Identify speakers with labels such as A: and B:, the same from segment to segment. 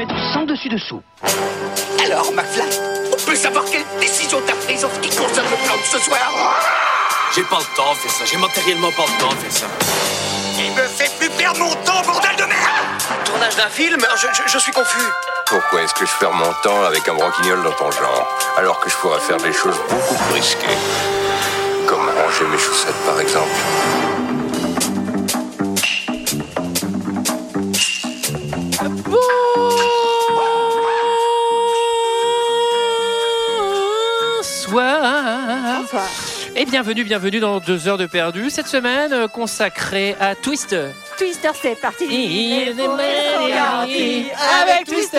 A: être sans dessus-dessous.
B: Alors, McFly, on peut savoir quelle décision t'as prise en ce qui concerne le plan de ce soir
C: J'ai pas le temps de faire ça, j'ai matériellement pas le temps de faire ça.
B: Il me fait plus perdre mon temps, bordel de merde
D: Tournage d'un film je, je- je suis confus.
E: Pourquoi est-ce que je perds mon temps avec un broquignol dans ton genre, alors que je pourrais faire des choses beaucoup plus risquées Comme ranger mes chaussettes, par exemple.
F: Bonsoir
G: Bonsoir.
F: et bienvenue, bienvenue dans deux heures de perdu cette semaine euh, consacrée à Twister.
G: Twister, c'est parti.
F: Il
G: Les
F: est
G: fourrures sont
F: garanti
G: garanties
F: avec Twister.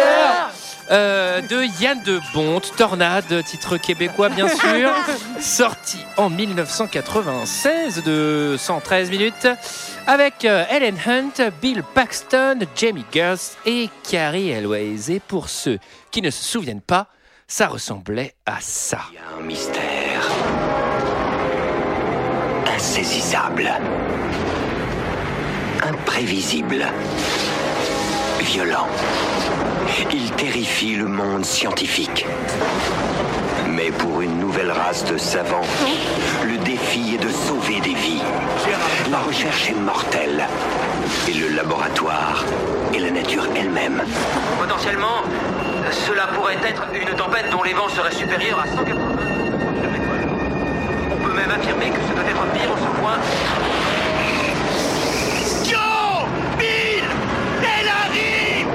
F: Euh, de Yann de Bonte, Tornade, titre québécois bien sûr, sorti en 1996 de 113 minutes, avec euh, Helen Hunt, Bill Paxton, Jamie Gers et Carrie Elways. Et pour ceux qui ne se souviennent pas, ça ressemblait à ça.
B: Il y a un mystère. Insaisissable. Imprévisible. Violent. Il terrifie le monde scientifique. Mais pour une nouvelle race de savants, le défi est de sauver des vies. La recherche est mortelle. Et le laboratoire et la nature elle-même
D: Potentiellement, cela pourrait être une tempête dont les vents seraient supérieurs à 180 km/h. On peut même affirmer que ce doit être pire en ce point.
B: Joe Bill Elle arrive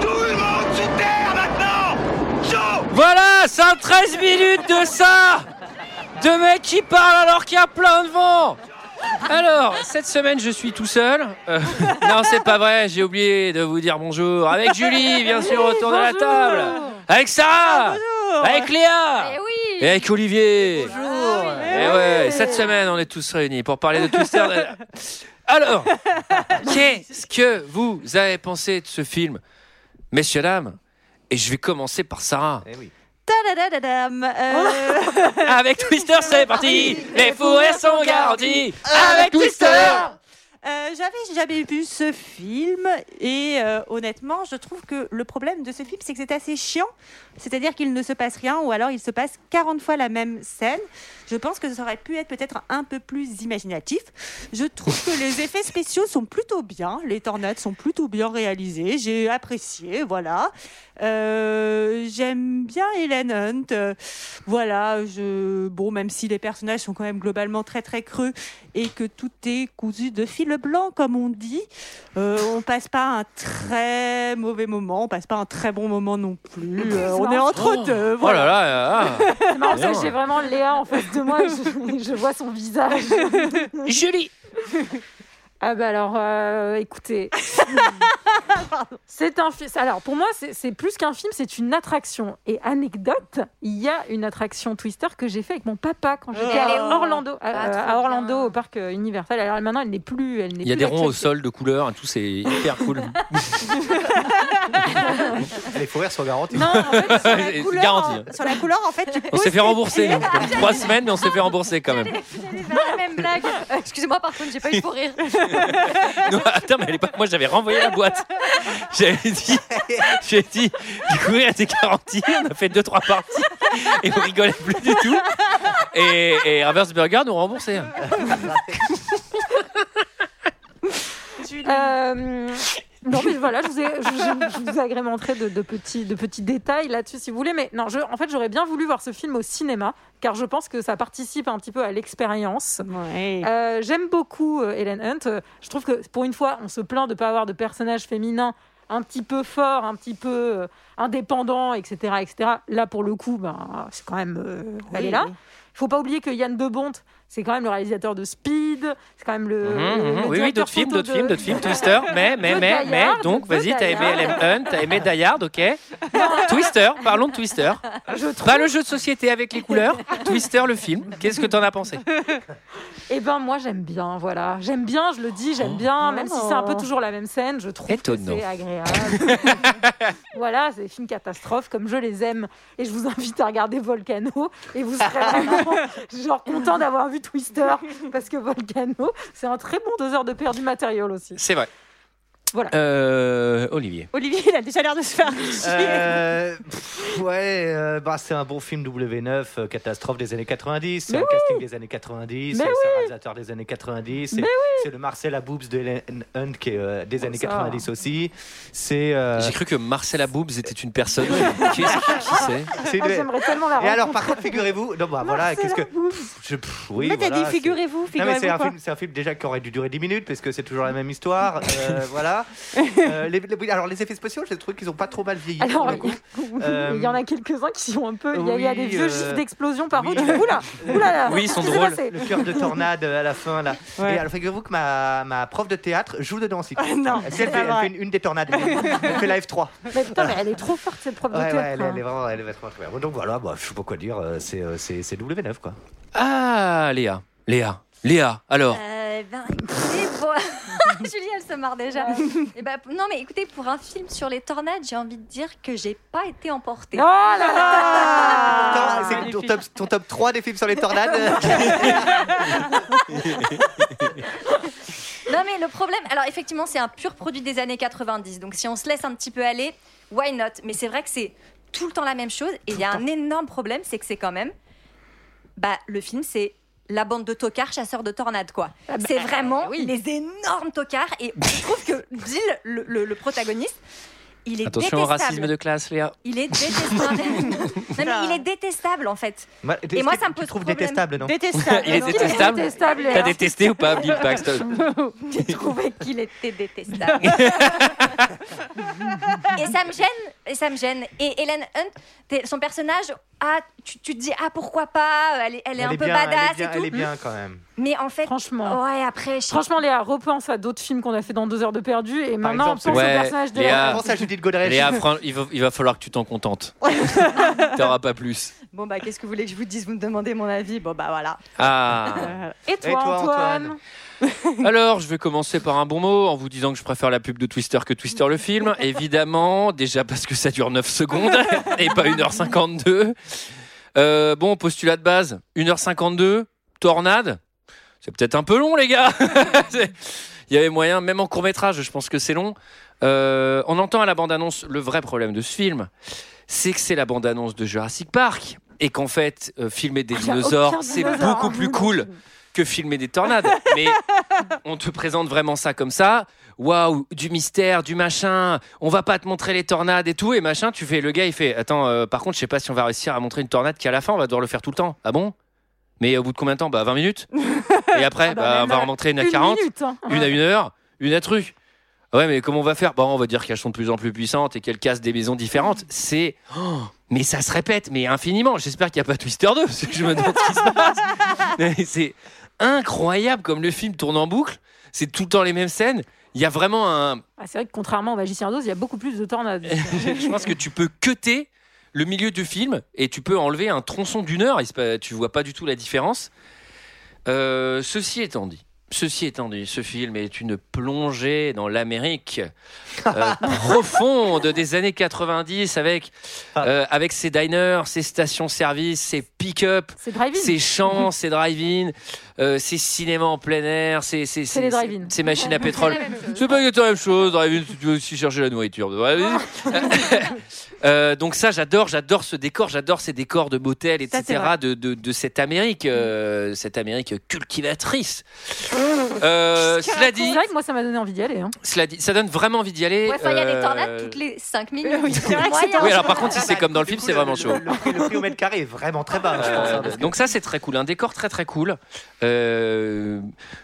B: Tout le monde sous terre maintenant Joe
F: Voilà, 113 minutes de ça De mecs qui parlent alors qu'il y a plein de vent alors, cette semaine, je suis tout seul. Euh, non, c'est pas vrai, j'ai oublié de vous dire bonjour. Avec Julie, bien sûr, autour de la table. Avec Sarah. avec Léa.
G: Eh oui.
F: Et avec Olivier.
G: Bonjour.
F: Eh ouais, cette semaine, on est tous réunis pour parler de Twister. Alors, qu'est-ce que vous avez pensé de ce film, messieurs, dames Et je vais commencer par Sarah.
G: Tadadadadam. Euh,
F: Avec Twister, c'est parti Les fourrures sont garanties Avec Twister
G: euh, J'avais jamais vu ce film et euh, honnêtement, je trouve que le problème de ce film, c'est que c'est assez chiant. C'est-à-dire qu'il ne se passe rien ou alors il se passe 40 fois la même scène. Je pense que ça aurait pu être peut-être un peu plus imaginatif. Je trouve que les effets spéciaux sont plutôt bien. Les tornades sont plutôt bien réalisées. J'ai apprécié, voilà. Euh, J'aime bien Helen Hunt. Euh, voilà, je... bon, même si les personnages sont quand même globalement très très creux, et que tout est cousu de fil blanc, comme on dit. Euh, on passe pas un très mauvais moment, on passe pas un très bon moment non plus. Euh, on est entre deux.
F: Oh
G: Voilà.
F: là là ah.
H: C'est marrant parce
F: Bien.
H: que j'ai vraiment Léa en face de moi et je, et je vois son visage.
F: Julie
H: Ah bah alors, euh, écoutez. c'est un film. Alors pour moi, c'est c'est plus qu'un film, c'est une attraction. Et anecdote, il y a une attraction Twister que j'ai fait avec mon papa quand j'étais
G: Ah.
H: allée à Orlando, à, euh,
I: Ah, trop
H: à
I: bien.
H: Orlando au parc euh, Universal. Alors maintenant, elle n'est plus. Elle n'est
F: Il y a
H: plus
F: des ronds au
H: d'actualité.
F: sol de couleur, et tout c'est hyper cool.
J: Les fourrures sont garanties.
H: Non, en fait,
G: Sur la
F: C'est
G: couleur,
F: garanti.
G: Sur la couleur, en fait, tu
F: On
G: poses
F: s'est fait
G: tes-
F: rembourser, nous. Pendant trois semaines, mais on s'est fait rembourser quand même.
I: J'allais faire la même blague. Euh, Excusez-moi, par contre, j'ai pas eu pour rire.
F: Non, attends, mais à l'époque, moi j'avais renvoyé la boîte. J'avais dit, j'ai dit, du coup, elle était garantie. On a fait deux, trois parties et on rigolait plus du tout. Et, et Reverse Burger nous remboursait.
H: Euh, non mais voilà, je vous, ai, je, je- je vous agrémenterai de, de petits, de petits détails là-dessus si vous voulez. Mais non, je, en fait, j'aurais bien voulu voir ce film au cinéma, car je pense que ça participe un petit peu à l'expérience.
G: Ouais.
H: Euh, J'aime beaucoup euh, Helen Hunt. Euh, Je trouve que pour une fois, on se plaint de ne pas avoir de personnage féminin un petit peu fort, un petit peu euh, indépendant, etc., etc. Là, pour le coup, ben, c'est quand même... euh, elle est là. Il faut pas oublier que Yann de Bont, c'est quand même le réalisateur de Speed, c'est quand même
F: Mhm,
H: le... le- le
F: mhm, oui, oui,
H: directeur
F: d'autres films,
H: photo
F: d'autres
H: de-
F: films, d'autres films, Twister. Mais, mais,
H: de
F: mais,
H: Die
F: mais,
H: Hard,
F: donc,
H: de
F: vas-y, t'as
H: Die
F: aimé
H: Hard.
F: Helen Hunt, t'as aimé Die Hard, ok. Twister, parlons de Twister.
H: Je trouve-
F: Pas le jeu de société avec les couleurs, Twister le film. Qu'est-ce que t'en as pensé
H: Eh ben moi j'aime bien, voilà. J'aime bien, je le dis, j'aime bien, même si c'est un peu
G: Oh.
H: toujours la même scène, je trouve
F: Étonnant.
H: que c'est agréable. voilà, c'est des films catastrophes comme je les aime. Et je vous invite à regarder Volcano et vous serez vraiment genre content d'avoir vu Twister parce que Volcano, c'est un très bon deux heures de perdu matériel aussi.
F: C'est vrai.
H: Voilà.
F: Euh, Olivier.
G: Olivier, il a déjà l'air de se faire chier.
J: Euh, pff, ouais, euh, bah, c'est un bon film W9, euh, catastrophe des années 90, c'est
H: Mais
J: un casting des années 90,
H: Mais
J: c'est un réalisateur des années 90, c'est-
H: Mais Oh,
J: c'est le Marcel Aboubs de Helen Hunt qui est euh, des années
H: ça.
J: 90 aussi. C'est euh,
F: J'ai cru que Marcella Boobs était une personne. qui est-ce qui c'est
J: c'est
H: Ah,
J: une-
H: J'aimerais tellement la
J: Et alors,
H: rencontrer.
J: par contre, figurez-vous, non, bah voilà, qu'est-ce que. pff, je- pff, oui,
G: Mais t'as
J: voilà,
G: dit
J: c'est-
G: figurez-vous,
J: Non, mais c'est
G: figurez-vous
J: un,
G: quoi.
J: film, c'est un film déjà qui aurait dû durer 10 minutes parce que c'est toujours la même histoire. euh, voilà. Euh, les- les- alors, les effets spéciaux, j'ai trouvé qu'ils ont pas trop mal vieilli. pour
H: Alors,
J: le coup. Euh,
H: il y en a quelques-uns qui sont un peu. Il y a- il y, a des
J: oui,
H: vieux
J: euh,
H: gifs d'explosion par
J: oui.
H: contre. Oula, oula.
F: Oui, ils sont
H: qu'est-ce qui s'est
F: drôles.
H: passé
J: Le cœur de tornade à la fin, là.
G: Ouais.
J: Et alors, figurez-vous que ma, ma prof de théâtre joue dedans aussi.
G: Ah, non,
J: Elle,
G: c'est
J: fait,
G: pas
J: elle
G: vrai.
J: fait une, une des tornades. Elle fait la F3.
H: Mais putain, mais elle est trop forte cette prof
J: Ouais,
H: de
J: ouais,
H: théâtre.
J: elle, elle est
H: hein.
J: vraiment, elle est vraiment très bien. Donc voilà, bah, je sais pas quoi dire, euh, c'est euh, c'est- c'est W9 quoi.
F: Ah, Léa. Léa. Léa, alors.
I: Euh, ben, écoutez, pour- Julie, elle se marre déjà. Eh ben, non, mais écoutez, pour un film sur les tornades, j'ai envie de dire que j'ai pas été emportée.
H: Oh là
J: Attends,
I: Ah,
H: là
J: c'est ton top, ton top 3 des films sur les tornades
I: Non, mais le problème, alors effectivement, c'est un pur produit des années 90. Donc si on se laisse un petit peu aller, why not Mais c'est vrai que c'est tout le temps la même chose. Et il y a un énorme problème, c'est que c'est quand même. Bah, le film, c'est la bande de tocards chasseurs de tornades, quoi.
F: Ah bah,
I: c'est vraiment les énormes tocards. Et je trouve que Bill, le, le- le protagoniste, il est
F: Attention au
I: détestable.
F: racisme de classe, Léa.
I: Il est détestable. non, mais il est détestable, en fait.
J: Bah,
I: Et
J: est-ce
I: moi,
J: que
I: ça me
J: Tu
I: pose
J: trouves
I: problème.
J: détestable, non
G: Détestable.
F: Il est
G: non
F: détestable.
H: détestable.
F: T'as détesté ou pas Bill Paxton
I: J'ai trouvé qu'il était détestable. et ça me gêne, et ça me gêne. Et Hélène Hunt, t'es- son personnage, ah, tu, tu te dis, ah, pourquoi pas, elle est, elle est un peu
J: bien,
I: badass
J: elle est bien,
I: et tout.
J: elle est bien quand même.
I: Mais en fait,
H: Franchement.
I: ouais, après, je-
H: Franchement, Léa, repense à d'autres films qu'on a fait dans deux heures de perdu et maintenant
J: exemple,
H: pense
F: Ouais,
H: au personnage de
F: Léa.
H: Léa.
J: Pense à Judith
I: Bah,
J: Godrèche.
F: Léa, Fran- il va, il va falloir que tu t'en contentes. T'auras pas plus.
G: Bon, bah, qu'est-ce que vous voulez que je vous dise Vous me demandez mon avis Bon, bah, voilà.
F: Ah.
G: Euh,
H: Et toi,
J: Et toi,
H: Antoine,
J: Antoine
F: Alors, je vais commencer par un bon mot en vous disant que je préfère la pub de Twister que Twister le film. Évidemment, déjà parce que ça dure 9 secondes et pas 1h52. Euh, bon, postulat de base 1h52, tornade. C'est peut-être un peu long, les gars. C'est- Il y avait moyen, même en court-métrage, je pense que c'est long. Euh, on entend à la bande-annonce le vrai problème de ce film c'est que c'est la bande-annonce de Jurassic Park et qu'en fait, euh, filmer des
H: Ah, il y a
F: dinosaures,
H: aucun
F: c'est
H: dinosaure. Ah,
F: beaucoup plus cool que filmer des tornades. Mais on te présente vraiment ça comme ça. Waouh, du mystère, du machin. On va pas te montrer les tornades et tout. Et machin, tu fais. Le gars, il fait Attends, euh, par contre, je sais pas si on va réussir à montrer une tornade qui, à la fin, on va devoir le faire tout le temps. Ah bon Mais au bout de combien de temps Bah, 20 minutes. Et après,
H: Ah bah,
F: bah, on
H: même,
F: va
H: euh,
F: en montrer une à
H: une
F: 40
H: minute. hein.
F: une à une heure, une à truc. Ouais, mais comment on va faire Bah, on va dire qu'elles sont de plus en plus puissantes et qu'elles cassent des maisons différentes. C'est. Oh, mais ça se répète, mais infiniment. J'espère qu'il n'y a pas Twister 2, parce que je me demande ce qui se passe. Mais C'est incroyable comme le film tourne en boucle. C'est tout le temps les mêmes scènes. Il y a vraiment un.
H: Ah, c'est vrai que contrairement au Magicien d'Oz, il y a beaucoup plus de tornades.
F: je pense que tu peux cutter le milieu du film et tu peux enlever un tronçon d'une heure. Il se pa- Tu vois pas du tout la différence. Euh, ceci étant dit. Ceci étant dit, ce film est une plongée dans l'Amérique euh, profonde des années 90 avec,
H: Ah.
F: euh, avec ses diners, ses stations-service, ses pick-up,
H: C'est driving.
F: ses champs, ses drive-in, euh, ses cinémas en plein air, ses, ses,
H: C'est les drive-in.
F: ses machines à
I: c'est
F: pétrole.
I: la même chose.
F: C'est pas exactement la même chose. Drive-in, tu veux aussi chercher la nourriture. Drive-in. Euh, donc ça, j'adore, j'adore ce décor, j'adore ces décors de motel,
G: c'est
F: etc.
G: vrai.
F: de, de, de cette Amérique, euh, cette Amérique cultivatrice. Euh, cela
H: C'est
F: dit,
H: vrai que moi, ça m'a donné envie d'y aller. hein.
F: cela dit, ça donne vraiment envie d'y aller.
I: Ouais, enfin, il y a des
F: Euh,
I: tornades toutes les 5 minutes.
G: Oui, c'est vrai que
I: Moyen.
G: c'est
F: Oui, alors par contre, si
J: Ah
F: c'est
J: bah,
F: comme dans le
J: du
F: film,
J: coup,
F: c'est vraiment chaud.
J: Le, le prix, le prix au mètre carré est vraiment très bas, je pense. hein,
F: Euh,
J: parce que-
F: donc ça c'est très cool, un décor très très cool. Euh,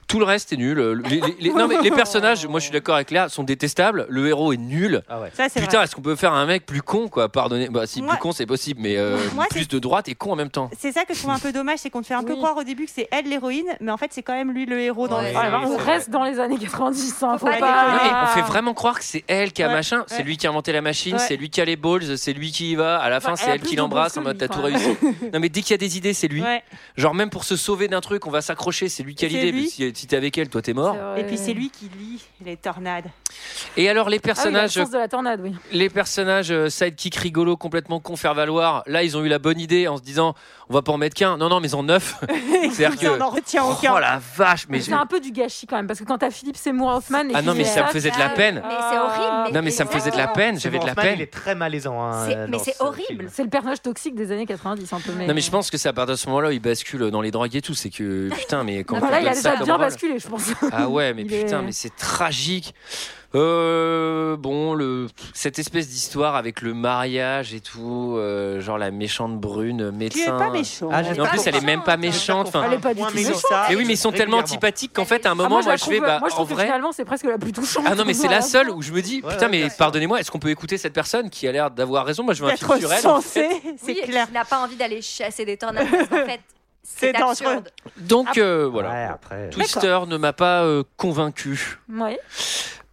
F: tout le reste est nul. Les, les- les- non, mais les personnages, moi je suis d'accord avec Léa, sont détestables. Le héros est nul.
J: Ah ouais.
G: Ça, c'est
F: Putain,
G: vrai.
F: est-ce qu'on peut faire un mec plus con quoi Pardonnez, bah si
G: Moi-
F: plus con c'est possible, mais euh,
G: Moi, c'est-
F: plus de droite et con en même temps.
G: C'est ça que je trouve un peu dommage, c'est qu'on te fait un peu
H: Oui.
G: croire au début que c'est elle l'héroïne, mais en fait, c'est quand même lui le héros dans
I: Ouais.
G: le
H: Oh là là,
J: Oui,
H: on
J: c'est
H: reste dans les années 90. hein,
I: Faut
H: faut
I: pas
H: pas.
F: Non, mais
I: déconner.
F: on fait vraiment croire que c'est elle qui a
G: Ah. Ouais,
F: machin, c'est
G: ouais.
F: lui qui a inventé la machine,
G: Ouais.
F: c'est lui qui a les balls, c'est lui qui y va. À la fin,
H: Enfin,
F: c'est
H: elle a
F: elle
H: plus
F: qui
H: de
F: l'embrasse en
H: balls
F: mode
H: que
F: t'as
H: lui,
F: tout
H: quand même.
F: réussi. Non mais dès qu'il y a des idées, c'est lui.
G: Ouais.
F: Genre même pour se sauver d'un truc, on va s'accrocher, c'est lui qui a
G: C'est
F: l'idée.
G: lui.
F: parce que Si t'es avec elle, toi t'es mort.
G: Et puis c'est lui qui lit les tornades.
F: Et alors
G: Ah bah,
F: les
H: personnage.
F: personnages,
H: le sens de Ah la tornade, oui.
F: les personnages euh, sidekick rigolos complètement con faire valoir, là ils ont eu la bonne idée en se disant on va pas en mettre qu'un. Non non mais en neuf. C'est-à-dire
G: on
F: que
G: n'en retient
F: oh
G: aucun.
F: la vache mais
H: C'est un peu du gâchis quand même, parce que quand t'as Philippe Seymour Hoffman. et
F: ah non
H: qu'il
F: mais
H: fait
F: ça me faisait de la peine.
I: Mais c'est horrible.
F: Non mais ça me faisait de la
I: exactement.
F: peine, j'avais de la
J: Hoffman,
F: peine.
J: Il est très malaisant. hein,
I: C'est-
J: euh,
I: mais
J: dans
I: c'est
J: ce
I: horrible.
J: film.
H: Ah. C'est le personnage toxique des années 90, un peu. Mais...
F: Non mais je pense que c'est à partir de ce moment-là où il bascule dans les drogues et tout, c'est que putain mais quand
H: Bah
F: on
H: là, il a
F: donne ça
H: déjà
F: comme
H: bien
F: rôle-
H: basculé, je pense.
F: Ah ouais mais
H: Il
F: putain
H: est-
F: mais c'est tragique. Euh, bon le cette espèce d'histoire avec le mariage et tout, euh, genre la méchante brune
G: Qui est
F: médecin.
G: pas méchant. hein.
J: Ah, j'aime
F: Mais en
J: pas
F: plus, elle est même pas méchante.
J: J'espère
F: Enfin,
J: qu'on
H: Elle est pas du
J: fera
H: tout
J: moins
H: méchante.
J: Mélissa
F: mais oui, mais ils sont tellement
J: régulièrement.
F: antipathiques qu'en fait, à un
H: Ah,
F: moment, moi,
H: la
F: je
H: trouve-
F: fais, bah,
H: moi, je
F: en
H: trouve que
F: vrai.
H: finalement, c'est presque la plus touchante.
F: Ah non, mais c'est la seule où
H: où
F: je me dis,
J: Ouais,
F: putain,
J: ouais,
F: mais
J: ouais.
F: pardonnez-moi, est-ce qu'on peut écouter cette personne qui a l'air d'avoir raison Moi, je veux un film
G: D'être
F: sur elle.
G: censé, c'est
I: Oui, et
G: clair.
I: qui n'a pas envie d'aller chasser des tornades. parce qu'en fait,
G: C'est
I: c'est
G: dangereux.
I: absurde.
F: Donc, euh, voilà.
H: Ah,
J: Ouais, après.
F: Twister ne m'a pas euh, convaincu.
H: Ouais.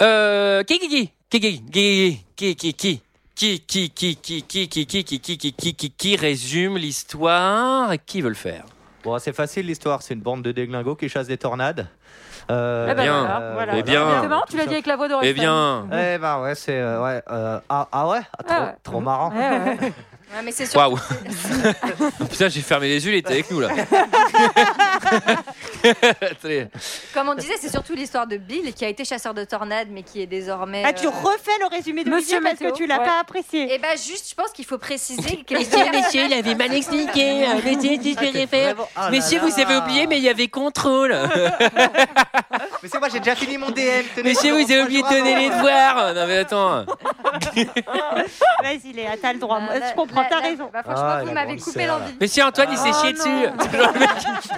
F: Euh, qui qui qui qui qui qui qui qui qui qui qui qui qui qui qui qui qui qui qui qui résume l'histoire et qui veut le faire
J: Bon, c'est facile l'histoire. C'est une bande de déglingos qui chassent des tornades. Euh,
H: Eh
I: Ah bah
H: ben,
F: Bien.
H: voilà.
F: Eh bien.
H: C'est marrant, tu l'as dit avec la voix d'Orelsan.
F: Eh bien,
J: Eh ben ouais, c'est euh, ouais. euh, ah, ah ouais, ah, trop,
H: Ah ouais.
J: trop marrant.
H: Ouais, ouais.
I: Ouais, mais c'est sûr.
F: waouh Putain, j'ai fermé les yeux, il était avec nous là. Attendez.
I: Comme on disait, c'est surtout l'histoire de Bill qui a été chasseur de tornades, mais qui est désormais.
G: Ah, tu
I: euh,
G: refais le résumé de
H: Monsieur
G: Monsieur parce que
H: Météo,
G: tu l'as
H: ouais.
G: pas apprécié.
I: Eh ben juste, je pense qu'il faut préciser que
F: il avait mal expliqué. euh,
I: Oh
F: Monsieur,
J: Ah, t'es vraiment- ah là là.
F: il y avait contrôle.
J: Monsieur, moi j'ai déjà fini mon DM. tenez,
F: Monsieur,
J: je
F: vous avez
J: reprends,
F: oublié de
J: je
F: donner les
J: reprends.
F: devoirs. Non, mais attends.
G: Vas-y, Léa, t'as le droit. Ah, Moi,
I: Là,
G: je comprends,
I: là,
G: t'as
I: là,
G: raison.
I: bah, franchement,
J: Ah,
I: vous
J: la
I: m'avez
J: grande
I: coupé
J: sœur.
I: l'envie.
F: Monsieur Antoine, il s'est
H: Oh
F: chié
H: non.
F: dessus. C'est genre le mec,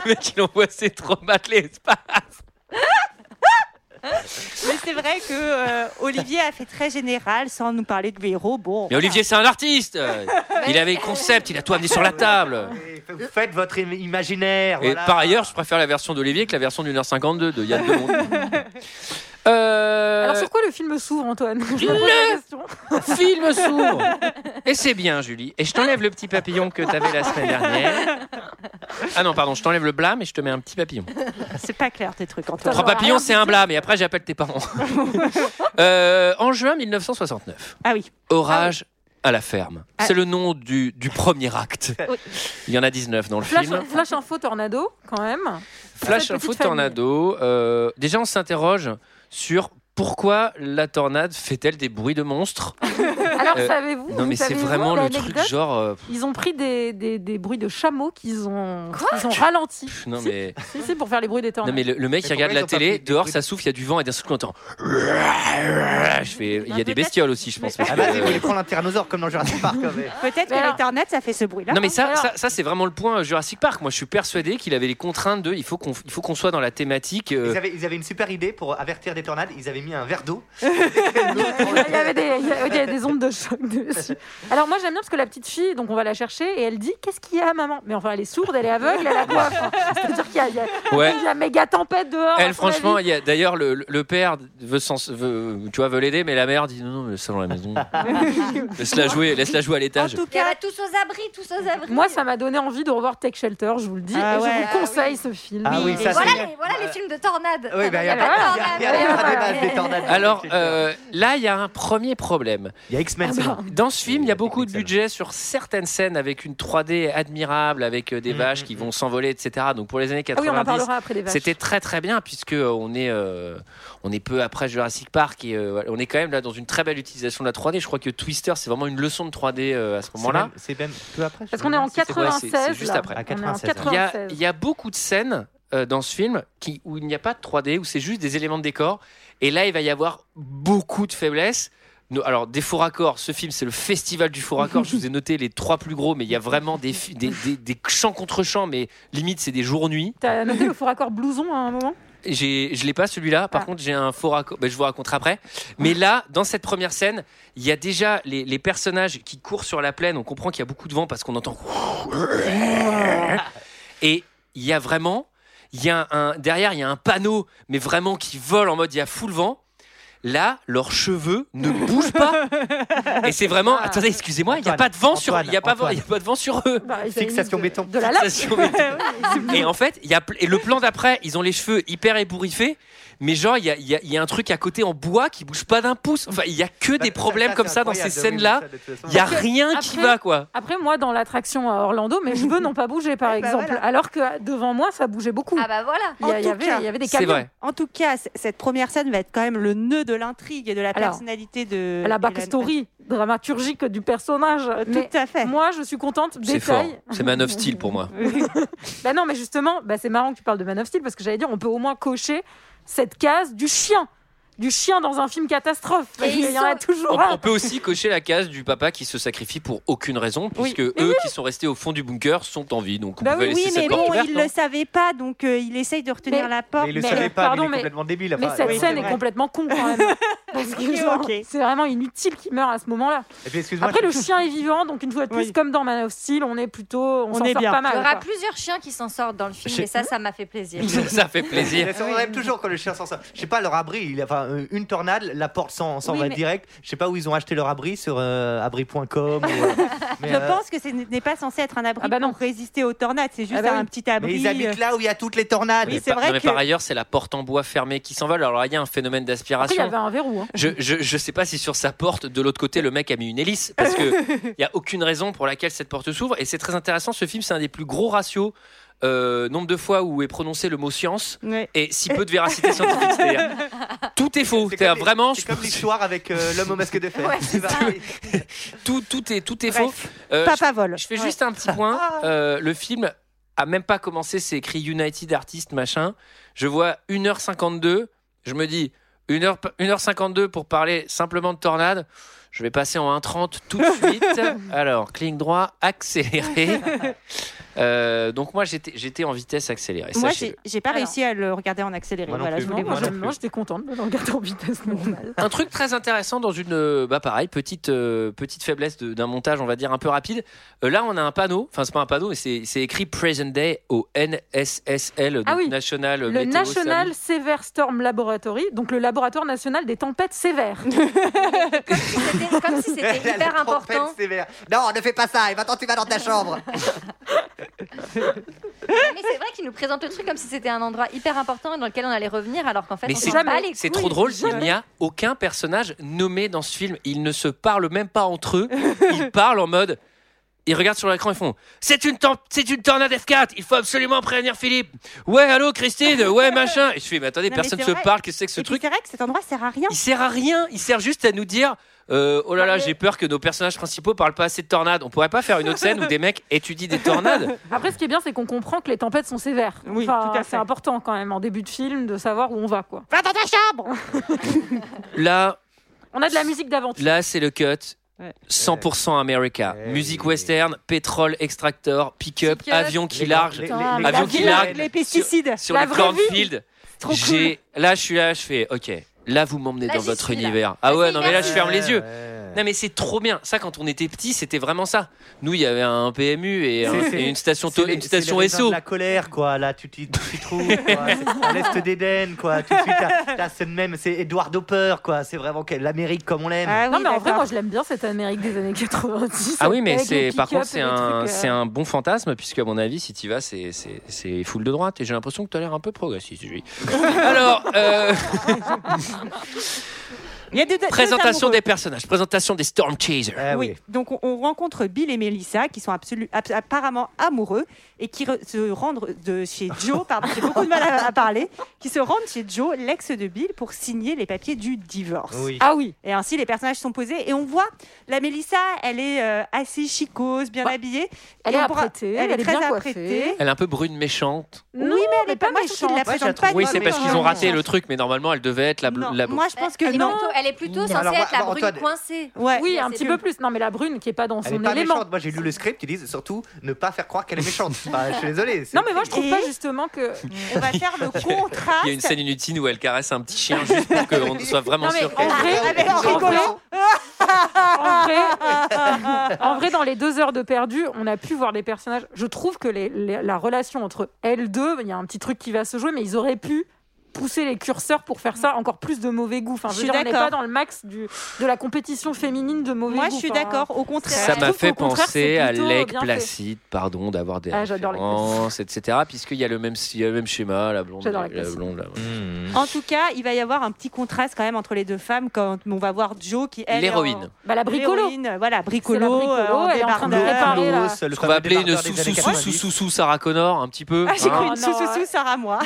F: le mec, il envoie ses traumates l'espace.
G: Mais c'est vrai que euh, Olivier a fait très général sans nous parler de héros. Bon,
F: Mais Olivier, c'est un artiste. Il avait concept, il a tout amené sur la table.
J: Vous faites votre im- imaginaire.
F: Et
J: voilà.
F: par ailleurs, je préfère la version d'Olivier que la version d'une heure 52 de Yann Demont. Euh,
H: Alors, sur quoi le film s'ouvre, Antoine Je me pose la question.
F: film s'ouvre. Et c'est bien, Julie. Et je t'enlève le petit papillon que t'avais la semaine dernière. Ah non, pardon, je t'enlève le blâme et je te mets un petit papillon.
G: c'est pas clair tes trucs,
H: Ça
G: Antoine.
F: Trois
H: m'aura
F: papillons,
H: rien
F: c'est un blâme. Et après, j'appelle tes parents. Euh, en juin 1969,
G: Ah oui.
F: Orage à la ferme.
G: Ah.
F: C'est le nom du, du premier acte. Il y en a 19 dans le
H: Flash,
J: euh,
F: film.
H: flash info tornado, quand même.
F: Flash
H: Cette
F: Info
H: petite famille.
F: Tornado. euh, déjà, on s'interroge sur pourquoi la tornade fait-elle des bruits de monstres.
J: Ah,
H: Alors,
F: Euh,
H: savez-vous
F: Non, mais c'est
H: savez-vous
F: vraiment le truc
H: l'anecdote
F: genre. euh,
H: Ils ont pris des, des, des bruits de chameaux qu'ils ont, qu'ils ont ralentis.
F: pff, non, mais,
H: Si, si, pour faire les bruits des
F: non,
H: tornades.
F: mais le, le mec,
J: Mais
F: il regarde
J: pourquoi ils
F: la
J: ont pas
F: télé,
J: pris des
F: dehors,
J: bruits
F: ça souffle, il y a du vent, et d'un seul coup, on entend. Je fais- Il y a des bestioles aussi, je pense. parce
J: Ah
F: que,
J: bah oui, vous
F: euh,
J: voulez prendre un tyrannosaure comme dans Jurassic Park. ouais, mais-
G: Peut-être que
H: Mais alors-
G: les tornades, ça fait ce bruit-là.
F: Non mais ça,
H: Alors-
F: ça, ça, c'est vraiment le point euh, Jurassic Park. Moi je suis persuadé qu'il avait les contraintes de il faut qu'on il faut qu'on soit dans la thématique. euh,
J: Ils avaient, ils avaient une super idée pour avertir des tornades. Ils avaient mis un verre d'eau.
H: il y avait des, il y avait- il y avait des ondes de choc dessus. Alors moi j'aime bien parce que la petite fille, donc on va la chercher et elle dit qu'est-ce qu'il y a maman Mais enfin elle est sourde, elle est aveugle, elle a quoi C'est-à-dire qu'il y a, il y a-
F: Ouais.
H: il y a méga tempête dehors. à
F: Elle
H: son
F: franchement,
H: avis.
F: il y a d'ailleurs le, le- le père veut, s'en- veut- tu vois veut l'aider mais la mère dit non non laisse-la dans la maison. laisse-la jouer, laisse-la jouer à
G: En
F: l'étage.
G: tout
I: Il y en
G: cas,
I: a tous aux abris, tous aux abris.
H: moi ça m'a donné envie de revoir Tech Shelter, je vous le dis,
G: Ah
H: et
G: ouais.
H: je vous conseille ce film.
J: Ah oui, ça
I: voilà,
J: c'est.
I: les, voilà les films de tornades.
J: Oui, bah, il y a
I: pas
H: pas-
I: de
J: Il y a-
I: tornades.
J: Ah il y a pas de base
I: Voilà.
J: des tornades.
F: Ah, Alors euh, Ah, là il y a un premier problème.
J: il y a X-Men. c'est bon.
F: Dans ce film il y a
J: la
F: beaucoup de
J: technique,
F: budget sur certaines scènes avec une 3D admirable avec euh, des
J: Mm,
F: vaches
J: mm,
F: qui
J: mm.
F: vont s'envoler etc. Donc pour les années
H: Ah oui, on en
F: 90
H: parlera après les vaches.
F: C'était très très bien puisque euh, on est euh, on est peu après Jurassic Park et euh, on est quand même là dans une très belle utilisation de la 3D. Je crois que Twister c'est vraiment une leçon de 3D euh, à ce
J: C'est
F: moment-là.
J: même- C'est même peu après. je
H: Parce
J: crois,
H: qu'on est en
J: non, si c'est-
F: ouais, c'est-
H: 96.
F: c'est juste
H: là.
F: après.
J: À
H: On est en
F: Il
J: 96.
F: y a
H: 96.
F: il y a beaucoup de scènes euh, dans ce film qui où il n'y a pas de 3D où c'est juste des éléments de décor et là il va y avoir beaucoup de faiblesses. No- alors des faux raccords, ce film c'est le festival du faux raccord. Je vous ai noté les trois plus gros, mais il y a vraiment des fi- des, des, des champs contre champs, mais limite c'est des jours-nuits.
H: T'as noté le faux raccord blouson à un moment
F: J'ai- Je l'ai pas celui-là. Par
H: Ah.
F: contre, j'ai un faux raccord. Ben, je vous raconterai après. Mais là, dans cette première scène, il y a déjà les, les personnages qui courent sur la plaine. On comprend qu'il y a beaucoup de vent parce qu'on entend. Et il y a vraiment, il y a un derrière, il y a un panneau, mais vraiment qui vole en mode il y a full vent. là, leurs cheveux ne bougent pas. Et c'est vraiment. Attendez, excusez-moi, il n'y a pas
J: Antoine,
F: de vent sur.
J: Antoine,
F: Il y a pas
J: Antoine.
F: il y a pas de vent sur eux.
H: Bah, ils avaient
J: Fixation
H: mis de-
J: béton.
H: De la laque.
F: Ça se trouve. et en fait, il y a, pl- et le plan d'après, ils ont les cheveux hyper ébouriffés, mais genre, il y a, il y a- il y a un truc à côté en bois qui bouge pas d'un pouce. Enfin, il y a que des problèmes comme Bah, ça dans ces scènes-là. Il y a rien qui
H: Après-
F: va, quoi.
H: Après, moi, dans l'attraction à Orlando, mes cheveux n'ont pas bougé, par
G: Eh bah
H: exemple.
G: voilà.
H: Alors que devant moi, ça bougeait beaucoup.
I: Ah bah voilà.
H: Il y, a-
G: En
H: il y
G: tout
H: avait,
G: cas,
H: il y avait des
F: C'est
H: camions.
F: vrai.
G: En tout cas, c- cette première scène va être quand même le nœud de l'intrigue et de la
H: Alors,
G: personnalité de.
H: La
G: Hélène.
H: backstory dramaturgique du personnage.
G: Euh,
H: Mais
G: Tout à fait.
H: moi, je suis contente.
F: C'est fort.
H: Détail.
F: C'est Man of Steel pour moi.
H: Bah non, mais justement, bah c'est marrant que tu parles de Man of Steel parce que j'allais dire, on peut au moins cocher cette case du chien. Du chien dans un film catastrophe.
I: Et
H: il y
I: ils
H: en
I: sont-
H: a
F: On,
H: toujours
F: on
H: un.
F: peut aussi cocher la case du papa qui se sacrifie pour aucune raison,
H: Oui.
F: puisque eux qui sont restés au fond du bunker sont en vie. Donc on
H: Bah
F: pouvait
H: oui,
F: laisser
G: Oui, mais
F: cette porte
G: bon,
F: ouverte.
G: il
F: non
G: le savait pas, donc euh, il essaye de retenir
H: Mais-
G: la porte.
J: Mais il le
H: Mais-
J: savait pas,
H: pardon,
J: mais il
H: mais-
J: est complètement débile.
H: Mais
J: enfin,
H: cette
J: oui,
H: scène
J: c'est
H: est
J: vrai.
H: complètement con quand même. Parce que genre,
G: Ok.
H: c'est vraiment inutile qu'il meure à ce moment-là.
J: Et puis, excuse-moi,
H: Après,
J: je-
H: le chien est vivant, donc une fois de plus,
G: Oui.
H: comme dans Man of Steel, on est plutôt. On,
G: On
H: s'en
G: est
H: sort
G: bien.
H: pas
I: Il
H: mal.
I: y aura
H: quoi.
I: plusieurs chiens qui s'en sortent dans le film
J: Je-
I: et ça, ça m'a fait plaisir.
F: Ça fait plaisir.
J: Mais ça, on rêve toujours quand le chien s'en sort. Je sais pas, leur abri, il, enfin, euh, une tornade, la porte s'en s'en
G: Oui,
J: va
G: mais-
J: direct. Je sais pas où ils ont acheté leur abri, sur euh, abri.com. ou, euh, mais,
G: Je
J: euh,
G: pense que ce n'est pas censé être un abri
H: Ah bah non.
G: pour résister aux tornades, c'est juste
H: Ah bah oui.
G: un petit abri.
J: mais ils habitent là où il y a toutes les tornades.
G: Oui,
F: Mais
G: c'est
F: par-
G: vrai
F: non, mais
G: que-
F: par ailleurs, c'est la porte en bois fermée qui s'envole. Alors là, il y a un phénomène
H: Après, il y
F: d'aspiration.
H: avait un verrou. hein.
F: Je, je, je sais pas si sur sa porte, de l'autre côté, le mec a mis une hélice, parce qu'il n'y a aucune raison pour laquelle cette porte s'ouvre. Et c'est très intéressant, ce film, c'est un des plus gros ratios, euh, nombre de fois où est prononcé le mot science,
G: euh, Ouais.
F: et si peu de véracité scientifique. C'est-à-dire, tout est faux.
J: C'est
F: C'est-à-dire,
J: comme les-
F: vraiment,
J: C'est
F: je
J: comme
F: pense-
J: l'histoire avec euh, l'homme au masque de fer.
I: Ouais,
J: C'est pareil.
F: tout, tout est, tout est
G: Bref,
F: faux. Euh, je-
G: Papa vole.
F: je, fais juste un petit point.
G: Ah.
F: Euh, le film a même pas commencé, c'est écrit United Artists, machin. Je vois 1h52, je me dis 1h, 1h52 pour parler simplement de tornade. Je vais passer en 1h30 tout de suite. Alors, clic droit, accéléré. Euh, donc moi j'étais j'étais en vitesse accélérée.
G: Moi,
F: sachez-le.
G: j'ai j'ai pas
H: Alors.
G: réussi à le regarder en accéléré.
J: Moi non
G: Voilà,
J: plus.
G: je
H: Non,
G: voulais
J: Moi
H: moi,
G: voir.
J: non
H: j'aime-
J: plus.
H: moi, j'étais contente de le regarder en vitesse normale.
F: Un truc très intéressant dans une, euh, bah pareil, petite, euh, petite faiblesse de- d'un montage, on va dire, un peu rapide. Euh, là, on a un panneau, enfin, c'est pas un panneau, mais c'est c'est écrit Present Day au NSSL, donc
H: Ah oui.
F: National
H: Le
F: Euh, Météo
H: National
F: Service.
H: Severe Storm Laboratory, donc le laboratoire national des tempêtes sévères.
I: C'était comme si c'était
J: La
I: hyper
J: tempête
I: important.
J: sévère. Non, ne fais pas ça. Et maintenant, tu vas dans ta chambre.
I: Mais c'est vrai qu'ils nous présentent le truc comme si c'était un endroit hyper important dans lequel on allait revenir, alors qu'en fait,
F: Mais
I: on
F: c'est-
I: s'en bat les
F: C'est
I: couilles.
F: trop drôle, il
H: jamais.
F: n'y a aucun personnage nommé dans ce film. Ils ne se parlent même pas entre eux. Ils parlent en mode. Ils regardent sur l'écran et font C'est une, temp- c'est une tornade F4, il faut absolument prévenir Philippe. Ouais, allô Christine, ouais, machin. Et je fais Mais attendez,
G: Non, mais
F: personne ne
G: c'est
F: se
G: vrai.
F: parle, qu'est-ce que c'est que ce
G: Et puis,
F: truc
G: C'est vrai que cet endroit sert à rien.
F: Il sert à rien, il sert juste à nous dire euh, Oh là là,
I: Ouais, mais-
F: j'ai peur que nos personnages principaux parlent pas assez de tornades. On pourrait pas faire une autre scène où des mecs étudient des tornades
H: Après, ce qui est bien, c'est qu'on comprend que les tempêtes sont sévères.
G: Oui,
H: Enfin,
G: tout à fait.
H: C'est important quand même en début de film de savoir où on va. quoi.
F: Ah
G: Va dans ta chambre
F: Là,
H: On a de la musique d'aventure.
F: là c'est le cut.
G: Ouais.
F: 100% America.
J: Ouais.
F: Musique western, pétrole, extractor, pick-up,
I: Pick-up.
F: avion qui
J: Les-
F: large
J: les-
H: Putain,
J: les-
F: avion
J: les-
F: qui
J: les-
F: largue.
G: Les pesticides.
F: sur
H: La
F: les
H: vraie vie.
F: cornfields.
H: Trop cool.
F: J'ai- Là, je suis là, je fais OK. Là, vous m'emmenez
I: Là,
F: dans
I: j'y
F: votre
I: suis, là.
F: univers. Ah ouais,
I: Vas-y,
F: non, mais là, je
I: vas-y.
F: ferme les yeux.
J: Ouais.
F: Non mais c'est trop bien. Ça quand on était petit, c'était vraiment ça. Nous il y avait un PMU et, un-
J: C'est- c'est-
F: et une station
J: C'est
F: to-
J: les-
F: une
J: c'est
F: station
J: les raisins
F: SO.
J: de La colère, quoi. Là, tu t'y tu t'y trouves. quoi. C'est à l'est d'Éden, quoi. Tout de suite, là, là, c'est le même. C'est Edward Hopper, quoi. C'est vraiment que- l'Amérique comme on l'aime.
G: Ah
H: non,
G: oui,
H: mais en vrai,
G: d'accord.
H: moi, je l'aime bien cette Amérique des années 90.
F: Ah oui mais
H: avec les
F: c'est par
H: pick-up
F: contre c'est
H: et les
F: un
H: trucs, euh,
F: c'est un bon fantasme puisque à mon avis si tu vas c'est c'est c'est full de droite et j'ai l'impression que tu as l'air un peu progressiste. Julie. Alors euh,
G: Il y a deux- deux
F: présentation
G: amoureux.
F: des personnages, présentation des Storm Chasers.
J: Eh
G: oui.
J: oui.
G: Donc on, on rencontre Bill et Melissa qui sont absolu- ab- apparemment amoureux et qui re- se rendent de chez Joe, pardon, j'ai beaucoup de mal à, à parler, qui se rendent chez Joe, l'ex de Bill, pour signer les papiers du divorce.
J: Oui.
H: Ah oui,
G: Et ainsi les personnages sont posés et on voit la Melissa, elle est euh, assez chicose, bien
F: Bah,
G: habillée.
H: elle
G: Et
H: est
G: on pourra-
H: apprêtée,
G: elle est très
H: bien
G: apprêtée.
H: coiffée.
F: Elle est un peu brune méchante.
H: Non,
G: oui, mais elle
H: mais
G: est pas,
H: pas
G: moi, je trouve qu'il
H: méchante.
J: Moi,
G: la
J: je la
G: présente
J: trouve
G: pas
F: Oui
J: pas
F: c'est
J: mais
G: du
F: parce
G: tout
J: non,
F: qu'ils ont
G: comme
F: raté
G: méchante.
F: le truc mais normalement elle devait être la,
G: Non,
F: la-
G: moi je pense que
I: elle, est
G: non.
I: plutôt, elle est plutôt
F: Non,
I: censée
J: alors,
I: être la
J: alors,
I: brune
J: Antoine-
I: coincée.
G: Ouais.
H: Oui,
I: Mais
H: un
I: c'est
H: petit
I: que-
H: peu plus. Non, mais la brune qui est pas dans
J: Elle est
H: son
J: pas
H: élément.
J: méchante. Moi, j'ai lu le script. Ils disent surtout ne pas faire croire qu'elle est méchante. Enfin, je suis désolé. c'est
H: Non, mais moi, je
J: écrit.
H: trouve pas justement que.
G: On va faire le
F: Il y a une
G: contraste.
F: scène inutile où elle caresse un petit chien juste pour qu'on soit vraiment
H: Non, mais
F: sûr
H: en
F: qu'elle
H: vrai,
G: Avec
H: en
G: en
H: vrai,
G: rigolant.
H: en vrai- en vrai, dans les deux heures de perdu, on a pu voir des personnages. Je trouve que les- les- la relation entre elles deux, il y a un petit truc qui va se jouer, mais ils auraient pu pousser les curseurs pour faire ça encore plus de mauvais goût. Enfin, je
G: Je
H: veux
G: suis
H: dire, on n'est
G: d'accord.
H: pas dans le max du, de la compétition féminine de mauvais
G: Moi,
H: goût. hein.
G: je suis
H: Enfin,
G: d'accord. Au contraire,
F: Ça
H: Je
F: m'a
H: trouve
F: fait
H: qu'au contraire,
F: penser
H: c'est
F: à
H: plutôt
F: Lake
H: bien fait.
F: Placide, pardon d'avoir des
H: Ah, j'adore Lake
F: références, etc. Puisqu'il y a le même, il y a le même schéma, la blonde,
H: J'adore
F: la
H: Lake Placid.
F: blonde. la-
G: En tout cas, il va y avoir un petit contraste quand même entre les deux femmes quand on va voir Jo qui elle est
F: L'héroïne.
H: Bah, la
G: en-
H: bricolo.
G: l'héroïne, voilà,
H: C'est la
G: bricolo,
H: bricolo,
G: euh, en
H: elle est en
J: Hmm.
H: train de
G: débardeur.
H: réparer. Pareil, là.
J: Ce
F: Ce qu'on va appeler une sous sous sous sous sous sous Sarah Connor un petit peu.
G: Ah, j'ai
F: hein.
G: cru
H: Ah,
G: une sous
H: non,
G: sous
H: ouais.
G: Sarah moi.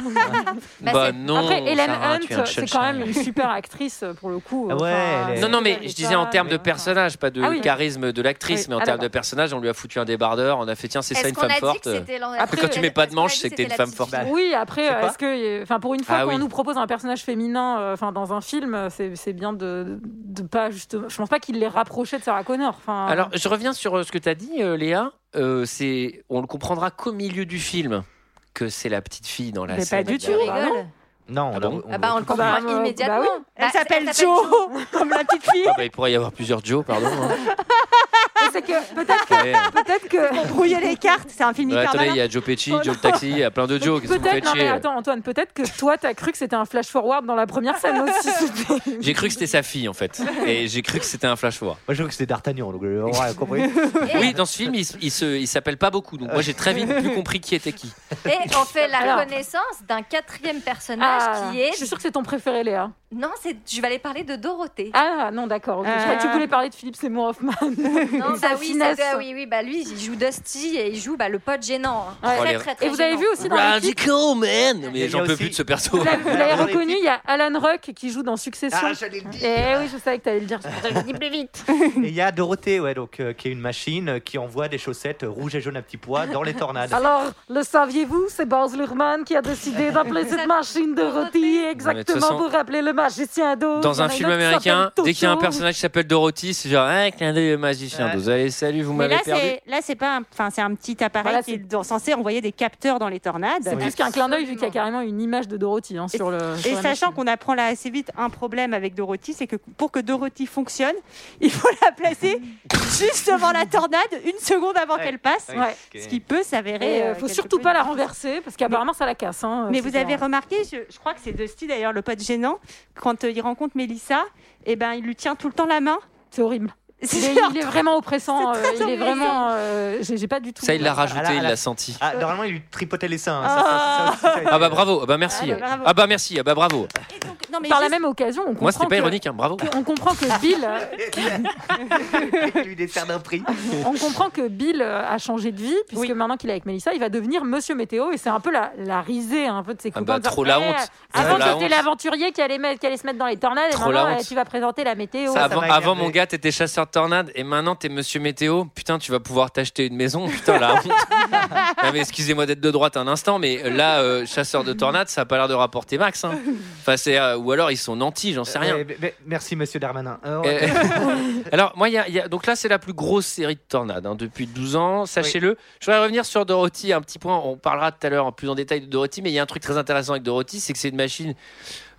I: Bah,
F: Bah
I: c'est-
F: non.
H: Après, Hélène
F: Sarah, tu es un
H: Hunt, c'est quand
F: Sunshine.
H: même une super actrice euh, pour le coup.
J: Ah ouais, elle est-
F: Non, non, mais
H: elle est
F: je disais en
H: pas-
F: termes de
H: enfin,
F: personnage, pas de
H: Ah oui, oui.
F: charisme de l'actrice,
H: Oui.
F: mais en
H: Ah,
F: termes de
H: d'accord.
F: personnage, on lui a foutu un débardeur, on a fait tiens, c'est
I: Est-ce
F: ça une
I: qu'on a
F: femme
I: dit
F: forte. euh,
I: que c'était l'an-
H: Après,
I: est-ce
H: quand
I: qu'on
H: tu
I: a-
F: mets pas de
I: est-ce qu'on a
F: manche,
I: dit
F: c'est que t'es une
I: c'était la
F: femme
I: petite
F: forte.
I: fille
H: Oui, après, euh,
J: Je sais pas.
H: est-ce que, enfin, pour une fois
F: Ah
H: qu'on
F: oui.
H: nous propose un personnage féminin, euh, enfin, dans un film, euh, c'est c'est bien de, de pas justement. Je pense pas qu'il les rapprochait de Sarah Connor. Enfin,
F: Bah. Alors, je reviens sur euh, ce que tu as dit, euh, Léa. Euh, c'est, on le comprendra qu'au milieu du film que c'est la petite fille dans la
G: Mais
F: scène.
G: pas du
I: Tu
G: tout.
F: avec-
I: rigoles
J: Non,
F: Ah
J: on
F: bon
J: l'a-
I: Ah bah, on le
J: l'a-
I: comprend
H: Bah,
I: immédiatement.
H: bah oui.
I: Bah,
G: Elle s'appelle
I: Jo.
G: Jo, comme la petite fille.
F: Ah bah, il pourrait y avoir plusieurs Joe, pardon. hein.
H: Mais c'est que peut-être
F: Ouais.
H: peut-être que
G: Pour brouiller les cartes, c'est un film
F: Ouais,
G: hyper
F: attendez, il
G: malin.
F: y a Joe Pesci,
H: Oh non.
F: Joe le taxi, il y a plein de Joe. Qu'est-ce que vous
H: peut-être
F: faites euh,
H: non mais
F: chier
H: attends Antoine peut-être que toi t'as cru que c'était un flash forward dans la première scène aussi
F: J'ai cru que c'était sa fille en fait, et j'ai cru que c'était un flash forward.
J: Moi, je crois que c'était D'Artagnan, donc euh, on a compris.
I: Et-
F: Oui, dans ce film, il, s- il se, il s'appelle pas beaucoup, donc moi j'ai très vite plus compris qui était qui.
I: Et on fait la
H: Alors.
I: connaissance d'un quatrième personnage
H: Ah,
I: qui est.
H: je suis sûre que c'est ton préféré Léa
I: Non, c'est. Je vais aller parler de Dorothée.
H: ah non d'accord ok. je croyais que tu voulais parler de Philippe Seymour Hoffman
I: Ah. non,
H: sa
I: bah oui,
H: finesse.
I: c'est- bah oui, oui, bah lui, il joue Dusty et il joue bah, le pote gênant. hein.
H: Ouais.
F: Oh, les-
I: Très, très, très
H: et vous avez
I: gênant.
H: vu aussi dans le clip,
F: Radical man
J: Il y
F: Mais
J: a
F: j'en peux
J: aussi-
F: plus de ce perso.
H: vous l'avez- vous l'avez
J: Dans les
H: reconnu il y a Alan Ruck qui joue dans Succession
J: Ah, j'allais le dire.
H: eh oui je savais que t'allais le dire c'est pour ça que je dis plus vite
J: Et il y a Dorothée, ouais, donc, euh, qui est une machine euh, qui envoie des chaussettes euh, rouges et jaunes à petits pois dans les tornades.
H: alors le saviez-vous c'est Baz Luhrmann qui a décidé d'appeler cette machine de rôti
F: toute
H: exactement
F: façon,
H: pour rappeler le magicien d'eau
F: Dans un film américain, dès qu'il y a un personnage qui s'appelle Dorothy, c'est genre, ah, clin d'œil, le magicien.
J: Ouais.
F: Vous allez, salut, vous
G: Mais
F: m'avez
G: là,
F: perdu.
G: c'est là, c'est pas, un- enfin, c'est un petit appareil
H: Voilà,
G: qui est dans- censé envoyer des capteurs dans les tornades.
H: C'est plus qu'un clin d'œil, vu qu'il y a
I: Absolument.
H: carrément une image de Dorothy hein, sur le. sur
G: Et
H: la
G: sachant
H: machine.
G: qu'on apprend là assez vite un problème avec Dorothy, c'est que pour que Dorothy fonctionne, il faut la placer juste devant la tornade, une seconde avant
J: Ouais.
G: qu'elle passe,
J: Ouais,
H: ouais.
J: ok.
G: ce qui peut s'avérer.
H: Et euh,
G: euh,
H: faut
G: quelque
H: surtout
G: peu
H: pas la renverser, parce qu'apparemment ça la casse. hein,
G: Mais
H: euh,
G: vous
H: c'est
G: avez
H: ça.
G: remarqué, je, je crois que c'est Dusty d'ailleurs, le pote gênant, quand euh, il rencontre Mélissa, et ben, il lui tient tout le temps la main.
H: C'est horrible.
G: C'est
H: Il est,
G: genre-
H: il est vraiment oppressant. euh, il est
G: embêtant.
H: vraiment. euh, J'ai j'ai pas du tout.
F: Ça, il l'a rajouté,
J: Ah là,
F: il
J: là.
F: l'a senti.
J: Ah, normalement, il lui tripotait les seins. hein, ça,
G: Ah.
J: ça, ça, ça, ça, ça,
F: Ah bah bravo, ah bah merci.
G: Ah bah bravo.
F: Ah bah merci, ah bah bravo.
G: Et donc- non, mais
H: Par la
G: juste-
H: même occasion, on comprend.
F: Moi, c'était pas
H: que-
F: ironique, hein, bravo.
H: que- On comprend que Bill,
J: Il lui décerne un prix.
H: on comprend que Bill euh, a changé de vie puisque
G: Oui.
H: maintenant qu'il est avec Melissa, il va devenir Monsieur Météo et c'est un peu la, la risée hein, un peu de ses
F: Ah
H: copains.
F: bah,
H: de dire,
F: trop la
H: Eh,
F: honte.
H: Avant
F: Trop la
H: c'était
F: honte.
H: l'aventurier qui allait, mettre- qui allait se mettre dans les tornades et
F: Trop
H: maintenant
F: la
H: euh,
F: honte.
H: tu vas présenter la météo.
J: Ça,
F: avant,
J: m'a énervé.
F: avant, mon gars, t'étais chasseur de tornades et maintenant t'es monsieur météo. Putain, tu vas pouvoir t'acheter une maison. Putain, la honte. Non, mais excusez-moi d'être de droite un instant, mais là, euh, chasseur de tornades, ça a pas l'air de rapporter max. hein. Enfin, c'est, euh, ou alors ils sont nantis, j'en sais rien.
J: Ouais, Eh, mais- mais- merci, monsieur Darmanin. Euh,
F: Euh, Alors, moi, il y a- il y a- donc là, c'est la plus grosse série de tornades hein, depuis 12 ans, sachez-le. Je voudrais revenir sur Dorothy, un petit point. On parlera tout à l'heure en plus en détail de Dorothy, mais il y a un truc très intéressant avec Dorothy, c'est que c'est une machine.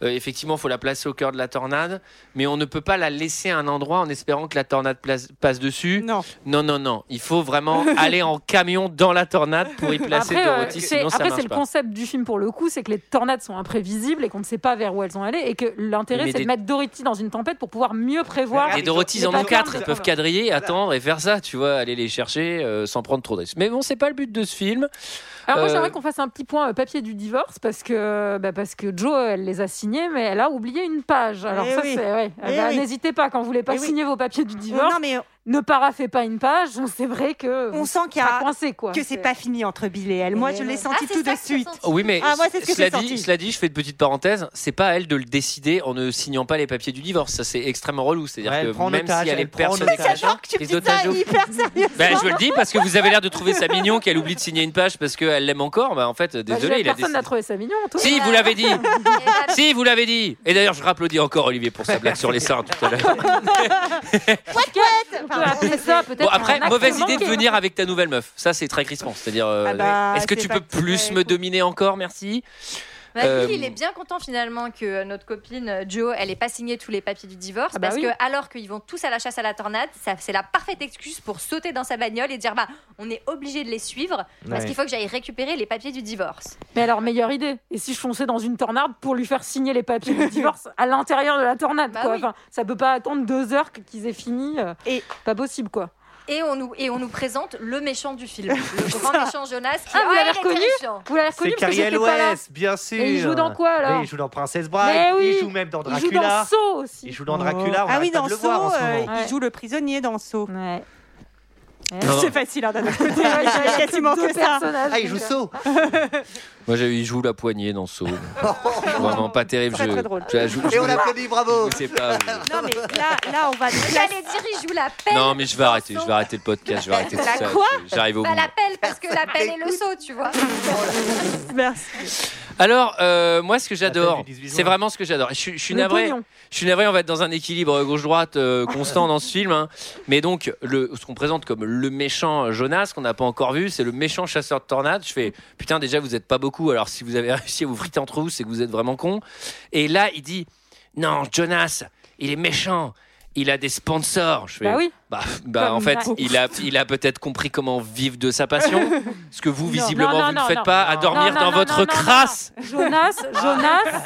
F: euh, effectivement, il faut la placer au cœur de la tornade, mais on ne peut pas la laisser à un endroit en espérant que la tornade place- passe dessus.
G: Non,
F: Non, non, non. Il faut vraiment aller en camion dans la tornade pour y placer
H: Après, euh,
F: Dorothy,
H: c'est-
F: sinon ça
H: après, c'est
F: marche
H: le
F: pas.
H: concept du film pour le coup, c'est que les tornades sont imprévisibles et qu'on ne sait pas vers où elles vont aller et que l'intérêt
F: Mais
H: c'est
F: des- Ah,
H: de mettre Dorothy dans une tempête pour pouvoir mieux prévoir.
J: Des
F: Et Dorothy, ils
H: Les
F: en ont
H: patterns
F: quatre, ils
H: de
F: peuvent
H: tornades.
F: quadriller, attendre et faire ça, tu vois, aller les chercher euh, sans prendre trop de risques. Mais bon, c'est pas le but de ce film.
H: Alors moi
F: Euh,
H: j'aimerais qu'on fasse un petit point euh, papier du divorce parce que bah, parce que Jo elle les a signés mais elle a oublié une page. Alors
G: Eh
H: ça
G: oui.
H: c'est ouais.
G: Eh
H: Bah,
G: oui.
H: N'hésitez pas quand vous voulez pas
G: Eh oui.
H: signer vos papiers du divorce,
G: non mais euh,
H: ne paraffez pas une page. C'est vrai que
G: on
H: vous
G: sent qu'il y
H: serez
G: a-
H: coincé quoi.
G: que c'est pas fini entre Bill et elle. Moi,
H: Mais
G: je l'ai
H: non.
I: Ah,
G: senti
I: c'est
G: tout
I: ça
G: de
I: que t'as
G: suite.
I: senti.
F: Euh, Oui, mais
G: Ah, moi, c'est ce que
F: cela,
G: j'ai
F: dit,
G: senti.
F: cela dit, je fais une petite parenthèse, c'est pas à elle de le décider en ne signant pas les papiers du divorce. Ça, c'est extrêmement relou. C'est-à-dire
J: Ouais, elle
F: que
J: prend en
F: même
J: otage,
F: si elle est
J: elle prend en
F: personne
J: otage.
F: extérieure-
G: J'adore que tu me
F: Les
G: dises ça
F: otages au-
G: hyper sérieusement.
F: Ben, je le dis parce que vous avez l'air de trouver ça mignon qu'elle oublie de signer une page parce qu'elle l'aime encore. Ben, en fait,
H: Bah,
F: désolé,
H: déjà,
F: il a
H: personne
F: décidé.
H: n'a trouvé ça mignon. toi.
F: Si, vous l'avez dit
I: Et bah,
F: Si, vous l'avez dit Et d'ailleurs, je applaudis encore Olivier pour sa blague sur les seins tout à l'heure.
H: On peut appeler ça peut-être.
F: Bon, après,
H: un acte
F: mauvaise idée de
H: manqué.
F: venir avec ta nouvelle meuf. Ça, c'est très crispant. C'est-à-dire, euh,
G: Ah bah,
F: est-ce que
G: c'est
F: tu
G: pas
F: peux plus
G: très
F: me
G: cool.
F: dominer encore Merci.
I: Ma fille,
F: Euh,
I: Bah, il est bien content finalement que euh, notre copine euh, Joe, elle ait pas signé tous les papiers du divorce
H: Ah bah
I: parce
H: oui.
I: que alors qu'ils vont tous à la chasse à la tornade, ça- c'est la parfaite excuse pour sauter dans sa bagnole et dire bah on est obligé de les suivre parce
J: Ouais.
I: qu'il faut que j'aille récupérer les papiers du divorce.
H: Mais alors, meilleure idée. Et si je fonçais dans une tornade pour lui faire signer les papiers du divorce à l'intérieur de la tornade
I: Bah
H: quoi.
I: oui.
H: Enfin, Ça peut pas attendre deux heures que- qu'ils aient fini. euh,
G: Et-
H: Pas possible, quoi.
I: Et on nous et on nous présente le méchant du film, le grand méchant Jonas. Qui,
H: Ah, vous
I: il
H: l'avez
I: est très
H: reconnu
I: méchant.
H: Vous l'avez
J: C'est
H: reconnu parce que
J: Cariel
H: j'étais pas là.
J: West, bien sûr.
H: Et il joue dans quoi, alors
J: Mais Il joue dans Princess
H: Mais
J: Bride.
H: oui.
J: Il joue même dans
H: Il joue dans Ah,
J: Dracula.
H: Saw aussi.
J: Il joue dans Dracula. On
G: Ah
J: arrête
G: oui,
J: pas
G: dans
J: de le
G: Saut,
J: voir en ce
G: euh,
J: moment.
H: moment.
G: il joue le prisonnier dans Saut.
H: Ouais.
F: Non.
G: C'est facile, hein, d'un autre côté.
H: Ouais,
G: Il y a
H: j'avais
G: quasiment
H: deux
G: que ça.
H: personnages,
J: Ah, il joue
H: donc,
J: Saut.
F: Moi, j'ai il joue la poignée dans Saw. Vraiment pas terrible.
G: Très,
F: je-
G: très drôle.
F: je la joue- je
J: Et on
F: voulais-
J: applaudit, bravo.
F: je sais pas. mais-
G: Non, mais là, là, on va.
I: J'allais dire il joue la pelle.
F: Non, mais je vais arrêter. Je vais arrêter le podcast. Je vais arrêter tout
I: La
F: ça.
I: quoi
F: J'arrive au
I: Pas
F: bout.
I: la pelle parce que la pelle et le saut, tu vois.
G: Merci.
F: Alors, euh, moi, ce que j'adore,
J: du 18 juin.
F: c'est vraiment ce que j'adore. Je, suis- je suis
H: Le
F: navré.
H: pognon.
F: Je suis navré, on va être dans un équilibre euh, gauche-droite euh, constant dans ce film. hein. Mais donc, le, ce qu'on présente comme le méchant euh, Jonas, qu'on n'a pas encore vu, c'est le méchant chasseur de tornades. Je fais, putain, déjà, vous n'êtes pas beaucoup. Alors, si vous avez réussi à vous friter entre vous, c'est que vous êtes vraiment con. Et là, il dit, non, Jonas, il est méchant. Il a des sponsors. Je fais,
H: Bah oui.
F: bah, bah,
H: Comme
F: en fait,
H: Nike.
F: il a, il a peut-être compris comment vivre de sa passion. Ce que vous,
H: Non.
F: visiblement,
H: Non, non,
F: vous
H: non,
F: ne faites
H: non.
F: pas à
J: Non.
F: dormir
H: Non, non,
F: dans
H: non,
F: votre
H: non, non, non.
F: crasse.
H: Jonas, Jonas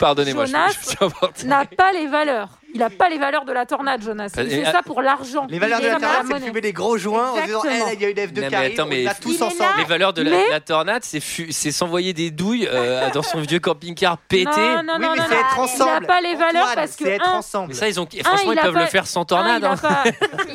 F: Pardonnez-moi, je-
H: Jonas
F: je, suis emporté.
H: n'a pas les valeurs. Il n'a pas les valeurs de la tornade, Jonas. Il
F: Et
H: fait
F: à-
H: ça pour l'argent.
J: Euh, Les valeurs
H: Il
J: de la
H: fait ça pour
J: terrasse, c'est de
H: monnaie.
J: fumer des gros joints en disant
G: Exactement.
J: Eh, il y a une F de
F: Non, mais
J: Karine,
F: attends,
J: on
F: mais-
J: l'a tous
G: Il est
J: ensemble.
F: Les valeurs de la,
H: Ah, Mais-
F: la tornade, c'est fu- c'est s'envoyer des douilles euh, dans son vieux camping-car pété.
H: Non, non,
J: Oui,
H: non,
J: mais
H: non,
J: c'est
H: non.
J: être
H: Il n'a
J: ensemble.
H: pas les valeurs
J: Antoine,
H: parce que
J: C'est être
H: un,
F: Mais
J: ensemble.
F: ça, ils ont, franchement,
H: Ah, il
F: ils
H: a
F: peuvent
H: pas-
F: le faire sans
H: un,
F: tornade.
H: il n'a
F: hein.
H: pas,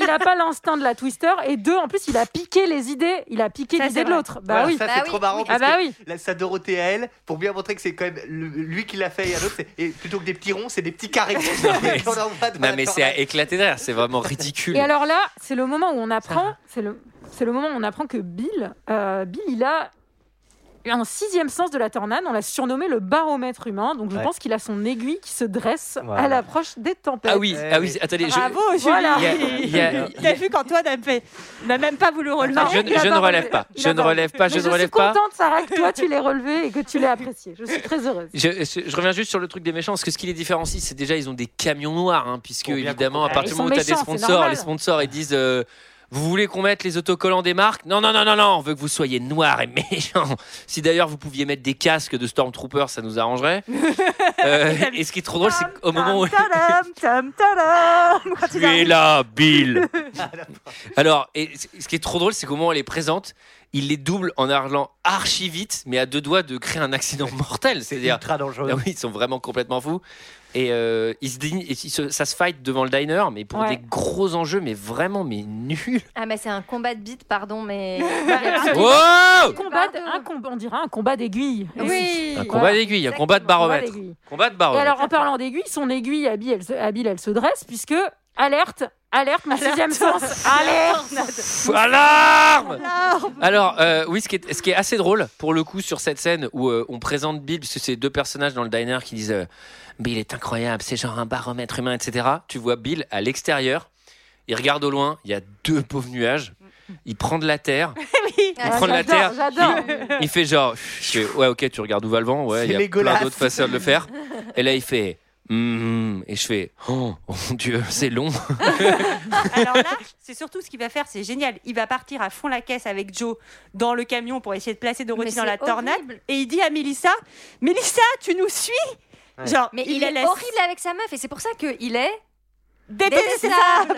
H: il a pas l'instinct de la Twister et deux, en plus, il a piqué les idées. Il a piqué
G: Ça,
H: l'idée
G: c'est
H: de
G: vrai.
H: l'autre. Bah
J: Voilà,
H: oui.
J: Ça,
I: Bah
J: c'est
I: oui.
J: trop marrant.
H: ah
J: parce
H: bah
J: que
H: oui.
J: La, sa Dorothée à elle, pour bien montrer que c'est quand même le- lui qui l'a fait et à l'autre, c'est- et plutôt que des petits ronds, c'est des petits carrés. On envoie dans
F: Non,
J: la
F: mais c'est
J: tornade.
F: à éclater derrière, c'est vraiment ridicule.
H: Et alors là, c'est le moment où on apprend, c'est le, c'est le moment où on apprend que Bill, euh, Bill, il a un sixième sens de la tornade. On l'a surnommé le baromètre humain. Donc je
J: Ouais.
H: pense qu'il a son aiguille qui se dresse à
J: Voilà.
H: l'approche des tempêtes.
F: ah oui,
J: Eh
F: ah oui,
J: oui.
F: attendez, je,
G: Bravo, Julie.
H: Voilà.
F: il y a- il y a- il y
G: T'as
F: a-
G: vu qu'Antoine a fait- n'a même pas voulu relever.
H: Non,
F: je,
H: il a
F: je ne
H: pas
F: relève
H: relevé.
F: pas,
H: Il
F: je
H: a
F: ne
H: pas
F: relève pas,
H: Mais
F: je ne relève
H: suis
F: pas.
H: contente, Sarah, que toi tu l'aies relevé et que tu l'aies apprécié. Je suis très heureuse.
F: Je, je- je reviens juste sur le truc des méchants, parce que ce qui les différencie, c'est déjà ils ont des camions noirs, hein, puisque
J: Pour bien
F: évidemment, à
J: comprendre.
F: partir
H: Ils
F: du
H: sont
F: moment où tu as des
H: méchants, c'est
F: sponsors,
H: normal.
F: les sponsors ils disent euh, Vous voulez qu'on mette les autocollants des marques Non, non, non, non, non, on veut que vous soyez noirs et méchants. Si d'ailleurs vous pouviez mettre des casques de Stormtroopers, ça nous arrangerait. Euh, et ce qui est trop drôle, c'est qu'au moment où.
G: Tam, tam, tam, tam. Quand
F: Tu
G: il arrive.
F: es là, Bill Alors, et c- ce qui est trop drôle, c'est qu'au moment où on les présente, il les double en arlant archi vite, mais à deux doigts de créer un accident mortel.
J: C'est
F: C'est-à-dire,
J: ultra dangereux.
F: ah oui, ils sont vraiment complètement fous. Et, euh, ils se dignent- et ils se- ça se fight devant le diner, mais pour
H: Ouais.
F: des gros enjeux, mais vraiment, mais nuls.
I: Ah mais c'est un combat de bite, pardon, mais
F: bah, Wow
H: Combat de- un combat- on dirait un combat d'aiguille.
I: oui.
F: un
H: Voilà.
F: combat d'aiguille, un combat de baromètre. Ah
H: d'aiguille.
F: Combat de
H: Et
F: baromètre.
H: alors, en parlant d'aiguille, son aiguille, à Bill, elle se, à Bill, elle se dresse, puisque, alerte, alerte, mon sixième sens, alerte
F: Pff, Alarme Alors, euh, oui, ce qui, est, ce qui est assez drôle, pour le coup, sur cette scène où euh, on présente Bill, puisque c'est deux personnages dans le diner qui disent euh, Bill est incroyable, c'est genre un baromètre humain, etc. Tu vois Bill à l'extérieur, il regarde au loin, il y a deux pauvres nuages, il prend de la terre,
I: Ah,
F: prend de la
H: J'adore,
F: terre.
H: J'adore.
F: il fait genre je fais, Ouais, ok, tu regardes où va le vent, ouais,
J: C'est
F: il y a plein
J: dégueulasse.
F: d'autres façons de le faire. Et là, il fait Hum, hum. Et je fais Oh mon dieu, c'est long.
G: Alors là, c'est surtout ce qu'il va faire, c'est génial. Il va partir à fond la caisse avec Joe dans le camion pour essayer de placer
I: Mais
G: Dorothy
I: c'est
G: dans la tornade.
I: horrible.
G: Et il dit à Mélissa Mélissa, tu nous suis
J: Ouais.
G: Genre,
I: Mais il,
G: la
I: est
G: laisse.
I: horrible avec sa meuf et c'est pour ça qu'il est,
G: Détestable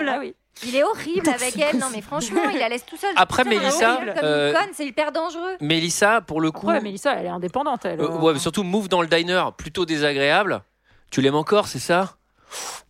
H: Ah oui.
I: il est horrible avec elle. Non mais franchement, il la laisse tout seul.
F: Après,
I: Putain,
F: Mélissa,
I: horrible comme
F: euh,
I: une conne, c'est hyper dangereux.
F: Mélissa, pour le coup.
H: Après, Mélissa, elle est indépendante, elle. hein.
F: Euh, ouais, mais surtout move dans le diner, plutôt désagréable. Tu l'aimes encore, c'est ça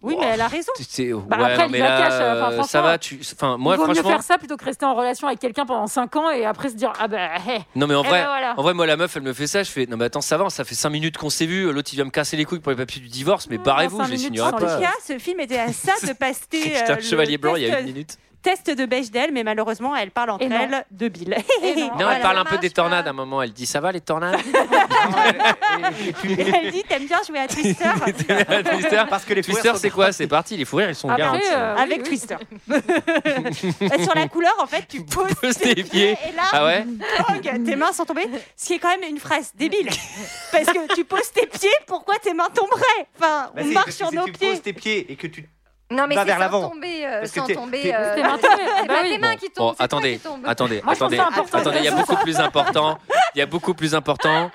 G: Oui, mais elle a raison.
F: C'est- c'est- ouais,
H: Bah, après,
F: non,
H: elle
F: mais
H: la
F: là,
H: cache, enfin,
F: euh,
H: franchement,
F: ça va. Tu, enfin, moi,
H: Il vaut mieux
F: franchement,
H: faire ça plutôt que rester en relation avec quelqu'un pendant 5 ans et après se dire Ah bah, hé,
F: non, mais en
H: eh
F: vrai,
H: ben voilà.
F: en vrai, moi, la meuf, elle me fait ça. Je fais, non, mais attends, ça va. Ça fait 5 minutes qu'on s'est vu. L'autre, il vient me casser les couilles pour les papiers du divorce. Mais
H: Dans
F: barrez-vous,
H: cinq
F: je les
H: minutes,
F: signerai
H: sans
G: En
H: Ah,
G: tout
H: bah.
F: pas.
G: cas, ce film était à ça de passer.
F: J'étais
G: euh,
F: un
G: le
F: chevalier blanc il y a
G: test-
F: une minute.
G: test de Bechdel, mais malheureusement, elle parle entre
H: Et non.
G: elles de Bill.
I: Eh ben,
H: Et non.
F: Non,
H: Voilà,
F: elle parle
H: ça
F: un peu
H: marche
F: des tornades
H: pas.
F: à un moment. Elle dit Ça va les tornades
G: Et elle dit T'aimes bien jouer à Twister
J: Ah
F: Twister,
J: Parce que les
F: Twister, c'est quoi C'est parti, les fourrures, ils sont garantis.
H: Après, euh,
G: Avec
H: oui, oui.
G: Twister. Et Sur la couleur, en fait, tu poses
F: Pose
G: tes
F: tes
G: pieds
F: pieds.
G: et là,
F: Ah ouais
G: bang, tes mains sont tombées. Ce qui est quand même une phrase débile. Parce que tu poses tes pieds, pourquoi tes mains tomberaient Enfin,
J: Bah,
G: on marche sur nos
J: Si tu poses
G: pieds.
J: tes pieds et que tu.
I: Non, mais
J: Va
I: c'est
J: vers
I: sans
J: l'avant.
I: tomber. euh,
J: Parce que
I: sans
J: t'es-
I: tomber.
J: t'es-
I: euh,
H: C'était maintenant.
I: C'est
H: Bah
I: pas
H: oui.
I: tes mains qui
F: Bon,
I: tombent. c'est toi
F: attendez,
I: qui tombes.
F: attendez,
H: Moi, je trouve
F: attendez,
H: ça important.
F: attendez, il y a beaucoup plus important. Il y a beaucoup plus important.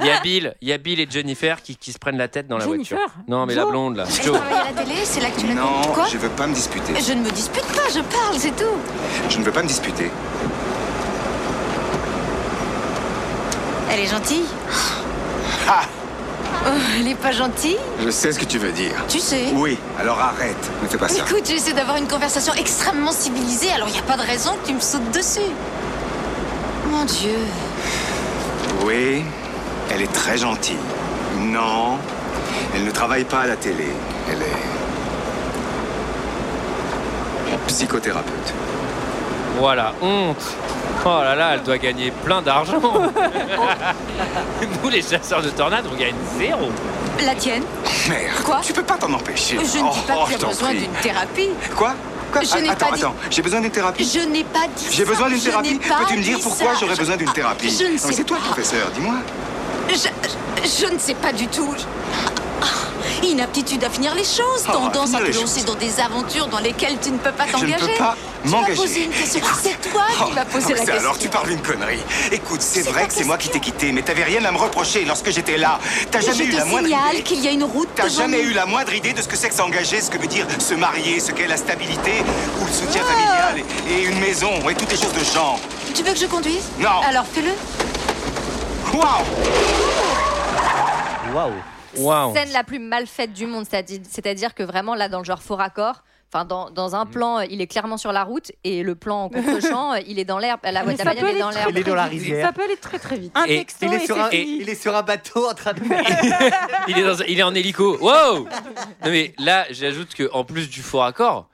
F: Il y a Bill, il y a Bill et Jennifer qui, qui se prennent la tête dans la
H: Jennifer
F: voiture. Non, mais la
H: Jo
F: blonde là. Jo.
A: à la télé, c'est là que tu l'as
K: Non,
A: vu. Quoi
K: je veux pas me disputer.
A: Je ne me dispute pas, je parle, c'est tout.
K: Je ne veux pas me disputer.
A: Elle est gentille
K: Ah
A: Oh, Elle est pas gentille
K: Je sais ce que tu veux dire.
A: Tu sais.
K: Oui, alors arrête. Ne fais pas ça.
A: Écoute, j'essaie d'avoir une conversation extrêmement civilisée, alors il n'y a pas de raison que tu me sautes dessus. Mon Dieu.
K: Oui, elle est très gentille. Non, elle ne travaille pas à la télé. Elle est psychothérapeute.
F: Voilà, honte. Oh là là, elle doit gagner plein d'argent. Nous, les chasseurs de tornades, on gagne zéro.
A: La tienne
K: Merde,
A: Quoi
K: tu peux pas t'en empêcher.
A: Je ne dis
K: Oh,
A: pas
K: oh,
A: que
K: je
A: tu as
K: t'en
A: besoin
K: prie.
A: d'une thérapie.
K: Quoi Quoi
A: Je n'ai
K: Attends,
A: pas dit-
K: attends, j'ai besoin d'une thérapie.
A: Je n'ai pas dit
K: J'ai
A: ça,
K: besoin d'une
A: je
K: thérapie.
A: n'ai pas
K: Peux-tu me dire
A: dit
K: pourquoi
A: ça.
K: j'aurais besoin d'une thérapie
A: Je ne
K: Non, mais
A: sais
K: C'est toi le
A: pas.
K: professeur, dis-moi.
A: Je, je- je ne sais pas du tout. Je- Ah, ah, Inaptitude à finir les choses,
K: Ah,
A: tendance à
K: finir
A: te
K: les
A: lancer
K: choses.
A: dans des aventures dans lesquelles tu ne peux pas
K: Je ne
A: t'engager.
K: peux pas
A: Tu vas poser
K: m'engager.
A: une question.
K: Écoute.
A: C'est toi
H: Ah,
K: Oh,
A: qui vas poser
K: non,
A: la
K: c'est
A: question.
K: Alors tu parles d'une connerie. Écoute, c'est
A: C'est
K: vrai
A: ta
K: que c'est moi qui
A: question.
K: t'ai quitté, mais t'avais rien à me reprocher lorsque j'étais là. T'as
A: Et
K: jamais
A: je
K: eu
A: te
K: la moindre
A: signale
K: idée.
A: qu'il y a une route
K: T'as
A: devant
K: jamais
A: nous.
K: eu la moindre idée de ce que c'est que s'engager, ce que veut dire se marier, ce qu'est la stabilité ou le
A: Ah.
K: soutien familial et, et une maison et toutes les choses de ce genre.
A: Tu veux que je conduise
K: Non.
A: Alors fais-le.
K: Waouh
J: Waouh
F: Waouh.
I: scène la plus mal faite du monde. c'est-à-dire- C'est-à-dire que vraiment, là, dans le genre faux raccord, enfin, dans, dans
H: Mm.
I: un plan, euh, il est clairement sur la route et le plan en contre-champ, euh, il est dans l'air. La voie
H: Mais
I: de la
H: ça
I: bagnole
H: peut
I: est dans
H: aller
I: l'air.
J: Il est dans la
H: Ça
J: rivière.
H: peut aller très très vite.
G: Un
F: Et-
G: texto
J: Il
G: et
J: est, sur un,
G: c'est fini.
J: il est sur un bateau en train de.
F: Il est, dans un- il est en hélico. Wow Non mais là, j'ajoute que en plus du faux raccord,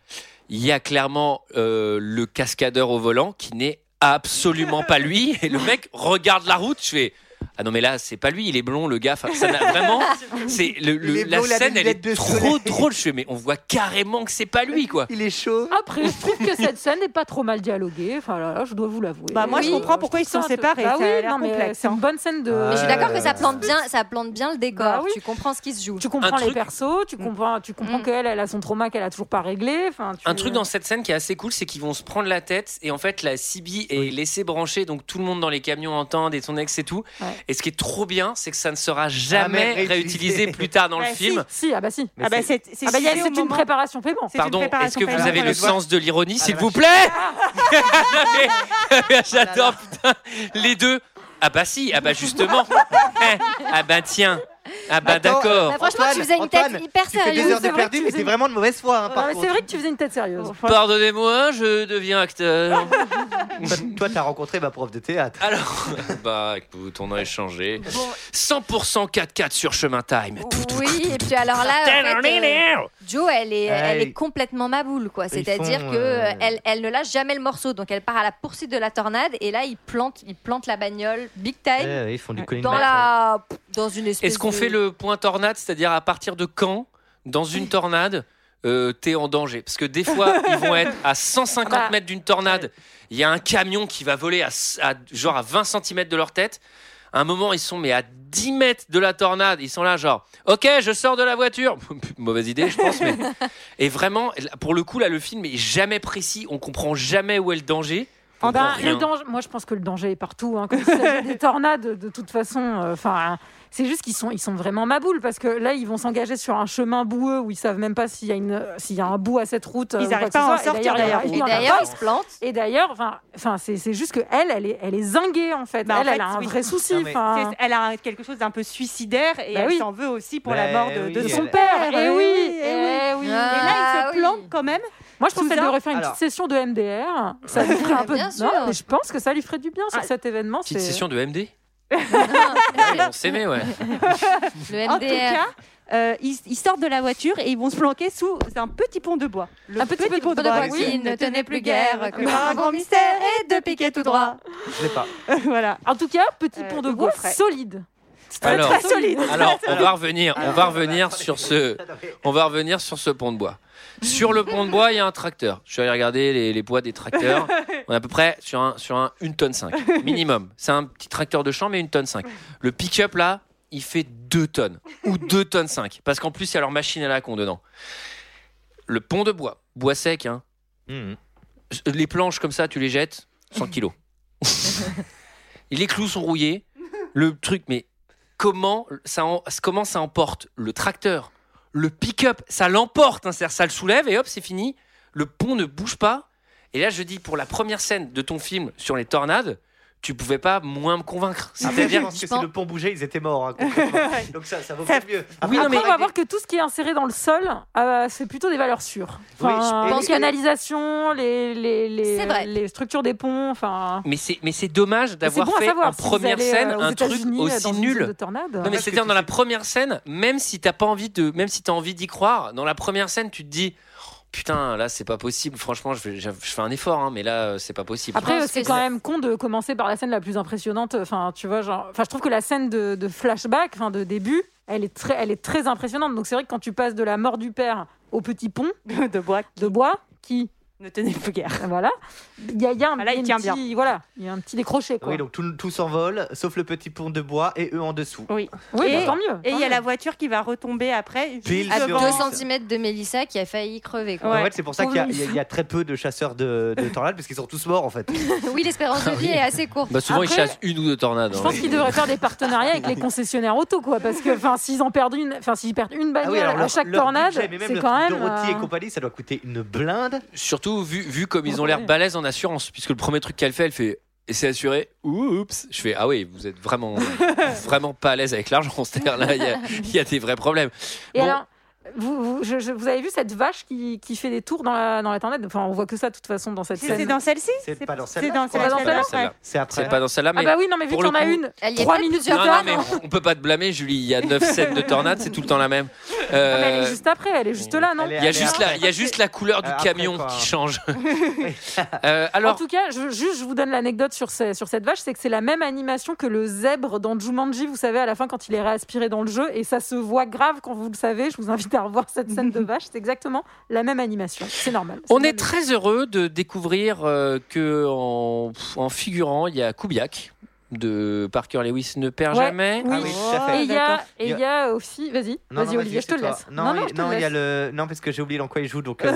F: il y a clairement euh, le cascadeur au volant qui n'est absolument pas lui. Et le mec regarde la route. Je fais. Ah non mais là c'est pas lui, il est blond le gars. Enfin, ça n'a vraiment, c'est le- le-
J: Il est
F: la
J: blond, il a des
F: scène elle est
J: lunettes de
F: trop
J: soleil.
F: drôle. Je fais mais on voit carrément que c'est pas lui quoi.
J: Il est chaud.
H: Après, je trouve que cette scène n'est pas trop mal dialoguée. Enfin, là, là, je dois vous l'avouer.
G: Bah, moi, je comprends pourquoi ils se sont
H: sens-
G: séparés.
H: Bah
G: Ça
H: oui,
G: a l'air
H: non, mais
G: complexe,
H: C'est
G: hein.
H: une bonne scène de.
J: Ouais.
I: Mais je suis d'accord
J: Euh,
I: que ça plante bien, ça plante bien le décor.
H: Bah oui.
I: Tu comprends ce qui se joue.
H: Tu comprends
F: Un
H: les
F: truc-
H: persos, tu comprends, tu comprends
I: Mm.
H: qu'elle, elle a son trauma qu'elle a toujours pas réglé. Enfin, tu-
F: Un truc dans cette scène qui est assez cool, c'est qu'ils vont se prendre la tête et en fait la CB est laissée brancher, donc tout le monde dans les camions entend et son ex et tout.
H: Ouais.
F: Et ce qui est trop bien, c'est que ça ne sera jamais
J: Jamais
F: réutilisé
J: réutilisé.
F: plus tard dans le
G: Ouais,
F: film.
H: Si, ah bah si.
G: Ah bah c'est c'est
H: Ah bah il y a-
G: sujet au
H: c'est une
G: moment-
H: préparation paiement.
G: c'est une
F: Pardon, est-ce
G: préparation
F: que vous
G: paiement.
F: avez le sens de l'ironie, s'il
J: la
F: vous plaît J'adore, putain, les deux. Ah bah si, ah bah justement. Eh, ah bah tiens, ah bah
J: Attends, euh,
F: d'accord.
I: Bah, franchement, tu faisais une tête
J: Antoine,
I: hyper
J: Tu fais
I: sérieuse.
J: des heures de
H: C'est vrai
J: perdu,
H: que tu
J: mais
H: faisais-
J: t'es vraiment de mauvaise foi. hein,
H: Non,
J: par
H: mais
J: contre.
H: C'est vrai que tu faisais une tête sérieuse.
F: Pardonnez-moi, je deviens acteur.
J: Toi- Toi, t'as rencontré ma prof de théâtre.
F: Alors, bah écoute, on a échangé. 100% 4x4 sur chemin time.
I: Oui, et puis alors là, en fait, euh, Jo, elle est, elle est complètement maboule, quoi.
J: Ah, Ils
I: C'est-à-dire
J: font,
I: que
J: euh,
I: euh, elle, elle ne lâche jamais le morceau, donc elle part à la poursuite de la tornade et là, il plante, il plante la bagnole big time
J: Eh, ils font du Colin
I: dans la, dans une espèce.
F: Est-ce qu'on
I: de-
F: fait le point tornade, c'est-à-dire à partir de quand, dans une tornade, euh, t'es en danger Parce que des fois, ils vont être à 150
H: Bah,
F: mètres d'une tornade, il y a un camion qui va voler à, s- à- genre à 20 cm de leur tête. À un moment, ils sont mais à 10 mètres de la tornade, ils sont là genre « Ok, je sors de la voiture !» Mauvaise idée, je pense, mais... Et vraiment, pour le coup, là, le film est jamais précis, on comprend jamais où est le danger. On
G: En
H: Ben,
F: comprend
G: bas,
F: rien.
H: le danger, moi je pense que le danger est partout. Hein, quand il s'agit des tornades, de toute façon, euh, enfin, c'est juste qu'ils sont, ils sont vraiment maboules parce que là, ils vont s'engager sur un chemin boueux où ils savent même pas s'il y a une, s'il y a un bout à cette route. euh,
G: Ils
H: ou
G: arrivent
H: quoi que
G: pas à en
H: ce soit. Et
G: sortir,
H: d'ailleurs,
G: d'ailleurs.
H: il y
I: Et
H: en a- il y en a
I: d'ailleurs,
H: pas.
I: il se plante.
H: Et d'ailleurs, enfin, enfin, c'est, c'est juste que elle, elle est, elle est zinguée en fait.
G: Bah, en
H: elle, elle
G: fait,
H: a un
G: oui.
H: vrai souci.
J: Non, mais-
H: enfin.
G: c'est- elle a un- quelque chose d'un peu suicidaire et
H: Ah. Bah
G: elle
H: oui.
G: s'en veut aussi pour
J: Bah
G: la mort de, de
J: oui,
G: son
J: elle-
G: père.
H: Eh
G: Eh
H: oui,
G: eh oui.
H: eh oui.
G: Et là,
I: Ah
G: il se
I: oui.
G: plante quand même.
H: Moi, je pense qu'elle
G: Soudain-
H: devrait faire une
J: Alors-
H: petite session de MDR. Ça lui ferait un peu.
I: Bien
H: non,
I: sûr.
H: mais je pense que ça lui ferait du bien sur
G: Ah,
H: cet événement.
F: Petite
H: c'est-
F: session de MD
I: Non,
F: On s'aimait, ouais.
I: le
G: En tout
I: MDR.
G: cas, euh, ils, ils sortent de la voiture et ils vont se planquer sous un petit pont de bois. Le
H: Un petit peu de pont de bois qui
G: il
H: ne tenait plus guère que
G: un grand mystère et de piquer tout droit.
J: Je l'ai pas.
G: voilà.
H: Ah. En tout cas, petit pont de
G: Hugo
H: bois
G: Frey.
H: solide.
G: Très, très solide.
F: Alors, on va revenir, on va revenir sur ce, on va revenir sur ce pont de bois. Sur le pont de bois, il y a un tracteur. Je suis allé regarder les, les poids des tracteurs. On est à peu près sur un, sur un, une tonne 5 minimum. C'est un petit tracteur de champ, mais une tonne 5. Le pick-up là, il fait 2 tonnes ou 2 tonnes 5 parce qu'en plus il y a leur machine à la con dedans. Le pont de bois, bois sec, hein.
J: Hmm.
F: Les planches comme ça, tu les jettes, 100 kilos. Et les clous sont rouillés. Le truc, mais comment ça, en- comment ça emporte le tracteur, le pick-up, ça l'emporte, hein, c'est-à-dire ça le soulève et hop, c'est fini. Le pont ne bouge pas. Et là, je dis, pour la première scène de ton film sur les tornades, tu pouvais pas moins me convaincre.
H: Ah
J: Après, je
F: C'est-à-dire
J: pense que si le pont bougeait, ils étaient morts. hein, concrètement. Donc ça, ça vaut
G: Ça-
J: peut-être mieux.
F: Oui, non,
H: Après,
F: mais-
H: on va voir que tout ce qui est inséré dans le sol, euh, c'est plutôt des valeurs sûres. Enfin,
J: Oui, je pense
H: les
J: que-
H: canalisations, les, les, les-
I: C'est vrai.
H: les structures des ponts, enfin.
F: Mais c'est, mais c'est dommage d'avoir
H: c'est bon à
F: fait
H: savoir
F: en
H: si vous
F: première
H: allez, euh,
F: scène
H: aux
F: un truc
H: États-Unis, euh,
F: aussi
H: dans une zone De
F: nul.
H: tornade.
F: Non mais c'est-à-dire dans la première scène, même si t'as pas envie de, même si t'as envie d'y croire, dans la première scène tu te dis putain là c'est pas possible. Franchement je, vais- je fais un effort hein, mais là euh, c'est pas possible.
H: Après,
A: pense
H: c'est
A: que
H: quand
A: c'est-
H: même con de commencer par la scène la plus impressionnante. Enfin, tu vois, genre, enfin, je trouve que la scène de, de flashback, enfin, de début, elle est très, elle est très impressionnante. Donc, c'est vrai que quand tu passes de la mort du père au petit pont
G: de bois
H: de bois, qui,
G: ne tenait plus guère.
H: voilà, il y a, il y a un,
G: Voilà, Ah, il
H: il y a
G: tient
H: un petit, voilà, il y a un petit décroché, quoi.
J: Oui, donc tout, tout s'envole, sauf le petit pont de bois et eux en dessous.
G: Oui.
H: Oui,
G: Et-
H: bah, tant mieux.
G: Et il y
H: tant
G: a la voiture qui va retomber après.
J: Pile
G: juste
J: sur-
A: À
G: devant.
A: 2 cm de Mélissa qui a failli crever. quoi.
J: En
G: Ouais.
J: fait, c'est pour ça qu'il y, a- il y a- il y a très peu de chasseurs de, de tornades, parce qu'ils sont tous morts en fait.
A: Oui, l'espérance de vie est assez courte.
F: Bah souvent ils
H: Après-
F: chassent une ou deux tornades.
H: Je
F: hein.
H: pense qu'ils devraient faire des partenariats avec les concessionnaires auto, quoi, parce que enfin, s'ils en perdent une, enfin, s'ils perdent une bagnole à
J: Ah leur-
H: chaque
J: leur
H: tornade,
J: budget, mais même
H: c'est
J: leur
H: quand même.
J: Dorothy et
H: euh,
J: compagnie, ça doit coûter une blinde.
F: Surtout vu, vu comme ils ont l'air balèzes en assurance, puisque le premier truc qu'elle fait, elle fait et c'est assuré. Oups, je fais ah oui, vous êtes vraiment vraiment pas à l'aise avec l'argent, c'est-à-dire là il y a- il y, a des vrais problèmes.
H: Et
F: Bon.
H: alors, vous, vous, je- je- vous avez vu cette vache qui, qui fait des tours dans la, dans la tornade Enfin, on voit que ça, de toute façon, dans cette
G: C'est c'est
H: scène.
G: dans celle-ci
J: C'est pas dans
G: C'est
J: celle-là.
G: dans
J: je crois.
H: C'est pas dans
G: celle-là.
F: celle-là.
G: ouais.
J: C'est après.
F: C'est pas dans celle-là, mais
H: Ah bah oui, non, mais vu
F: pour
H: qu'il y
F: le
H: en a
F: coup-
H: une,
A: Elle y est
H: trois
A: pas
H: minutes plus
A: plusieurs
F: non,
H: tard,
F: non
A: fois,
F: mais
H: non.
F: on peut pas te blâmer, Julie. Il y a neuf scènes de tornade, c'est tout le temps la même. Euh,
H: Ah, mais elle est juste après, elle est juste là, non
J: Elle
F: il y
J: est-
F: a
J: elle est
F: juste
J: après.
F: la, il y a juste la couleur du
J: Euh, après,
F: camion
J: quoi.
F: qui change. Euh, alors
H: En tout cas, je, juste, je vous donne l'anecdote sur, ce- sur cette vache, c'est que c'est la même animation que le zèbre dans Jumanji, vous savez, à la fin quand il est réaspiré dans le jeu, et ça se voit grave quand vous le savez. Je vous invite à revoir cette scène de vache, c'est exactement la même animation, c'est normal. C'est
F: On
H: la
F: est
H: même-
F: très heureux de découvrir euh, que en, pff, en figurant, il y a Koubiak de Parker Lewis ne perd
H: Ouais,
F: jamais.
H: oui.
J: Ah oui, tout à fait.
H: Et il y a,
J: D'accord.
H: et il y a aussi, vas-y,
J: Non, non,
H: vas-y Olivier, je
J: c'est
H: te le
J: toi.
H: laisse.
J: Non, il-
H: je te le
J: non, il y a
H: laisse. Ah,
J: le. Non, parce que j'ai oublié dans quoi il joue, donc. euh,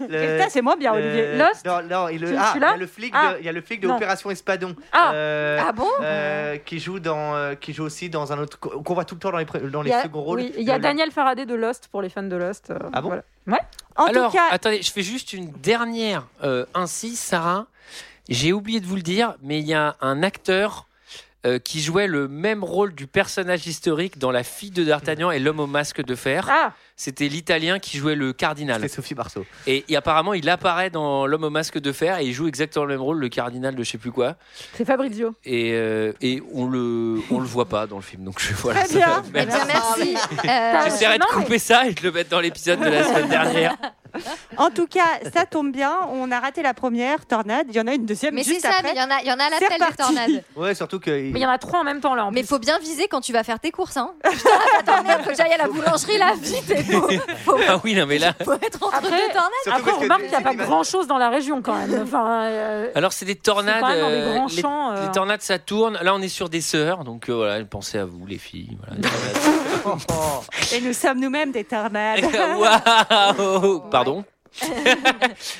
J: le-
G: Putain, c'est moins bien,
J: le-
G: Olivier.
H: Lost
J: Non, non, et le-
H: Tu-
J: ah, il
H: tu
J: y
H: l'as
J: a le flic
H: Ah.
J: de, il y a le flic de
H: Non.
J: Opération Espadon.
H: Ah.
J: Euh,
A: Ah bon
J: euh, qui joue dans, euh, qui joue aussi dans un autre co- qu'on voit tout le temps dans les, pré- dans
H: Il
J: les
H: y a-
J: seconds rôles. Euh,
H: oui, il y a
J: Le-
H: Daniel Faraday de Lost pour les fans de Lost. euh,
J: Ah bon
H: voilà.
G: En
F: Alors,
G: tout cas,
F: attendez, je fais juste une dernière euh, ainsi, Sarah. J'ai oublié de vous le dire, mais il y a un acteur euh, qui jouait le même rôle du personnage historique dans La fille de D'Artagnan et l'homme au masque de fer.
H: Ah,
F: C'était l'Italien qui jouait le
J: C'est
F: cardinal.
J: Sophie Marceau.
F: Et, et apparemment, il apparaît dans L'homme au masque de fer et il joue exactement le même rôle, le cardinal de je sais plus quoi.
H: c'est Fabrizio.
F: Et, euh, et on le on le voit pas dans le film. Donc je, voilà.
G: Très
F: ça
G: bien.
F: va-
A: Eh
F: même-
A: bien, merci.
H: T'as-
A: Euh,
F: J'essaierai de
H: Non, mais-
F: couper ça et de le mettre dans l'épisode de la semaine dernière.
G: en tout cas, ça tombe bien. On a raté la première tornade. Il y en a une deuxième
A: mais c'est
G: juste
A: ça, mais
G: après.
A: il y en a, il y en a à la
G: C'est
A: telle des
G: reparti.
A: tornades.
J: Ouais, surtout que.
H: Mais il y en a trois en même temps là. En
A: Mais
H: plus.
A: faut bien viser quand tu vas faire tes courses. Hein. Putain, attends, merde, faut que j'aille à la boulangerie là, vite. et Faut, faut,
F: Ah oui, non mais là.
A: faut être entre
H: Après-
A: deux tornades.
J: surtout
H: Après,
J: parce
H: on
J: que
H: remarque
J: des-
H: qu'il n'y a pas
J: des-
H: grand chose dans la région quand même. Enfin, euh,
F: Alors c'est des
H: c'est
F: tornades.
H: quand même dans les
F: euh,
H: grands
F: les-
H: champs. euh,
F: Les tornades, ça tourne. Là, on est sur des sœurs, donc euh, voilà, pensez à vous, les filles. voilà.
J: Oh,
F: Ah
G: Et nous sommes nous-mêmes des tornades.
F: Waouh Pardon.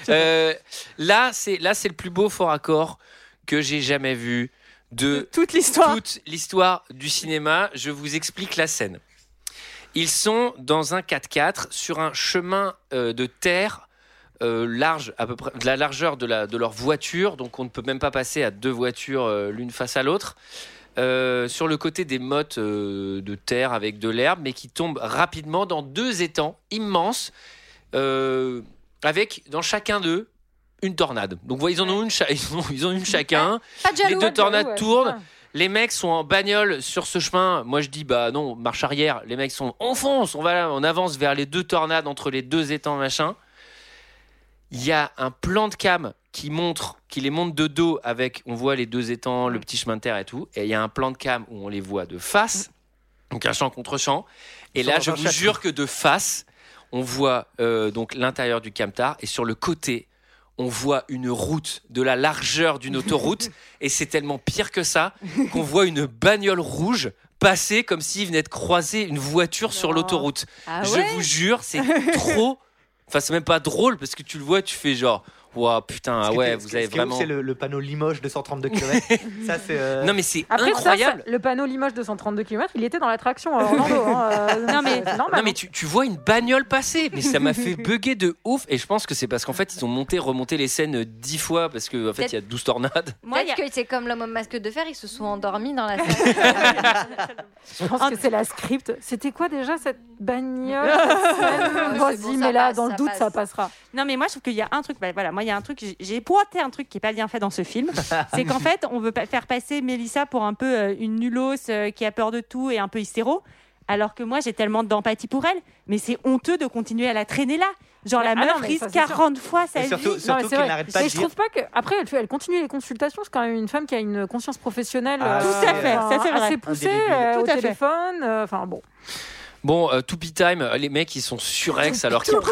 F: Euh, là, c'est là, c'est le plus beau fort accord que j'ai jamais vu de
G: Toute l'histoire.
F: toute l'histoire du cinéma. Je vous explique la scène. Ils sont dans un 4x4 sur un chemin euh, de terre euh, large, à peu près de la largeur de, la, de leur voiture. Donc on ne peut même pas passer à deux voitures euh, l'une face à l'autre. Euh, sur le côté des mottes euh, de terre avec de l'herbe, mais qui tombent rapidement dans deux étangs immenses, euh, avec dans chacun d'eux une tornade. Donc voilà, ils en ont une, cha- ils en ont- ils en ont une chacun.
A: Pas de jaloux.
F: Les deux tornades
H: ouais.
F: tournent. Les mecs sont en bagnole sur ce chemin. Moi, je dis, bah non, marche arrière. Les mecs sont, on fonce, on va, là, on avance vers les deux tornades entre les deux étangs, machin. Il y a un plan de cam qui montre, qui les monte de dos avec, on voit les deux étangs, le petit chemin de terre et tout. Et il y a un plan de cam où on les voit de face, donc un champ contre champ. Et
J: Ils
F: là,
J: sont
F: je
J: dans un
F: vous
J: château.
F: jure que de face, on voit euh, donc l'intérieur du Camtar et sur le côté, on voit une route de la largeur d'une autoroute. et c'est tellement pire que ça qu'on voit une bagnole rouge passer comme s'il venait de croiser une voiture sur l'autoroute.
L: Ah ouais
F: Je vous jure, c'est trop. Enfin, c'est même pas drôle parce que tu le vois, tu fais genre, waouh, putain, ah
J: Ce qui
F: ouais,
J: était-
F: vous
J: ce qui-
F: avez
J: ce qui est ouf,
F: vraiment.
J: C'est le, le panneau Limoges de 132 km. ça, c'est. euh,
F: Non, mais c'est
H: Après ça,
F: incroyable.
H: ça, le panneau Limoges 232 km, il était dans l'attraction à Orlando. hein, euh,
G: Non, mais-
H: c'est normal.
F: Non mais tu, tu vois une bagnole passer, mais ça m'a fait bugger de ouf et je pense que c'est parce qu'en fait ils ont monté remonté les scènes euh, dix fois parce que en fait il y a 12 tornades.
I: Moi,
G: Peut-être
I: que c'est comme l'homme au masque de fer, ils se sont endormis dans la salle.
H: Je pense que c'est la script. C'était quoi déjà cette bagnole
I: c'est
H: Vas-y,
I: bon, ça
H: mais là,
I: passe,
H: dans le
I: ça
H: doute,
I: passe.
H: ça passera.
G: Non, mais moi, je trouve qu'il y a un truc. bah, voilà, moi, il y a un truc. j'ai- J'ai pointé un truc qui est pas bien fait dans ce film. c'est qu'en fait, on veut pas faire passer Mélissa pour un peu euh, une nulos euh, qui a peur de tout et un peu hystéro. Alors que moi, j'ai tellement d'empathie pour elle. Mais c'est honteux de continuer à la traîner là. Genre, la
H: Ah non,
G: meuf
H: mais
G: risque
H: ça, c'est sûr.
G: 40 fois sa
J: Et surtout-
G: vie.
J: surtout
H: Non, mais c'est
J: qu'elle
H: vrai.
J: n'arrête pas
H: Mais
J: de
H: je
J: dire-
H: trouve pas que. Après, elle, fait- elle continue les consultations. C'est quand même une femme qui a une conscience professionnelle. euh,
J: Ah, Tout à
G: fait, ça, c'est vrai.
H: Assez poussée
J: Un des débuts.
H: euh, au
G: Tout à fait.
H: téléphone. euh, Enfin bon.
F: Bon, euh, Toupie Time, euh, les mecs ils sont surex alors qu'ils tra-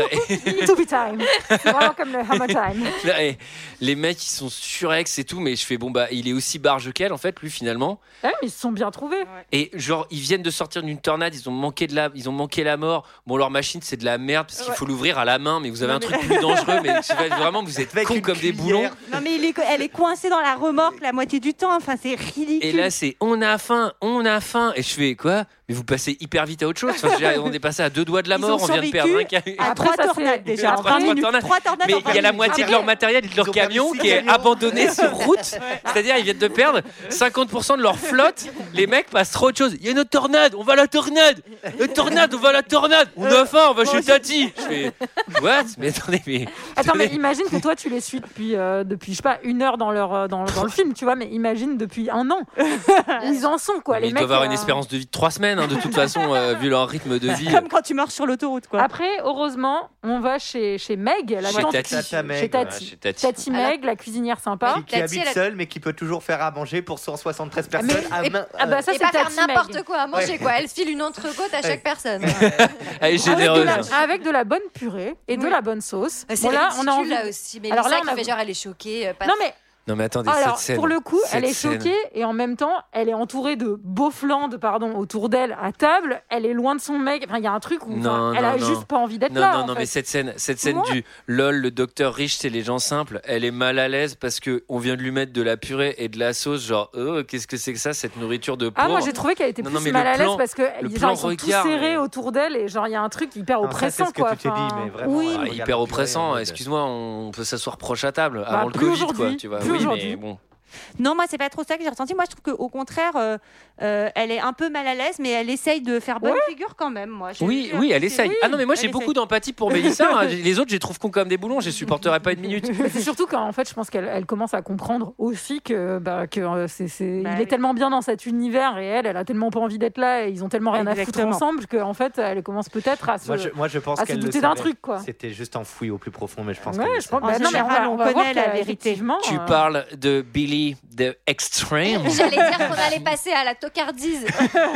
H: To be time. C'est vraiment comme le Hammer Time.
F: Là, et les mecs ils sont surex et tout, mais je fais bon bah il est aussi barge qu'elle en fait lui finalement.
H: Ah oui, mais ils se sont bien trouvés.
F: Et genre ils viennent de sortir d'une tornade, ils ont manqué de la, ils ont manqué la mort. Bon leur machine c'est de la merde parce qu'il faut l'ouvrir à la main, mais vous avez un truc plus dangereux, mais je sais pas, vraiment vous êtes
J: Avec
F: cons
J: une
F: comme des
J: cuillère.
F: boulons.
G: Non, mais il est co- elle est coincée dans la remorque la moitié du temps. Enfin, c'est ridicule.
F: Et là, c'est on a faim, on a faim. Et je fais quoi Mais vous passez hyper vite à autre chose. Enfin, je veux dire, on est passé à deux doigts de la
G: Ils
F: mort,
G: ont
F: on vient de perdre un camion.
G: à
H: Après,
G: trois
H: ça, c'est-
G: tornades déjà.
F: Après,
G: en vingt
F: trois
G: minutes.
F: tornades.
G: Trois tornades
F: Mais
G: en
F: il y a la
G: vingt minutes.
F: moitié de leur matériel et de leur
J: Ils ont
F: camion
J: perdu six
F: qui est
J: camions.
F: abandonné sur route. C'est-à-dire, ils viennent de perdre 50% de leur flotte. Les mecs passent trop de choses. Il y a une autre tornade, on va à la tornade. Une tornade, on va à la tornade. On a faim, on va chez Tati. Je fais What Mais attendez, mais.
H: Attends, mais imagine que toi, tu les suis depuis, euh, depuis je sais pas, une heure dans, leur, euh, dans, dans le film, tu vois, mais imagine depuis un an. Où ils en sont, quoi.
F: Mais
H: les
F: ils
H: mecs,
F: doivent avoir
H: euh,
F: une espérance de vie de trois semaines, hein, de toute façon, euh, vu leur rythme de vie.
G: Comme quand tu meurs sur l'autoroute, quoi.
H: Après, heureusement, on va chez, chez Meg, la
F: Chez
H: tante
F: Tati.
H: qui-
J: Tata Meg,
H: Chez
F: Ouais, chez
H: Tati.
F: Tati.
H: Tati Meg, la cuisinière sympa.
J: Qui, qui
I: Tati,
J: habite
I: elle a-
J: seule, mais qui peut toujours faire à manger pour 173 personnes. à
I: et-
J: main-
H: Ah bah ça
I: et
H: c'est
I: pas faire
H: Tati Meg.
I: n'importe quoi à manger, quoi. Elle file une entrecôte à
J: Ouais.
I: chaque personne.
H: Ah,
F: Elle est
H: Avec de,
F: généreuse.
H: la, avec de la bonne purée et de
I: Oui.
H: la bonne sauce.
I: C'est
H: Bon, là,
I: ridicule,
H: on a envie-
I: là aussi. Mais
H: Alors
I: Alors
H: là,
I: là,
H: on a-
I: fait genre, elle est choquée. euh, pas-
H: Non mais
F: Non, mais attendez,
H: alors
F: cette scène.
H: pour le coup, elle
F: cette
H: est
F: scène.
H: choquée et en même temps, elle est entourée de beaux flandes pardon autour d'elle à table. Elle est loin de son mec. Enfin, il y a un truc où
F: Non,
H: enfin, elle
F: non,
H: a
F: non.
H: juste pas envie d'être
F: Non,
H: là.
F: non,
H: en
F: non,
H: fait.
F: mais cette scène, cette scène
H: Moi-
F: du lol, le docteur riche, c'est les gens simples. Elle est mal à l'aise parce que on vient de lui mettre de la purée et de la sauce. Genre, euh, qu'est-ce que c'est que ça, cette nourriture de pauvre
H: Ah moi j'ai trouvé qu'elle était
F: Non,
H: plus
F: non, mais
H: mal
F: le
H: à l'aise
F: plan-
H: parce que
F: le
H: genre,
F: plan
H: ils sont
F: regard,
H: tous serrés
F: mais-
H: autour d'elle et genre il y a un truc hyper
J: Ah, ça, c'est
H: oppressant
J: ce que
H: quoi.
J: tu t'es dit,
H: Enfin,
J: mais vraiment.
G: oui.
J: elle
F: Ah,
J: regarde euh, la
F: hyper
J: purée,
F: oppressant.
J: elle-
F: Excuse-moi, on peut s'asseoir proche à table avant le
H: Bah, plus
F: Covid, quoi.
H: aujourd'hui,
F: Tu vois,
H: plus
F: oui, mais
H: aujourd'hui.
F: bon.
G: Non, moi, c'est pas trop ça que j'ai ressenti. Moi, je trouve qu'au contraire, euh, euh, elle est un peu mal à l'aise, mais elle essaye de faire bonne figure quand même. Moi, J'ai
F: Oui,
G: vu,
F: oui,
G: hein,
F: elle
G: c'est-
F: essaye. Ah non, mais moi
G: elle
F: j'ai
G: essaye.
F: beaucoup d'empathie pour Mélissa. hein. Les autres, je les trouve cons comme des boulons. Je les supporterai pas une minute.
H: Mais c'est surtout qu'en fait, je pense qu'elle elle commence à comprendre aussi que, bah, que euh, c'est, c'est-
G: Bah
H: il
G: oui.
H: est tellement bien dans cet univers et elle, elle a tellement pas envie d'être là et ils ont tellement rien à
G: Exactement.
H: foutre ensemble qu'en fait, elle commence peut-être à se.
J: Moi je, moi, je pense
H: Ah, c'est
J: qu'elle le
H: douter d'un
J: savait.
H: truc, quoi.
J: C'était juste enfoui au plus profond, mais je pense
H: Ouais,
J: qu'elle le
H: je pense.
J: savait.
H: bah,
G: En
H: non, mais on
G: général,
H: va,
G: on
H: on va voir
G: connaît la
H: qu'elle-
G: vérité.
H: effectivement,
F: Tu
H: euh,
F: parles de Billy the Extreme.
I: J'allais dire qu'on allait passer à la tocardise.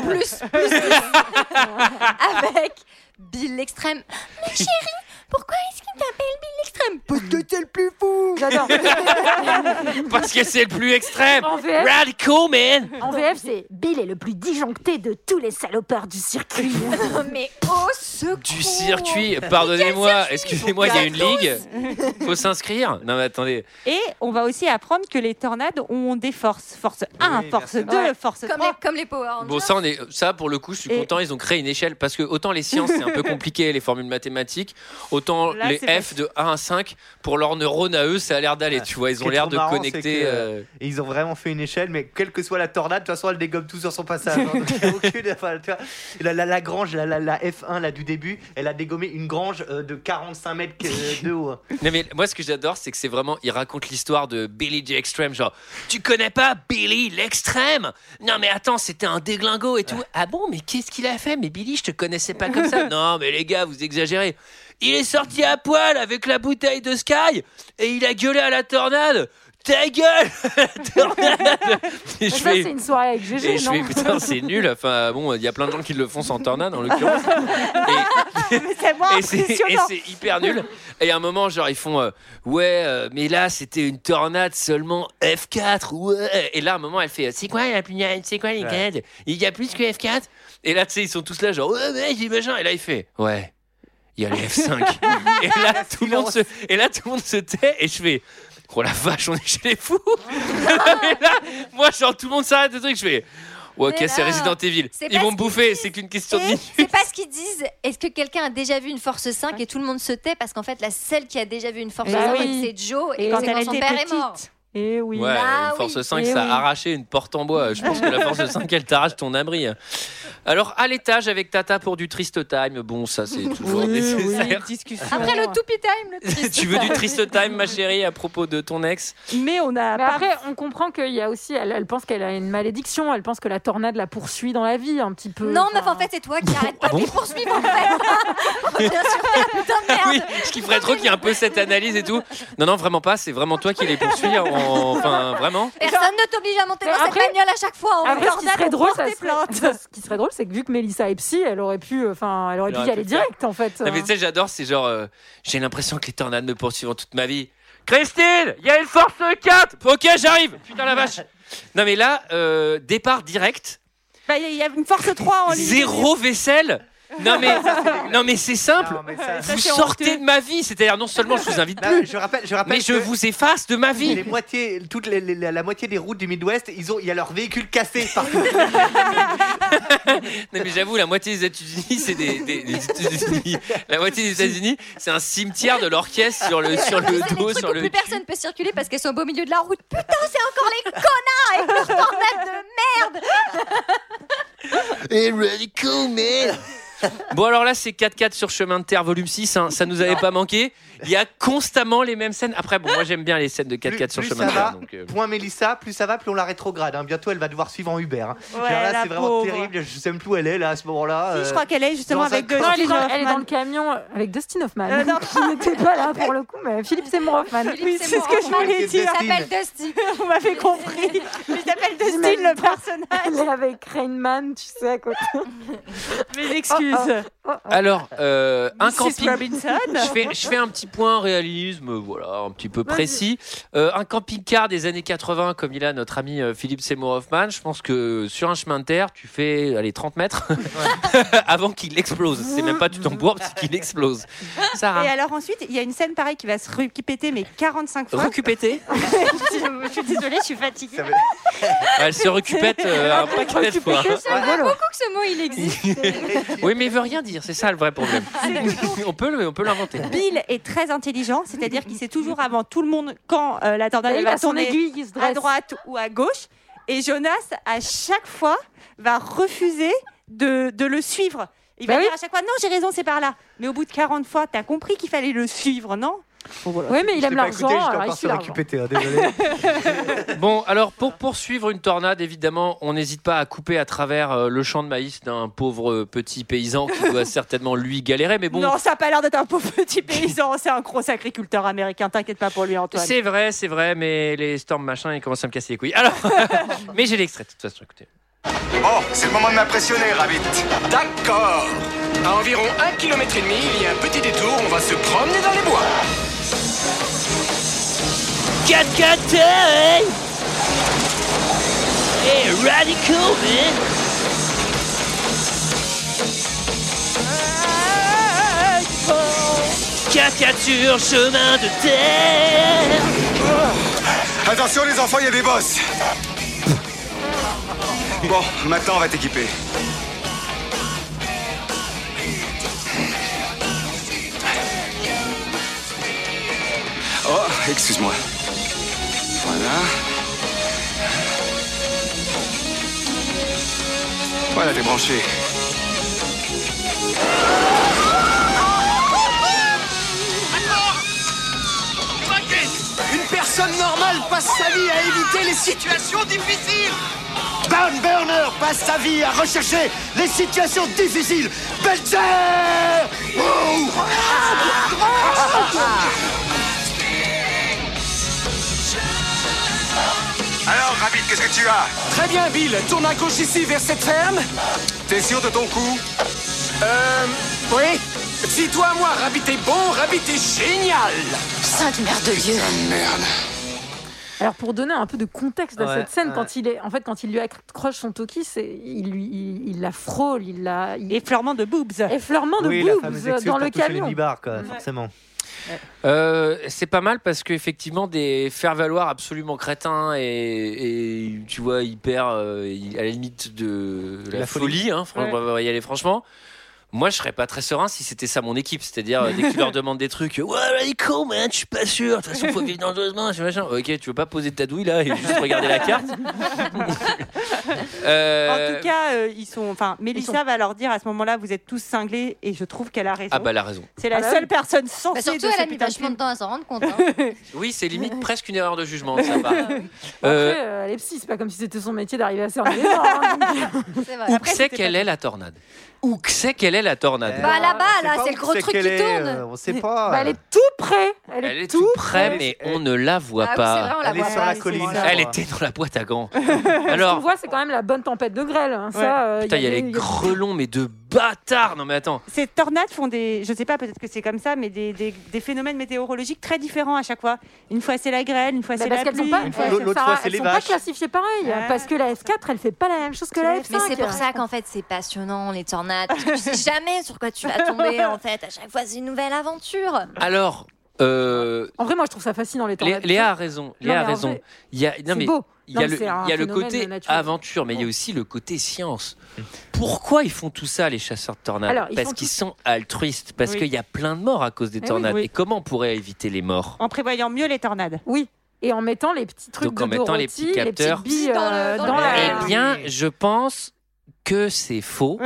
I: plus, plus, plus. Avec Bill l'extrême. Mais chérie, pourquoi est-ce qu'il t'appelle Bill l'extrême Parce que t'es le plus fou.
H: J'adore.
F: Parce que c'est le plus extrême.
H: En VF,
F: Radical, man.
H: en VF, c'est Bill est le plus disjoncté de tous les salopards du circuit.
I: Mais au secours.
F: Du circuit, pardonnez-moi, excusez-moi, il y a une ligue, faut s'inscrire. Non mais attendez,
G: Et on va aussi apprendre que les tornades ont des forces. Force 1,
J: Oui,
G: force 2,
J: merci.
G: force
I: Comme
G: 3.
I: les, comme les Power Rangers.
F: bon ça on est, ça pour le coup je suis
G: Et-
F: content, ils ont créé une échelle parce que autant les sciences c'est un peu compliqué, les formules mathématiques, Autant
G: Là,
F: les
G: c'est
F: F de 1 à 5, pour leurs neurones à eux, ça a l'air d'aller, tu vois.
J: Ce
F: Ils
J: qui
F: ont
J: est
F: l'air
J: trop
F: de
J: marrant, c'est
F: connecter.
J: que,
F: euh,
J: Ils ont vraiment fait une échelle, mais quelle que soit la tornade, de toute façon, elle dégomme tout sur son passage. hein. Donc, il y a aucune- enfin, tu vois, la, la, la grange, la, la- la F1 là, du début, elle a dégommé une grange euh, de 45 mètres euh, de haut.
F: Non mais moi ce que j'adore c'est que c'est vraiment il raconte l'histoire de Billy the Extreme genre tu connais pas Billy l'extrême non mais attends c'était un déglingo et tout ah bon mais qu'est-ce qu'il a fait mais Billy je te connaissais pas comme ça non mais les gars vous exagérez il est sorti à poil avec la bouteille de Sky et il a gueulé à la tornade ta gueule la tornade et
H: Mais
F: je
H: ça,
F: fais
H: c'est une soirée avec GG,
F: et je
H: non
F: fais putain c'est nul enfin bon il y a plein de gens qui le font sans tornade en l'occurrence Et-
G: Mais c'est moins
F: et c'est et
G: impressionnant.
F: c'est hyper nul. Et à un moment, genre, ils font euh, Ouais, euh, mais là, c'était une tornade seulement F4. Ouais. Et là, à un moment, elle fait euh, C'est quoi, la plus- c'est quoi les
J: Ouais.
F: gars Il y a plus que F4 Et là, tu sais, ils sont tous là, genre Ouais, ouais, j'ai machin. Et là, il fait Ouais. Il y a les F5. et, là, tout le monde se, et là, tout le monde se tait et je fais Oh la vache, on est chez les fous. et là, moi, genre, tout le monde s'arrête le truc. Je fais Ouais, ok,
I: Mais
F: c'est
I: là,
F: Resident Evil.
I: c'est
F: Ils
I: pas
F: vont
I: ce
F: me
I: qu'ils
F: bouffer, c'est qu'une question de
H: Eh
I: Et
F: minutes.
I: c'est pas ce qu'ils disent. Est-ce que quelqu'un a déjà vu une Force 5 et tout le monde se tait parce qu'en fait, la seule qui a déjà vu une Force
H: Eh
I: 5,
H: oui.
I: c'est Joe et,
H: Et
I: quand,
H: quand
I: c'est
H: elle
I: quand son
G: était
I: père
G: petite. Eh
I: est mort.
H: Et oui.
F: Ouais,
I: Bah
F: une force
I: oui.
F: 5,
H: Eh
F: ça
H: oui.
F: a arraché une porte en bois. Je pense que la force 5, elle t'arrache ton abri. Alors, à l'étage avec Tata pour du triste time. Bon, ça, c'est toujours
H: Oui,
F: nécessaire.
G: Discussion.
I: Après le toupie time, le triste.
F: tu veux du triste time, ma chérie, à propos de ton ex
G: Mais on a
H: Mais
G: pas.
H: après, on comprend qu'il y a aussi, elle, elle pense qu'elle a une malédiction, elle pense que la tornade la poursuit dans la vie un petit peu.
I: Non, mais
H: Enfin,
I: en fait, c'est toi qui arrête pas
F: Ah bon
I: de les poursuivre en fait. Bien sûr, t'es un putain de
F: Ah
I: merde.
F: Oui, je kifferais trop qu'il y ait un peu cette analyse et tout. Non, non, vraiment pas. C'est vraiment toi qui les poursuis. en- Enfin, vraiment.
I: Personne ne t'oblige à monter dans cette
H: Après-
I: bagnole à chaque fois. En
H: Après,
I: fait.
H: ce qui serait drôle, ça
G: porter
H: serait- ce qui serait drôle, c'est que vu que Mélissa est psy, elle aurait pu, euh, enfin, elle aurait
F: Elle
H: pu
F: aurait
H: y
F: pu
H: aller
F: le faire.
H: direct, en fait.
F: Non, mais tu sais, j'adore, c'est genre, euh, j'ai l'impression que les tornades me poursuivront toute ma vie. Christine, il y a une force 4 Ok, j'arrive Putain la vache Non mais là, euh, départ direct,
G: Bah, Il y a une force 3
J: Oh,
G: en ligne.
F: zéro vaisselle Non mais, non mais c'est simple
J: Non, mais ça-
F: Vous
G: c'est
F: sortez
G: honteux.
F: de ma vie C'est-à-dire, non seulement je vous invite
J: Non,
F: plus,
J: je rappelle, je rappelle
F: mais je
J: que
F: vous efface de ma vie
J: les moitiés, toute les- les- la, moitié des routes du Midwest, ils ont, il y a leur véhicule cassé partout.
F: Non mais j'avoue, la moitié des États-Unis, c'est des, des- des États-Unis. La moitié des États-Unis, c'est un cimetière de leur caisse sur le, sur
I: C'est
F: le
I: des
F: dos,
I: trucs
F: sur
I: où
F: le
I: plus personne peut circuler parce qu'elles sont au beau milieu de la route. Putain, c'est encore les connards avec leurs tornades de
F: Bon alors là c'est 4-4 sur chemin de terre volume 6, hein, ça nous avait pas manqué. Il y a constamment les mêmes scènes. Après bon moi j'aime bien les scènes de 4-4 sur
J: plus
F: chemin
J: ça
F: de terre.
J: va,
F: donc, euh,
J: Point Mélissa, plus ça va, plus on la rétrograde. hein. Bientôt, elle va devoir suivre en Uber. hein.
G: Ouais,
J: Genre là,
G: la
J: c'est vraiment
G: pauvre.
J: terrible. Je sais même plus où elle est là à ce moment-là.
G: Si, je
J: euh.
G: crois qu'elle est justement
J: dans un
G: avec
J: corps.
H: Non, elle est,
G: Dustin
H: dans, elle est dans
G: Hoffman.
H: le camion avec Dustin Hoffman,
G: Euh, non.
H: qui n'était pas là pour le coup, mais Philippe Seymour Hoffman.
G: Oui, c'est ce que je voulais
J: Dustin.
G: dire.
I: merde. S'appelle Dusty.
G: Vous m'avez compris. Mais s'appelle Dustin, le personnage.
H: Elle est avec Rainman, tu sais, à côté. Oh,
G: Mes excuses.
F: Alors euh, un
G: Mrs.
F: camping.
G: Robinson.
F: Je fais, je fais un petit point réalisme, voilà, un petit peu précis. Euh, un camping-car des années 80, comme il a notre ami euh, Philippe Seymour Hoffman, je pense que sur un chemin de terre, tu fais allez, 30 mètres avant qu'il explose. C'est même pas tu t'embourbes, c'est qu'il explose. Sarah,
G: Et alors ensuite, il y a une scène pareille qui va se répéter, mais 45 fois.
F: recupétez.
G: je suis désolée, je suis fatiguée.
J: Ça veut-
F: Elle se recupète euh, un paquet de fois.
I: Pourquoi que ce mot il existe
F: Oui, mais il veut rien dire, c'est ça le vrai problème.
G: Ah,
F: on peut le- on peut l'inventer.
G: Bill est très intelligent, c'est-à-dire qu'il sait toujours avant tout le monde quand euh, la tornade
H: Il
G: va
H: a son
G: tourner
H: aiguille qui se
G: à
H: dresse.
G: droite ou à gauche. Et Jonas, à chaque fois, va refuser de, de le suivre. Il va
H: Bah oui.
G: dire à chaque fois, non, j'ai raison, c'est par là. Mais au bout de 40 fois, t'as compris qu'il fallait le suivre, non
H: Oui, mais il
J: Je
H: aime
J: t'ai pas écouté, j'étais
H: l'argent. euh, alors il
J: encore
H: suit
J: sur
H: l'argent.
J: Occupé, hein, désolé.
F: Bon, alors pour poursuivre une tornade, évidemment, on n'hésite pas à couper à travers euh, le champ de maïs d'un pauvre euh, petit paysan qui doit certainement lui galérer. Mais bon,
G: Non, ça n'a pas l'air d'être un pauvre petit paysan, c'est un gros agriculteur américain, t'inquiète pas pour lui, Antoine.
F: c'est vrai, c'est vrai, mais les storms machin, ils commencent à me casser les couilles. Alors, mais j'ai l'extrait de toute façon, écoutez.
K: Bon, c'est le moment de m'impressionner, Rabbit.
C: D'accord. À environ un kilomètre et demi, il y a un petit détour, on va se promener dans les bois.
F: 4 4 hein? Hey, radical, man Cacature, chemin de terre
C: Oh.
K: Attention, les enfants, il y a des bosses. Bon, maintenant, on va t'équiper. Oh, excuse-moi. Voilà. Voilà, t'es branché.
C: Une personne normale passe sa vie à éviter les situations difficiles
B: Down Burner passe sa vie à rechercher les situations difficiles. Belzer Wow
K: Alors, Rabbit, qu'est-ce que tu as
C: Très bien, Bill, tourne à gauche ici vers cette ferme.
K: T'es sûr de ton coup
C: Euh. Oui Si toi, moi, Rabbit est bon, Rabbit est génial
A: Sainte Mère de Dieu.
K: Ah, merde.
H: Alors pour donner un peu de contexte à
J: Ouais,
H: cette scène,
J: ouais.
H: quand il est, en fait, quand il lui accroche son toki, c'est, il lui, il, il la frôle, il la, il
G: Effleurement de boobs.
H: effleurement de
J: oui, la fameuse
H: boobs
J: excuse
H: Oh, dans
J: pour
H: le
J: toucher les
H: camion.
J: nibards, quoi, forcément.
F: Euh, c'est pas mal parce qu'effectivement, des faire-valoir absolument crétins et, et, tu vois, hyper euh, à la limite de la,
J: La
F: folie,
J: folie.
F: hein, fran- on va y aller franchement. Moi, je serais pas très serein si c'était ça mon équipe. C'est-à-dire, euh, dès que tu leur demandes des trucs, ouais, là, il est con, man, je suis pas sûr. De toute façon, faut vivre dangereusement, je machin. Ok, tu veux pas poser de ta douille là et juste regarder la carte Euh,
G: En tout cas, euh, ils sont. Enfin, Mélissa va leur dire à ce moment-là, vous êtes tous cinglés, et je trouve qu'elle a raison.
F: Ah, bah, elle a raison.
G: C'est la
H: Ah bah
G: seule personne
A: Bah,
G: censée
A: surtout,
G: de ce
A: elle a mis
G: putain de
A: vachement de
G: film.
A: temps à s'en rendre compte. hein.
F: Oui, c'est limite presque une erreur de jugement, ça va.
H: Après,
F: Euh,
H: euh, elle est psy, c'est pas comme si c'était son métier d'arriver à cerner. les gens, hein, donc-
A: C'est vrai.
F: Où que
G: Après,
F: c'est
G: c'était
F: qu'elle
G: pas-
F: est la tornade Où que c'est qu'elle est la tornade
I: Bah
J: Euh, On
I: là-bas,
J: sait
I: là,
J: pas
I: c'est
J: où
I: le gros
J: c'est
I: truc
J: qu'elle
I: qui
J: est,
I: tourne.
J: euh, On sait pas.
H: Bah, elle est tout près. Elle,
F: Elle est tout près,
H: près.
F: mais on ne la voit
I: Ah oui, c'est vrai,
F: pas.
I: on la
J: Elle
I: voit
J: est sur
I: pas.
J: la colline.
G: c'est vrai.
F: Elle était dans la boîte à gants.
H: Ce qu'on
F: Alors,
H: voit, c'est quand même la bonne tempête de grêle. hein.
G: Ouais.
H: Ça, euh,
F: Ah. putain, il y a les
H: des-
F: grelons, mais de bâtards. Non, mais attends.
G: Ces tornades font des, je sais pas, peut-être que c'est comme ça, mais des, des- des phénomènes météorologiques très différents à chaque fois. Une fois c'est la grêle, une fois
H: Bah,
G: c'est
H: parce
G: la
H: qu'elles sont
G: pluie.
H: pas,
J: Une fois,
H: euh,
J: l'autre
H: Sarah,
J: fois, c'est
H: elles
J: les
H: sont
J: vaches.
H: pas classifiées pareil,
G: Ouais.
H: parce que la F4 elle fait pas la même chose que la F5.
I: Mais c'est pour ça qu'en fait, c'est passionnant les tornades. Parce que tu sais jamais sur quoi tu vas tomber en fait. À chaque fois, c'est une nouvelle aventure.
F: Alors, euh,
H: En vrai, moi je trouve ça fascinant les
F: Lé-
H: tornades.
F: Léa a raison. Léa a
H: mais en
F: raison.
H: vrai,
F: Il y a, non,
H: c'est
F: mais
H: beau.
F: il y a
H: Non,
F: le,
H: mais c'est un
F: il y a le
H: phénomène
F: côté
H: naturel.
F: aventure, mais il y a
H: Bon.
F: aussi le côté science. Pourquoi ils font tout ça, les chasseurs de tornades
H: Alors, ils
F: Parce
H: font
F: qu'ils
H: tout-
F: sont altruistes, parce
G: Oui.
F: qu'il y a plein de morts à cause des
G: oui,
F: tornades.
G: oui.
F: Et comment on pourrait éviter les morts
G: En prévoyant mieux les tornades.
H: Oui. Et en mettant les petits trucs
F: Donc,
H: de
F: en mettant les petits
H: Dorothy, les petites
F: capteurs.
H: billes euh,
I: Dans
H: dans,
I: le-
H: la.
F: Eh bien, je pense que c'est faux.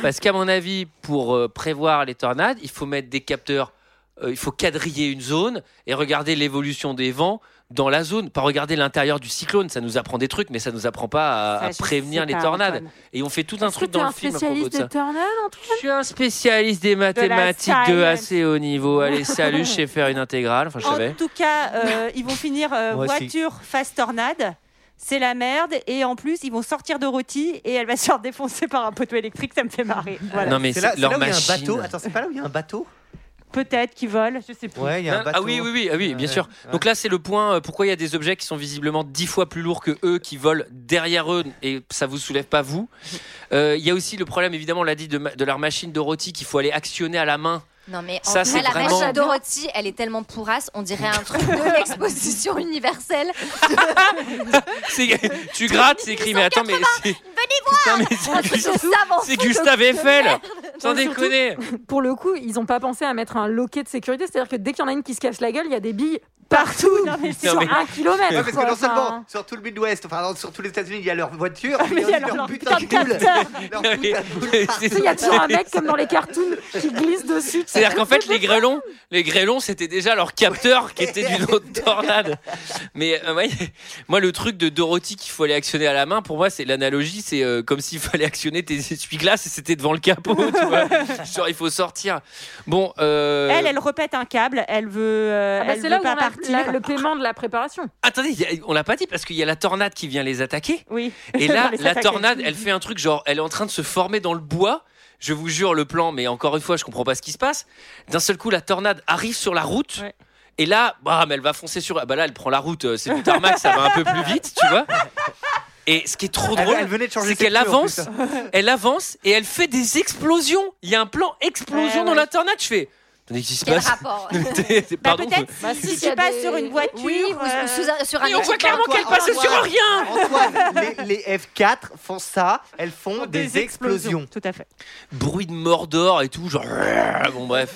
F: parce qu'à mon avis, pour euh, prévoir les tornades, il faut mettre des capteurs, euh, il faut quadriller une zone et regarder l'évolution des vents dans la zone. Pas regarder l'intérieur du cyclone, ça nous apprend des trucs, mais ça nous apprend pas à, Ah, à
G: Ça, je
F: prévenir
G: sais
F: les
G: pas,
F: tornades.
G: Antoine.
F: Et on fait tout un
H: Est-ce que
F: truc
H: t'es
F: dans
H: un
F: le film à propos
H: spécialiste
F: de
H: de
F: ça.
H: tornades Antoine
F: Je suis un spécialiste des mathématiques de,
G: science. Oh,
F: assez haut niveau. Allez, salut, je sais faire une intégrale. Enfin, je
G: En
F: savais.
G: tout cas, euh, ils vont finir euh,
J: Moi aussi.
G: voiture face tornade. C'est la merde. Et en plus, ils vont sortir de rôti et elle va se faire défoncer par un poteau électrique. Ça me fait marrer. Voilà.
F: Non, mais
J: C'est
F: c'est-
J: là, c'est
F: leur
J: là où il y a un
F: machine.
J: bateau. Attends, c'est pas là où il y a un bateau
G: Peut-être qu'ils volent. Je sais plus.
J: Ouais, il y a un
F: Ah,
J: bateau.
F: Ah oui, oui, oui, ah oui bien
J: Ouais,
F: sûr.
J: ouais.
F: Donc là, c'est le point euh, pourquoi il y a des objets qui sont visiblement dix fois plus lourds que eux, qui volent derrière eux, et ça vous soulève pas, vous. Euh, Il y a aussi le problème, évidemment, on l'a dit, de, ma- de leur machine Dorothy qu'il faut aller actionner à la main.
I: Non mais en
F: Ça,
I: vrai,
F: c'est
I: la
F: vraiment-
I: machine Dorothy, elle est tellement pourrasse, on dirait un truc de l'exposition universelle.
F: C'est- tu grattes, c'est écrit, mais attends, mais c'est. Putain, mais c'est
I: Un truc de
F: Gustave-
I: savant
F: c'est
I: fou de-
F: Gustave
I: de
F: Eiffel
I: merde.
F: Sans
H: Ouais, surtout-
F: déconner
H: Pour le coup, ils ont pas pensé à mettre un loquet de sécurité, c'est-à-dire que dès qu'il y en a une qui se casse la gueule, il y a des billes partout
G: Non, mais
H: sur
F: mais-
H: un kilomètre.
J: Ouais, parce
H: quoi.
J: que non
H: Enfin,
J: seulement sur tout le Midwest, enfin non, sur tous les États-Unis, il y a leur voiture, Ah, mais il y a aussi leur putain de boule.
G: capteur.
J: Leur putain de boule.
H: tu sais, il y a toujours un mec comme dans les cartoons qui glisse dessus. Ah tu sais.
F: C'est-à-dire qu'en fait, les grêlons, les grêlons, c'était déjà leur capteur qui était d'une autre tornade. Mais euh, ouais, moi, le truc de Dorothy qu'il faut aller actionner à la main, pour moi, c'est l'analogie, c'est euh, comme s'il fallait actionner tes essuie-glaces et c'était devant le capot, tu vois. Genre, il faut sortir. Bon, euh,
G: Elle, elle repète un câble. Elle veut. euh,
H: Ah bah,
G: elle
H: c'est
G: veut
H: là où on
G: pas
H: a
G: partir.
H: la- le paiement de la préparation.
F: attendez, il y a- on l'a pas dit parce qu'il y a la tornade qui vient les attaquer.
G: Oui.
F: Et
G: Dans
F: là,
G: les
F: la
G: attaques.
F: tornade, elle fait un truc genre, elle est en train de se former dans le bois. Je vous jure, le plan, mais encore une fois, je comprends pas ce qui se passe. D'un seul coup, la tornade arrive sur la route.
G: Ouais.
F: Et là, bah, mais elle va foncer sur. ah Bah là, elle prend la route, euh, c'est du tarmac, ça va un peu plus vite, tu vois. Et ce qui est trop
J: Elle,
F: drôle,
J: elle venait de changer
F: c'est
J: ses
F: qu'elle
J: pneus, en
F: avance,
J: plus. hein.
F: elle avance et elle fait des explosions. Il y a un plan explosion
G: Ouais,
F: dans
G: ouais.
F: la tornade. Je fais. Attendez, qu'est-ce qui se
I: Quel
F: passe
I: rapport
G: Bah,
F: Pardon.
G: peut-être
H: Bah,
G: si,
H: si, s'il y
G: tu
H: a
G: passes
H: des-
G: sur une voiture.
I: Oui, ou,
G: euh,
I: ou sous un- sur un
F: Mais on
J: Ah,
F: voit
I: hélicoptère.
F: clairement qu'elle passe sur
J: Antoine,
F: rien.
J: Antoine, les, les F4 font ça, elles font des, explosions.
G: Tout à fait.
F: bruit de Mordor et tout, genre. Bon, bref.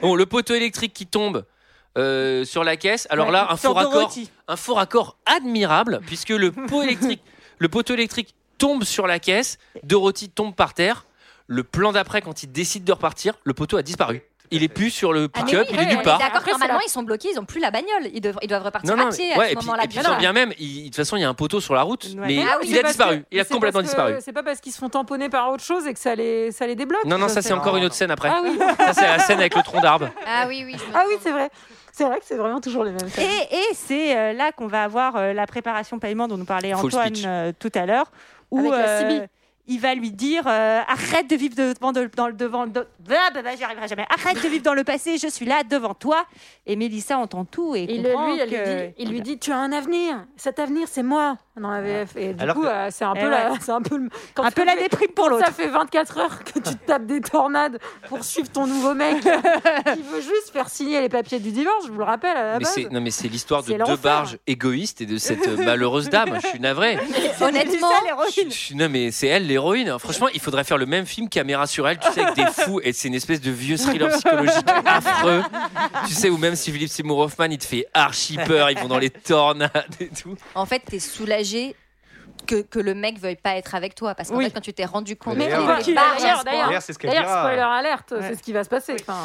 F: Bon, le poteau électrique qui tombe. euh, sur la caisse. Alors
G: Ouais,
F: là,
G: une
F: un faux,
G: sorte de
F: raccord,
G: rôti.
F: un faux raccord admirable, puisque le, pot électrique, le poteau électrique tombe sur la caisse, Dorothy tombe par terre. Le plan d'après, quand il décide de repartir, le poteau a disparu. Il est plus sur le
I: Ah, mais
F: pick-up,
I: oui,
F: il est
I: on
F: nulle
I: est
F: part.
I: D'accord,
H: Après,
I: normalement,
H: c'est
I: ils sont bloqués, ils n'ont plus la bagnole. Ils, devra- ils doivent repartir
F: Non, non,
I: à pied
F: ouais,
I: à
F: et
I: ce
F: puis,
I: moment-là.
F: et puis
I: bien
F: sans
I: sûr.
F: bien même, il- de toute façon, il y a un poteau sur la route,
G: Ouais.
F: mais
I: Ah oui,
F: il
I: c'est
F: a
H: parce
F: disparu.
H: que-
F: il a
H: c'est
F: complètement
H: parce que-
F: disparu.
H: C'est pas parce qu'ils se font tamponner par autre chose et que ça les, ça les débloque.
F: Non, non,
H: Je
F: ça
H: sais.
F: c'est encore une autre scène après.
H: Ah oui,
F: Ça c'est la scène avec le tronc d'arbre.
I: Ah oui, oui. je me
H: ah oui
I: trompe.
H: c'est vrai. C'est vrai que c'est vraiment toujours les mêmes. scènes.
G: Et, et c'est euh, là qu'on va avoir euh, la préparation paiement dont nous parlait
F: Full
G: Antoine
F: speech.
G: euh, tout à l'heure, où
H: Avec la
G: euh,
H: Sibylle.
G: il va lui dire euh, arrête de vivre devant de- dans le devant de- bah, bah, bah, j'y arriverai jamais. Arrête de vivre dans le passé, je suis là devant toi. Et Mélissa entend tout et,
H: Et le-
G: comprend
H: lui, elle
G: que-
H: lui dit, il lui dit, tu as un avenir. Cet avenir, c'est moi dans la VF. Et du
J: Alors
H: coup,
J: que-
H: euh, c'est un
G: Eh
H: peu, la, c'est un peu, le- quand
G: un
H: ça
G: peu la
H: fait-
G: déprime pour l'autre.
H: Ça fait 24 heures que tu te tapes des tornades pour suivre ton nouveau mec qui veut juste faire signer les papiers du divorce. Je vous le rappelle à la
F: Mais
H: base.
F: c'est, non, mais c'est l'histoire de
H: C'est
F: deux
H: l'enfer.
F: barges égoïstes et de cette euh, malheureuse dame. Je suis navré.
I: Honnêtement,
G: Mélissa,
F: Je-
G: l'héroïne.
F: je- non, mais c'est elle l'héroïne. Franchement, il faudrait faire le même film caméra sur elle, tu sais, avec des fous. Et c'est une espèce de vieux thriller psychologique affreux. Tu sais, ou même si Philippe Seymour Hoffman, il te fait archi peur, ils vont dans les tornades et tout.
I: en fait, t'es soulagé que, que le mec veuille pas être avec toi. Parce qu'en fait, quand tu t'es rendu compte
J: Mais
I: qu'il
J: d'ailleurs-
I: était barré à ce
H: d'ailleurs,
I: point-
H: d'ailleurs,
J: c'est ce qu'elle Ah.
H: D'ailleurs,
J: dira.
H: spoiler alerte,
G: Ouais.
H: c'est ce qui va se passer. Enfin,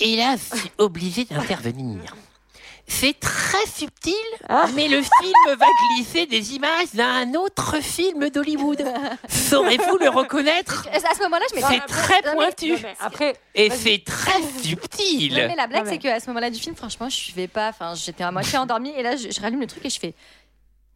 A: Et là, je suis obligée d'intervenir. C'est très subtil,
H: Ah.
A: mais le film va glisser des images d'un autre film d'Hollywood. Saurez-vous le reconnaître
I: À ce moment-là, je m'étais.
A: C'est très
I: Non, mais- ah,
A: pointu
H: non, mais après,
A: et
H: vas-y.
A: c'est très
I: Non,
A: subtil.
I: mais la blague,
H: Non, mais-
I: c'est qu'à ce moment-là du film, franchement, je vais pas. Enfin, j'étais à moitié endormie et là, je, je rallume le truc et je fais.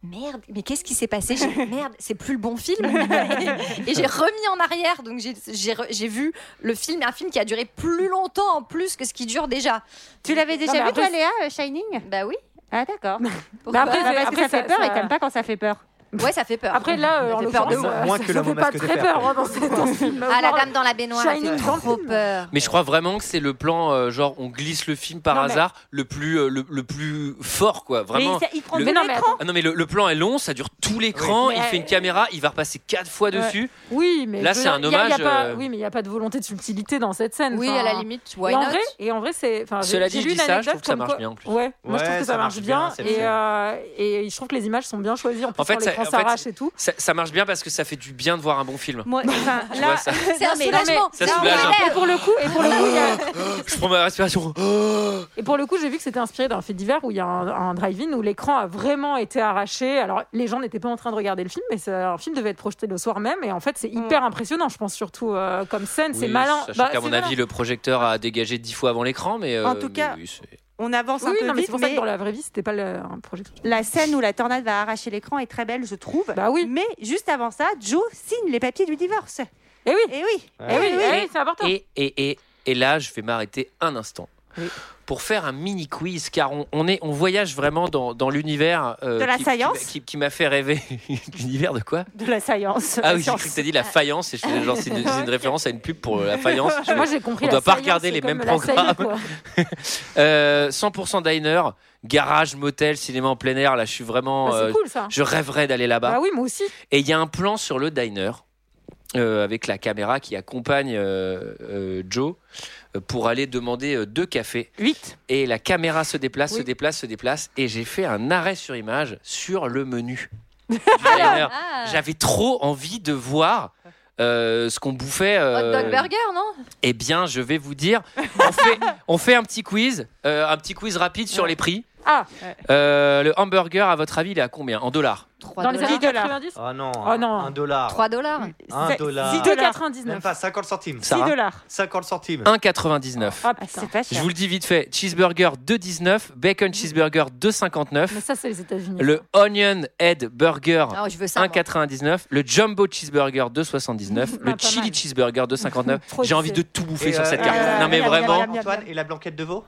I: Merde, mais qu'est-ce qui s'est passé J'ai- Merde, c'est plus le bon film. et j'ai remis en arrière, donc j'ai- j'ai re- j'ai vu le film, un film qui a duré plus longtemps en plus que ce qui dure déjà.
G: Tu l'avais déjà
H: mais
G: vu toi
H: après,
G: Léa euh, Shining
I: Bah oui.
G: Ah d'accord.
I: Pourquoi
H: après,
G: Bah, parce que
H: après,
G: ça fait
H: ça-
G: peur
H: ça-
G: et t'aimes pas quand ça fait peur.
I: Ouais, ça fait peur.
H: après là, euh, en
I: Ça fait peur
H: l'occurrence,
I: de
H: euh,
J: Moins
H: ça-
J: que
H: ça
J: le
H: fait
J: moment
H: pas
J: masque de
H: très
J: fer.
H: peur hein, dans ce dans ce film.
I: ah, la
H: Voir-
I: dame dans la baignoire, elle fait
H: Shining
I: trop
H: film.
I: peur.
F: Mais je crois vraiment que c'est le plan, euh, genre, on glisse le film par
H: Non, mais-
F: hasard, le, plus, euh, le, le plus fort, quoi. Vraiment.
G: mais il, il prend hein.
F: le-
G: tout
H: Mais non, mais
G: l'écran.
F: Ah non mais le, le plan est long, ça dure tout l'écran,
H: Oui.
F: il
H: Mais-
F: fait une caméra, il va repasser quatre fois
H: Ouais.
F: dessus.
H: Oui, mais
F: Là,
H: je veux
F: c'est
H: dire,
F: un
H: il y a- il y a
F: hommage,
H: pas-
F: euh.
H: Oui, mais il n'y a pas de volonté de subtilité dans cette scène.
I: Oui,
H: Enfin,
I: à la limite, why
H: Et en
I: not
H: vrai, et en vrai, c'est. Enfin, j'ai-
F: Cela
H: j'ai
F: dit, je
H: lu
F: dis
H: une
F: ça, je
H: anecdote
F: trouve que ça
H: comme
F: marche
H: quoi-
F: bien en plus.
H: Ouais, moi je trouve
J: Ouais,
H: que ça, marche bien,
J: c'est
H: et,
J: bien.
H: euh, et je trouve que les images sont bien choisies. En, plus,
F: En fait,
H: quand
F: ça-
H: l'écran
F: en fait,
H: s'arrache et tout.
F: Ça, ça marche bien parce que ça fait du bien de voir un bon film.
G: Moi, enfin,
F: Tu
G: là,
F: vois, ça-
I: C'est un
G: Non, mais- non, mais-
I: soulagement.
F: Ça
I: Là, on
F: soulage un
I: relève.
H: Et pour le coup, et pour le coup, il y a-
F: Je prends ma respiration.
H: Et pour le coup, j'ai vu que c'était inspiré d'un fait divers où il y a un, un drive-in où l'écran a vraiment été arraché. Alors, les gens n'étaient pas en train de regarder le film, mais ça- un film devait être projeté le soir même. Et en fait, c'est
I: Mm.
H: hyper impressionnant, je pense, surtout euh, comme scène. c'est
F: Oui,
H: malin.
F: Sachant
H: Bah,
F: qu'à
H: c'est
F: mon
H: malin.
F: avis, le projecteur a dégagé dix fois avant l'écran, mais euh,
G: En tout
F: mais
G: cas-
F: oui, c'est-
G: on avance
H: Oui,
G: un peu
H: non, mais
G: vite,
H: c'est pour ça
G: mais
H: que dans la vraie vie, c'était pas le, un projecteur.
G: la scène où la tornade va arracher l'écran est très belle, je trouve.
H: Bah oui.
G: Mais juste avant ça, Joe signe les papiers du divorce.
H: Et oui,
G: Et oui.
H: eh oui,
G: oui,
H: eh oui, c'est important.
F: Et, et, et, et là, je vais m'arrêter un instant.
H: Oui.
F: Pour faire un mini quiz, car on, on est, on voyage vraiment dans, dans l'univers euh,
G: De la
F: qui- qui-
G: science.
F: qui, qui m'a fait rêver. L'univers de quoi
G: De la science.
F: Ah
G: la
F: oui, j'ai
G: science.
F: cru que t'as dit la faïence. Et je faisais genre, c'est une, c'est une référence à une pub pour euh, la faïence. Je fais,
H: Moi, j'ai compris.
F: On
H: la
F: doit pas
H: saillie,
F: regarder
H: c'est
F: les
H: comme
F: mêmes
H: la saillie,
F: programmes.
H: quoi.
F: Euh, 100% diner, garage, motel, cinéma en plein air. Là, je suis vraiment.
H: Bah,
F: euh, ah.
H: c'est cool ça.
F: Je rêverais d'aller là-bas.
H: Bah oui, moi aussi.
F: Et il y a un plan sur le diner euh, avec la caméra qui accompagne euh, euh, Joe euh, pour aller demander euh, deux cafés.
G: Huit.
F: Et la caméra se déplace,
H: Oui.
F: se déplace, se déplace. Et j'ai fait un arrêt sur image sur le menu du diner.
I: Ah.
F: J'avais trop envie de voir. euh, ce qu'on bouffait.
I: Hot
F: euh,
I: dog burger, non
F: eh bien, je vais vous dire, on fait, on fait un petit quiz, euh, un petit quiz rapide sur les prix.
H: Ah.
F: Euh, le hamburger, à votre avis, il est à combien En dollars
I: 3
H: Dans les années
I: dollars.
H: 90,
J: Oh non,
H: Oh non.
J: un dollar.
I: 3 dollars.
J: Un
G: C'est-
J: dollar.
G: six dollars.
H: 2,99.
J: Même pas 50 centimes.
F: Sarah
G: 6 dollars.
J: 50 centimes.
F: 1,99.
H: Ah,
G: Ah,
H: putain.
G: c'est pas
F: Je
G: cher.
F: vous le dis vite fait, cheeseburger 2,19, bacon cheeseburger
H: Mais
F: 2,59,
H: ça, c'est Ah, les États-Unis.
F: le onion head burger
I: Non, Ah, je veux ça. moi.
F: 1,99, le jumbo cheeseburger 2,79,
H: Ah,
F: le
H: pas
F: chili
H: mal.
F: cheeseburger 2,59.
H: Trop
F: J'ai envie de
H: délicieux.
F: tout bouffer
J: Et,
F: sur
J: euh,
F: cette
J: euh,
F: carte. non mais
G: miam, miam,
F: vraiment,
G: miam, miam.
J: Antoine, et la blanquette de veau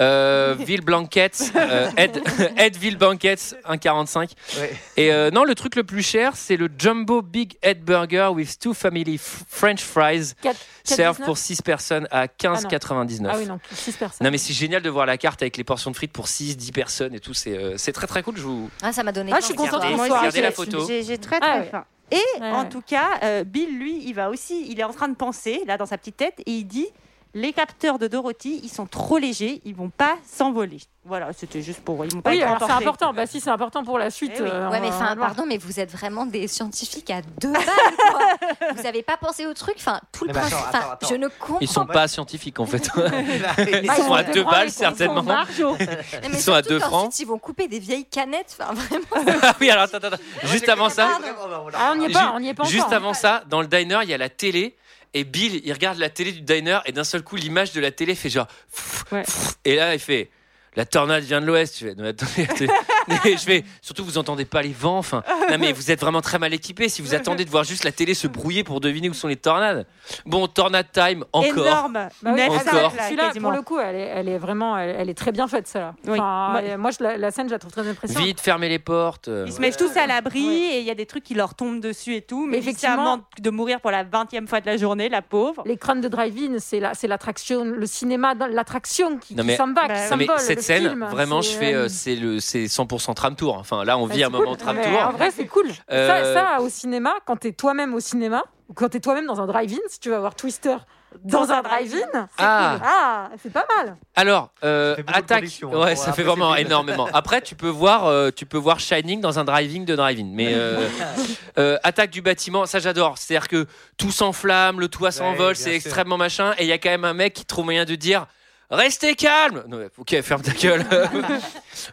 F: euh, Ville Blanquette, euh, Ed, Ed Ville Blanquette 1,45.
J: Ouais.
F: Et euh, non, le truc le plus cher, c'est le Jumbo Big Head Burger with two family f- French fries,
H: Quatre-
F: serve
H: 4,19.
F: pour 6 personnes à 15,99.
H: Ah oui, non, 6 personnes.
F: Non mais c'est génial de voir la carte avec les portions de frites pour 6, 10 personnes et tout, c'est euh, c'est très très cool, je vous...
I: Ah, ça m'a donné.
H: Ah,
I: faim.
H: je suis contente.
F: Regardez,
H: qu'on soit
F: regardez la
H: arrêté
F: photo.
G: J'ai j'ai très
H: Ah
G: très
H: ouais.
G: faim. Et
H: Ouais,
G: en
H: ouais.
G: tout cas, euh, Bill, lui, il va aussi, il est en train de penser, là, dans sa petite tête, et il dit les capteurs de Dorothy, ils sont trop légers, ils vont pas s'envoler. Voilà, c'était juste pour. Ils vont pas
H: Oui,
G: être
H: alors c'est
G: emportés.
H: important. Bah si, c'est important pour la suite.
G: Eh oui.
H: euh,
I: Ouais, mais
H: on va
I: enfin,
H: le voir.
I: pardon, mais vous êtes vraiment des scientifiques à deux balles, quoi. Vous avez pas pensé au truc Enfin, tout le
J: Mais
I: principe.
J: Eh ben, attends,
I: enfin,
J: attends, attends.
I: Je ne comprends
F: Ils sont
J: Ouais.
F: pas scientifiques en fait.
J: Ils
H: Ah,
F: sont à
H: des
F: deux
H: bras et
F: balles,
H: ils sont
F: certainement.
H: margeaux.
I: pas. Mais
F: ils sont à
I: surtout
F: deux
I: qu'ensuite,
F: francs.
I: Ils vont couper des vieilles canettes. Enfin, vraiment.
F: ah oui, alors attends, attends, attends. juste avant ça,
H: Ah, on n'y est pas, on n'y est pas
F: juste
H: encore.
F: avant ça, dans le diner, il y a la télé. Et Bill, il regarde la télé du diner et d'un seul coup, l'image de la télé fait genre.
H: Ouais.
F: Et là, il fait. La tornade vient de l'ouest. Je fais, non, mais attendez, attendez. Et je fais, surtout, vous entendez pas les vents. Enfin, non, mais vous êtes vraiment très mal équipé si vous attendez de voir juste la télé se brouiller pour deviner où sont les tornades. Bon, tornade time, encore.
G: Énorme.
H: Bah oui,
G: Net
F: Encore.
G: Sarah, là,
H: Celui-là,
G: quasiment.
H: pour le coup, elle est, elle est vraiment, elle, elle est très bien faite, celle-là.
G: Oui.
H: Enfin,
G: Moi-
H: elle- moi, je la, la scène, je la trouve très impressionnante.
F: Vite, fermez les portes. euh,
G: Ils se mettent tous à l'abri
H: Ouais.
G: et il y a des trucs qui leur tombent dessus et tout. Mais
H: Effectivement.
G: effectivement, de mourir pour la 20e fois de la journée, la pauvre.
H: Les crânes de drive-in, c'est la- c'est l'attraction, le cinéma, dans- l'attraction qui,
F: Non,
H: qui
F: mais-
H: s'en va,
G: Bah
H: qui
G: oui.
F: Non, mais
H: s'envole,
F: cette
H: le
F: scène,
H: film,
F: vraiment, je
H: c'est,
F: fais, euh,
H: euh, Bah,
F: c'est le, c'est 100% tram tour. Enfin, là, on vit
H: c'est
F: un moment
H: cool.
F: tram
H: Mais En
F: tour.
H: vrai, c'est cool.
F: Euh,
H: Ça, ça, au cinéma, quand t'es toi-même au cinéma, ou quand t'es toi-même dans un drive-in, si tu vas voir Twister dans un drive-in,
F: Ah,
H: ah, c'est pas mal.
F: alors euh,
J: Ça fait beaucoup de
F: attaque.
J: connexions, hein,
F: Ouais,
J: pour
F: ça fait
J: appeler
F: vraiment
J: ces films.
F: énormément. Après, tu peux voir, euh, tu peux voir Shining dans un driving de driving. Mais euh, euh, attaque du bâtiment, ça j'adore. C'est-à-dire que tout s'enflamme, le toit s'envole,
J: bien
F: c'est
J: sûr.
F: extrêmement machin, et il y a quand même un mec qui trouve moyen de dire. Restez calme! Non, mais, ok, ferme ta gueule.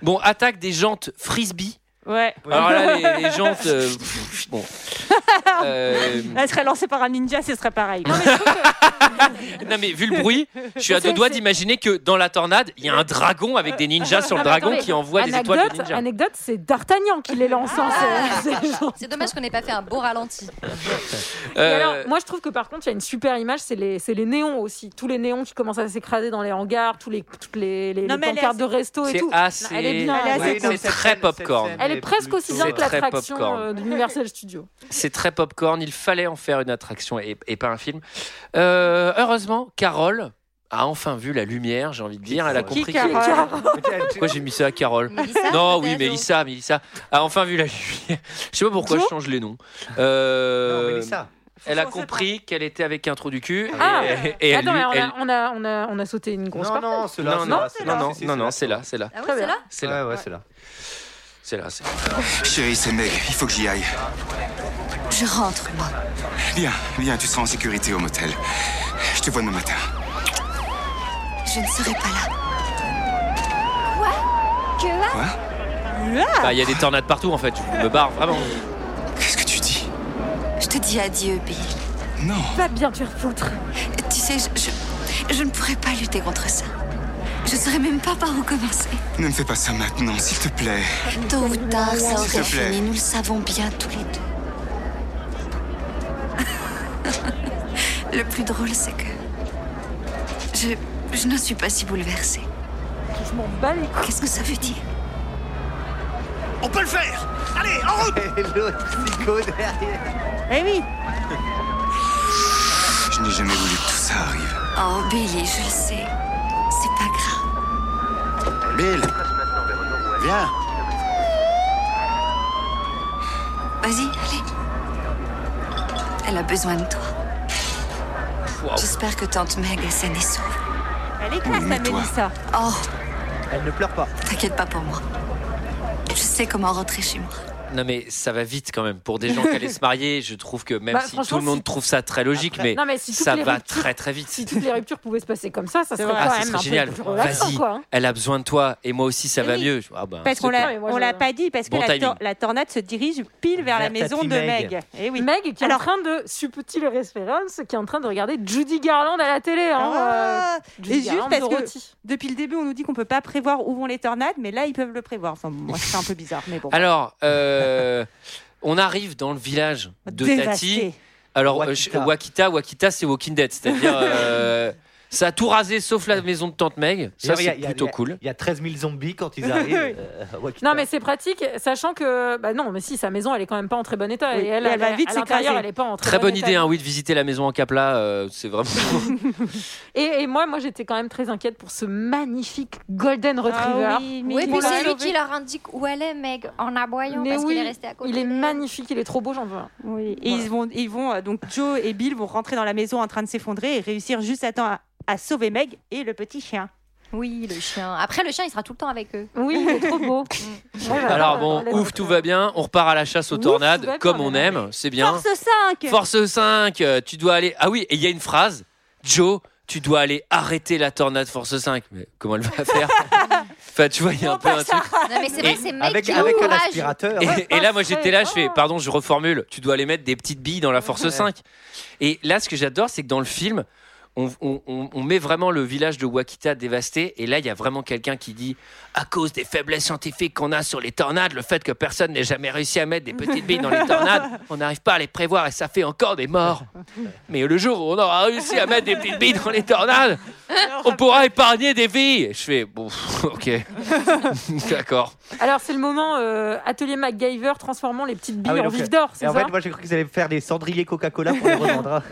F: bon, attaque des jantes frisbee.
G: Ouais.
F: Alors là, les, les jantes. euh, pff, bon. Euh,
G: Elle serait lancée par un ninja, ce serait pareil.
F: Non mais vu le bruit, je suis à
H: C'est-
F: deux doigts
H: c'est-
F: d'imaginer que dans la tornade, il y a un dragon avec des ninjas sur le
H: Ah, mais
F: dragon
H: attendez,
F: qui envoie des étoiles de
H: anecdote,
F: ninja.
H: anecdote, c'est D'Artagnan qui les lance. hein, c'est- c'est genre-
I: Ah. C'est dommage qu'on n'ait pas fait un beau ralenti.
H: Et
F: Euh,
H: alors, moi, je trouve que par contre, il y a une super image, c'est les, c'est les néons aussi. Tous les néons qui commencent à s'écraser dans les hangars, tous les, toutes les, les,
G: Non,
H: les
G: mais elle est
H: pancartes
G: assez-
H: de resto et
F: Euh, c'est
H: tout.
F: assez.
H: Elle est bien,
G: Elle est assez
F: ouais,
G: cool.
F: c'est très popcorn.
H: Elle est presque aussi bien
F: C'est
H: que
F: très
H: l'attraction
F: popcorn.
H: euh, d'Universal Studios.
F: C'est très popcorn. Il fallait en faire une attraction et, et pas un film. Euh, heureusement, Carole a enfin vu la lumière. J'ai envie de dire, elle a
G: Qui,
F: compris. que-
H: Ah
G: Carole
I: Ah
F: Pourquoi j'ai mis ça à Carole
I: Mélissa,
F: Non, oui,
I: peut-être,
F: Mélissa, Mélissa a enfin vu la lumière. Je sais pas pourquoi je change les noms. Euh, Elle a
G: Faut- faut-
F: compris qu'elle était avec un trou du cul.
H: Ah.
F: et, et elle
H: Attends,
F: lui-
H: mais on,
F: elle-
H: a, on, a, on, a, on a sauté une grosse
J: Non,
H: part.
J: non, c'est là.
F: non,
J: c'est
F: non,
J: là, c'est
F: non,
J: là.
F: non,
J: Si, si,
F: non,
J: c'est
F: non,
J: là.
F: c'est là, c'est là,
I: Ah oui,
H: Très
I: c'est
H: bien.
I: là
F: c'est là,
J: Ouais, ouais, c'est là.
F: c'est là. c'est là.
K: Chérie, c'est Meg. Il faut que j'y aille.
A: Je rentre, moi.
K: Bien, bien, tu seras en sécurité au motel. Je te vois demain matin.
A: Je ne serai pas là.
I: Que là
F: Bah, il y a des tornades partout en fait. Je me barre vraiment.
K: Qu'est-ce que tu dis
A: Je te dis adieu, Bill.
K: Non.
H: Va bien te faire foutre.
A: Tu sais, je, je, je ne pourrais pas lutter contre ça. Je ne saurais même pas par où commencer.
K: Ne me fais pas ça maintenant, s'il te plaît.
A: Tôt ou tard, ça
K: S'il te
A: aurait
K: plaît.
A: fini. Nous le savons bien tous les deux. le plus drôle, c'est que je, je ne suis pas si bouleversée.
H: Je m'en bats les couilles.
A: Qu'est-ce que ça veut dire
K: On peut le faire Allez, en route
J: Et l'autre psycho derrière.
G: Eh oui,
K: Je n'ai jamais voulu que tout ça arrive.
A: Oh, Billy, je le sais. C'est pas grave.
K: Bill Viens
A: Vas-y, allez. Elle a besoin de toi.
F: Waouh.
A: J'espère que tante Meg est saine et sauve.
G: elle est classe,
K: Oui,
G: la
K: mais toi.
G: Mélissa.
A: Oh,
J: Elle ne pleure pas.
A: t'inquiète pas pour moi. Je sais comment rentrer chez moi.
F: Non mais ça va vite quand même. Pour des gens qui allaient se marier, je trouve que même
H: Bah,
F: si tout
H: franchement,
F: le monde
H: si-
F: trouve ça très logique, mais,
H: Non, mais si toutes
F: ça
H: les
F: va
H: ruptures-
F: très très vite.
H: Si toutes les ruptures pouvaient se passer comme ça, ça
G: C'est
H: serait
G: vrai.
H: quand
F: Ah, ce
H: même
F: serait
H: un
F: génial.
H: peu plus relaxant,
F: Vas-y,
H: quoi. hein.
F: elle a besoin de toi et moi aussi ça
G: Eh
F: va
G: oui.
F: mieux. Ah, bah,
G: Parce qu'on
F: c'est
G: l'a,
F: clair.
H: mais moi,
G: on
H: je-
G: l'a pas dit, parce que
F: Bon
G: la,
F: timing.
G: tor- la tornade se dirige pile vers,
J: Vers
G: la maison
J: Tati
G: de
J: Meg.
G: Meg. Eh oui.
H: Meg qui est
G: Alors-
H: en train de subtil référence, qui est en train de regarder Judy Garland à la télé. Hein, euh,
G: Ah,
H: Judy
G: Et juste
H: Garland,
G: parce que-
H: Dorothy.
G: Depuis le début, on nous dit qu'on peut pas prévoir où vont les tornades, mais là, ils peuvent le prévoir. Enfin, moi, c'est un peu bizarre, mais bon.
F: Alors, euh, on arrive dans le village de Tati.
G: Dévasté.
F: Alors, euh, je-
J: Wakita.
F: Wakita, Wakita, c'est Walking Dead, c'est-à-dire euh, ça a tout rasé sauf la maison de tante Meg. Ça
J: Genre, il y a-
F: c'est
J: il y a-
F: plutôt
J: il y a-
F: cool.
J: Il y a 13 000 zombies quand ils arrivent. euh, à Wakita.
H: Non, mais c'est pratique, sachant que. Bah non, mais si, sa maison, elle est quand même pas en très bon état.
G: Oui,
H: Et elle,
G: et elle va
H: à-
G: vite
H: à l'intérieur,
G: s'écraser.
H: Elle est pas en très,
F: Très
H: bon
F: bonne
H: état.
F: idée, hein, oui, de visiter la maison en Capla. euh, c'est vraiment.
H: Et, et moi, moi j'étais quand même très inquiète pour ce magnifique Golden Retriever.
G: Ah oui, mais
I: Oui,
G: ils
I: puis
G: l'ont
I: c'est lui
G: sauvé.
I: qui leur indique où elle est, Meg, en aboyant
H: Mais
I: parce
H: oui,
I: qu'il est resté à côté.
H: Il est
I: d'elle.
H: magnifique, il est trop beau, j'en veux un.
G: Oui, et ils vont, ils vont euh, donc Joe et Bill vont rentrer dans la maison en train de s'effondrer et réussir juste à temps à à sauver Meg et le petit chien.
I: Oui, le chien. Après, le chien, il sera tout le temps avec eux.
H: Oui, il est trop beau. Ouais, bah,
F: Alors
H: bah,
F: bon,
H: bah,
F: ouf, tout va bien. On repart à la chasse aux
H: Ouf, tout va
F: tornades,
H: bien,
F: comme on
H: mais non,
F: aime. C'est bien.
G: Force 5
F: Force 5, euh, tu dois aller. Ah oui, et il y a une phrase. Joe, tu dois aller arrêter la tornade Force 5. Mais comment elle va faire Enfin, tu vois, il y a un peu un truc.
A: Non, mais c'est vrai,
F: Et
A: c'est mec
J: Avec,
A: qui a le
J: avec un
A: courage.
J: aspirateur.
F: Et,
H: Ouais,
F: et là,
H: pas
F: moi,
H: frais.
F: j'étais là, je fais,
H: Ah.
F: pardon, je reformule. Tu dois aller mettre des petites billes dans la Force 5. Et là, ce que j'adore, c'est que dans le film, on, on- on- on met vraiment le village de Wakita dévasté. Et là, il y a vraiment quelqu'un qui dit à cause des faiblesses scientifiques qu'on a sur les tornades, le fait que personne n'ait jamais réussi à mettre des petites billes dans les tornades, on n'arrive pas à les prévoir et ça fait encore des morts. Mais le jour où on aura réussi à mettre des petites billes dans les tornades, on pourra épargner des vies. Je fais bon, ok, d'accord.
H: Alors, c'est le moment euh, Atelier MacGyver transformant les petites billes
J: Ah oui,
H: en
J: donc,
H: vifs d'or, c'est
J: Et en
H: ça
J: fait, moi j'ai cru qu'ils allaient faire des cendriers Coca-Cola pour les revendre. hein.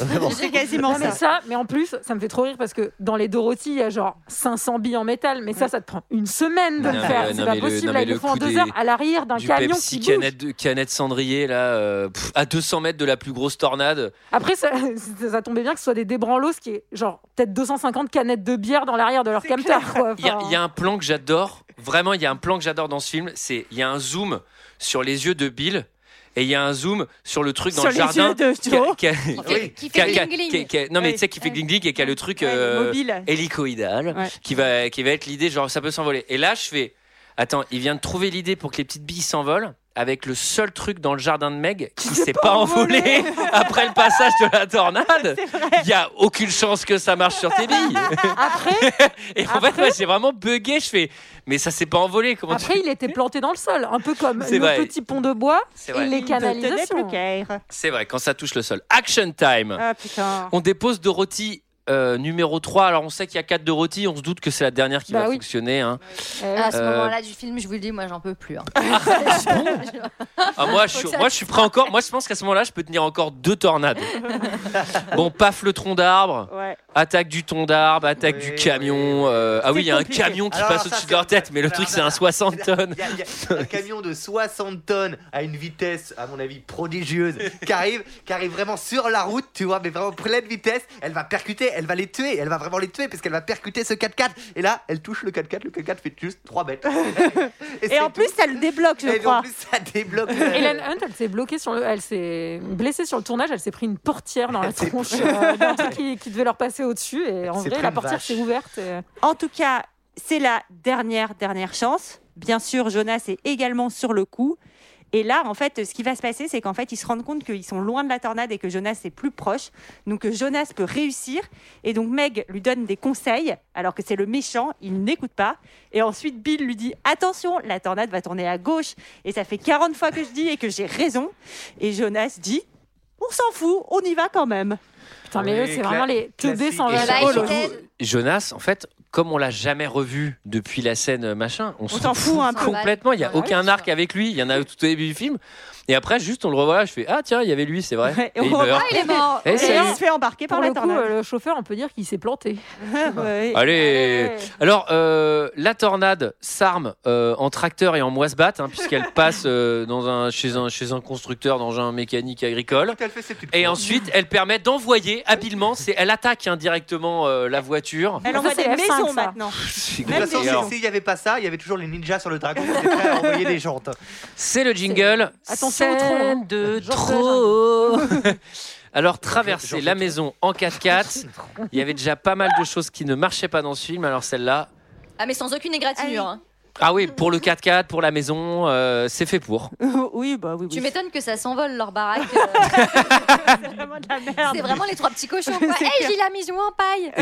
J: Vraiment.
G: C'est quasiment
H: Non, mais
G: ça.
H: ça, mais en plus, ça me fait trop rire parce que dans les Dorothy, il y a genre 500 billes en métal, mais ça, ça te prend une semaine de
F: Non,
H: le
F: mais-
H: faire.
F: non,
H: C'est pas
F: mais le- non,
H: possible,
F: mais
H: elles le
F: le
H: font en
F: coup
H: deux
F: des-
H: heures à l'arrière d'un
F: du
H: camion
F: Pepsi
H: qui bouge.
F: canette, de- canette cendrier là euh, pff, à 200 mètres de la plus grosse tornade
H: Après, ça, ça tombait bien que ce soit des débranlos, qui est genre peut-être 250 canettes de bière dans l'arrière de leur camtar. quoi.
F: il y, a-
H: Enfin,
F: il y a un plan que j'adore vraiment il y a un plan que j'adore dans ce film c'est il y a un zoom sur les yeux de Bill et il y a un zoom sur le truc dans
G: Sur
F: le
G: les
F: jardin
G: yeux de
F: qui a-
G: Joe.
F: qui a-
A: fait-
F: oui,
A: qui
F: qui a-
A: fait
F: qui a-
A: gling-gling.
F: qui a- qui a- non mais
G: Oui.
F: tu sais qui fait
G: Ouais.
F: gling gling et qui a le truc
G: Ouais,
F: euh,
G: mobile.
F: hélicoïdal
G: Ouais.
F: qui va qui va être l'idée genre ça peut s'envoler et là je fais attends il vient de trouver l'idée pour que les petites billes s'envolent avec le seul truc dans le jardin de Meg qui s'est pas envolé après le passage de la tornade il y a aucune chance que ça marche sur tes billes
H: Après,
F: et en fait
H: Après-
F: moi j'ai vraiment bugué je fais mais ça s'est pas envolé comment tu
H: après, il était planté dans le sol, un peu comme
F: C'est
H: le
F: vrai.
H: petit pont de bois
F: c'est
H: et
F: vrai
H: les canalisations.
G: Débloquer.
F: c'est vrai quand ça touche le sol action time
G: Ah putain.
F: On dépose Dorothy euh, numéro 3. Alors on sait qu'il y a 4 Dorothy, on se doute que c'est la dernière qui
H: Bah
F: va
H: oui.
F: fonctionner. hein.
H: Euh,
A: À ce
F: Euh,
A: moment-là du film, je vous le dis, moi j'en peux plus. hein.
F: Ah, moi, je,
A: Faut que
F: suis-
A: ça
F: moi je suis prêt encore. Moi je pense qu'à ce moment-là, je peux tenir encore deux tornades. bon, paf le tronc d'arbre,
G: Ouais.
F: attaque du tronc d'arbre, attaque
J: Oui,
F: du
J: oui,
F: camion. euh, ah oui, il y a un
G: compliqué.
F: camion qui
J: Alors,
F: passe
J: ça,
F: au-dessus
J: c'est-
F: de leur tête, mais le
J: alors,
F: truc c'est
J: alors,
F: un 60 tonnes.
J: Il y a- il y a un camion de 60 tonnes à une vitesse, à mon avis, prodigieuse, qui arrive, qui arrive vraiment sur la route, tu vois, mais vraiment pleine vitesse. Elle va percuter, elle va les tuer, elle va vraiment les tuer, parce qu'elle va percuter ce 4x4. Et là, elle touche le 4x4, le 4x4 fait juste 3 mètres.
G: Et en plus, ça le débloque, je
J: et en
G: crois.
J: plus, ça débloque.
H: Hélène Hunt, elle s'est bloquée sur le, elle s'est blessée sur le tournage, elle s'est pris une portière dans la
J: Elle s'est
H: tronche, euh, d'un truc qui, qui devait leur passer au-dessus et en
J: s'est
H: vrai
J: pris
H: la
J: une
H: portière
J: vache.
H: s'est ouverte. et-
G: En tout cas, c'est la dernière, dernière chance. Bien sûr, Jonas est également sur le coup. Et là, en fait, ce qui va se passer, c'est qu'en fait, ils se rendent compte qu'ils sont loin de la tornade et que Jonas est plus proche. Donc, que Jonas peut réussir. Et donc, Meg lui donne des conseils, alors que c'est le méchant, il n'écoute pas. Et ensuite, Bill lui dit Attention, la tornade va tourner à gauche. Et ça fait 40 fois que je dis et que j'ai raison. Et Jonas dit On s'en fout, on y va quand même.
H: Putain, mais
J: Oui,
H: eux,
J: Ah,
H: c'est
J: cla-
H: vraiment les teubés
J: classique.
H: sans
F: Et
H: valeur.
A: Là,
F: surtout,
A: il t'aide.
F: Oh, Jonas, en fait, comme on l'a jamais revu depuis la scène euh, machin, on,
G: On s'en fout un peu.
F: complètement. Il n'y a
A: Ouais,
F: aucun
A: bien
F: arc
A: sûr.
F: avec lui. Il y en a tout au début du film. Et après, juste, on le revoit là. Je fais Ah, tiens, il y avait lui, c'est vrai.
G: Ouais,
F: Et il
G: on
F: meurt.
G: revoit,
A: Il est mort.
F: Eh,
G: Et
F: salut.
G: il se fait embarquer
H: Pour
G: par la
H: le coup,
G: tornade.
H: euh, le chauffeur, on peut dire qu'il s'est planté.
G: Ah Ouais.
F: Allez Alors, euh, la tornade s'arme euh, en tracteur et en moisse batte, hein, puisqu'elle passe euh, dans un, chez, un, chez un constructeur d'engins mécaniques agricoles.
J: Elle fait ses petites
F: Et
J: courses.
F: ensuite, elle permet d'envoyer habilement, c'est- elle attaque hein, directement euh, la voiture.
G: Elle
H: Ça,
G: envoie
H: c'est
G: des
H: F5,
G: maisons
H: ça.
G: maintenant.
F: C'est
J: De toute façon,
G: Même
J: si-
G: les gens.
J: s'il n'y avait pas ça, il y avait toujours les ninjas sur le dragon qui étaient prêts à envoyer des jantes.
F: C'est le jingle.
H: Attention au
F: Scène
H: tronc, hein.
F: de
H: Genre
F: trop. Alors, traverser
J: Genre
F: la
J: de
F: maison en 4x4, il y avait déjà pas mal de choses qui ne marchaient pas dans ce film, alors celle-là.
I: Ah, mais sans aucune égratignure. hein.
F: Ah oui, pour le 4x4, pour la maison, euh, c'est fait pour.
G: oui, bah oui. oui.
I: Tu m'étonnes que ça s'envole leur baraque. euh,
G: C'est vraiment de la merde.
I: c'est vraiment les trois petits cochons. Quoi.
G: C'est
I: Hey,
G: clair.
I: j'ai la maison en paille.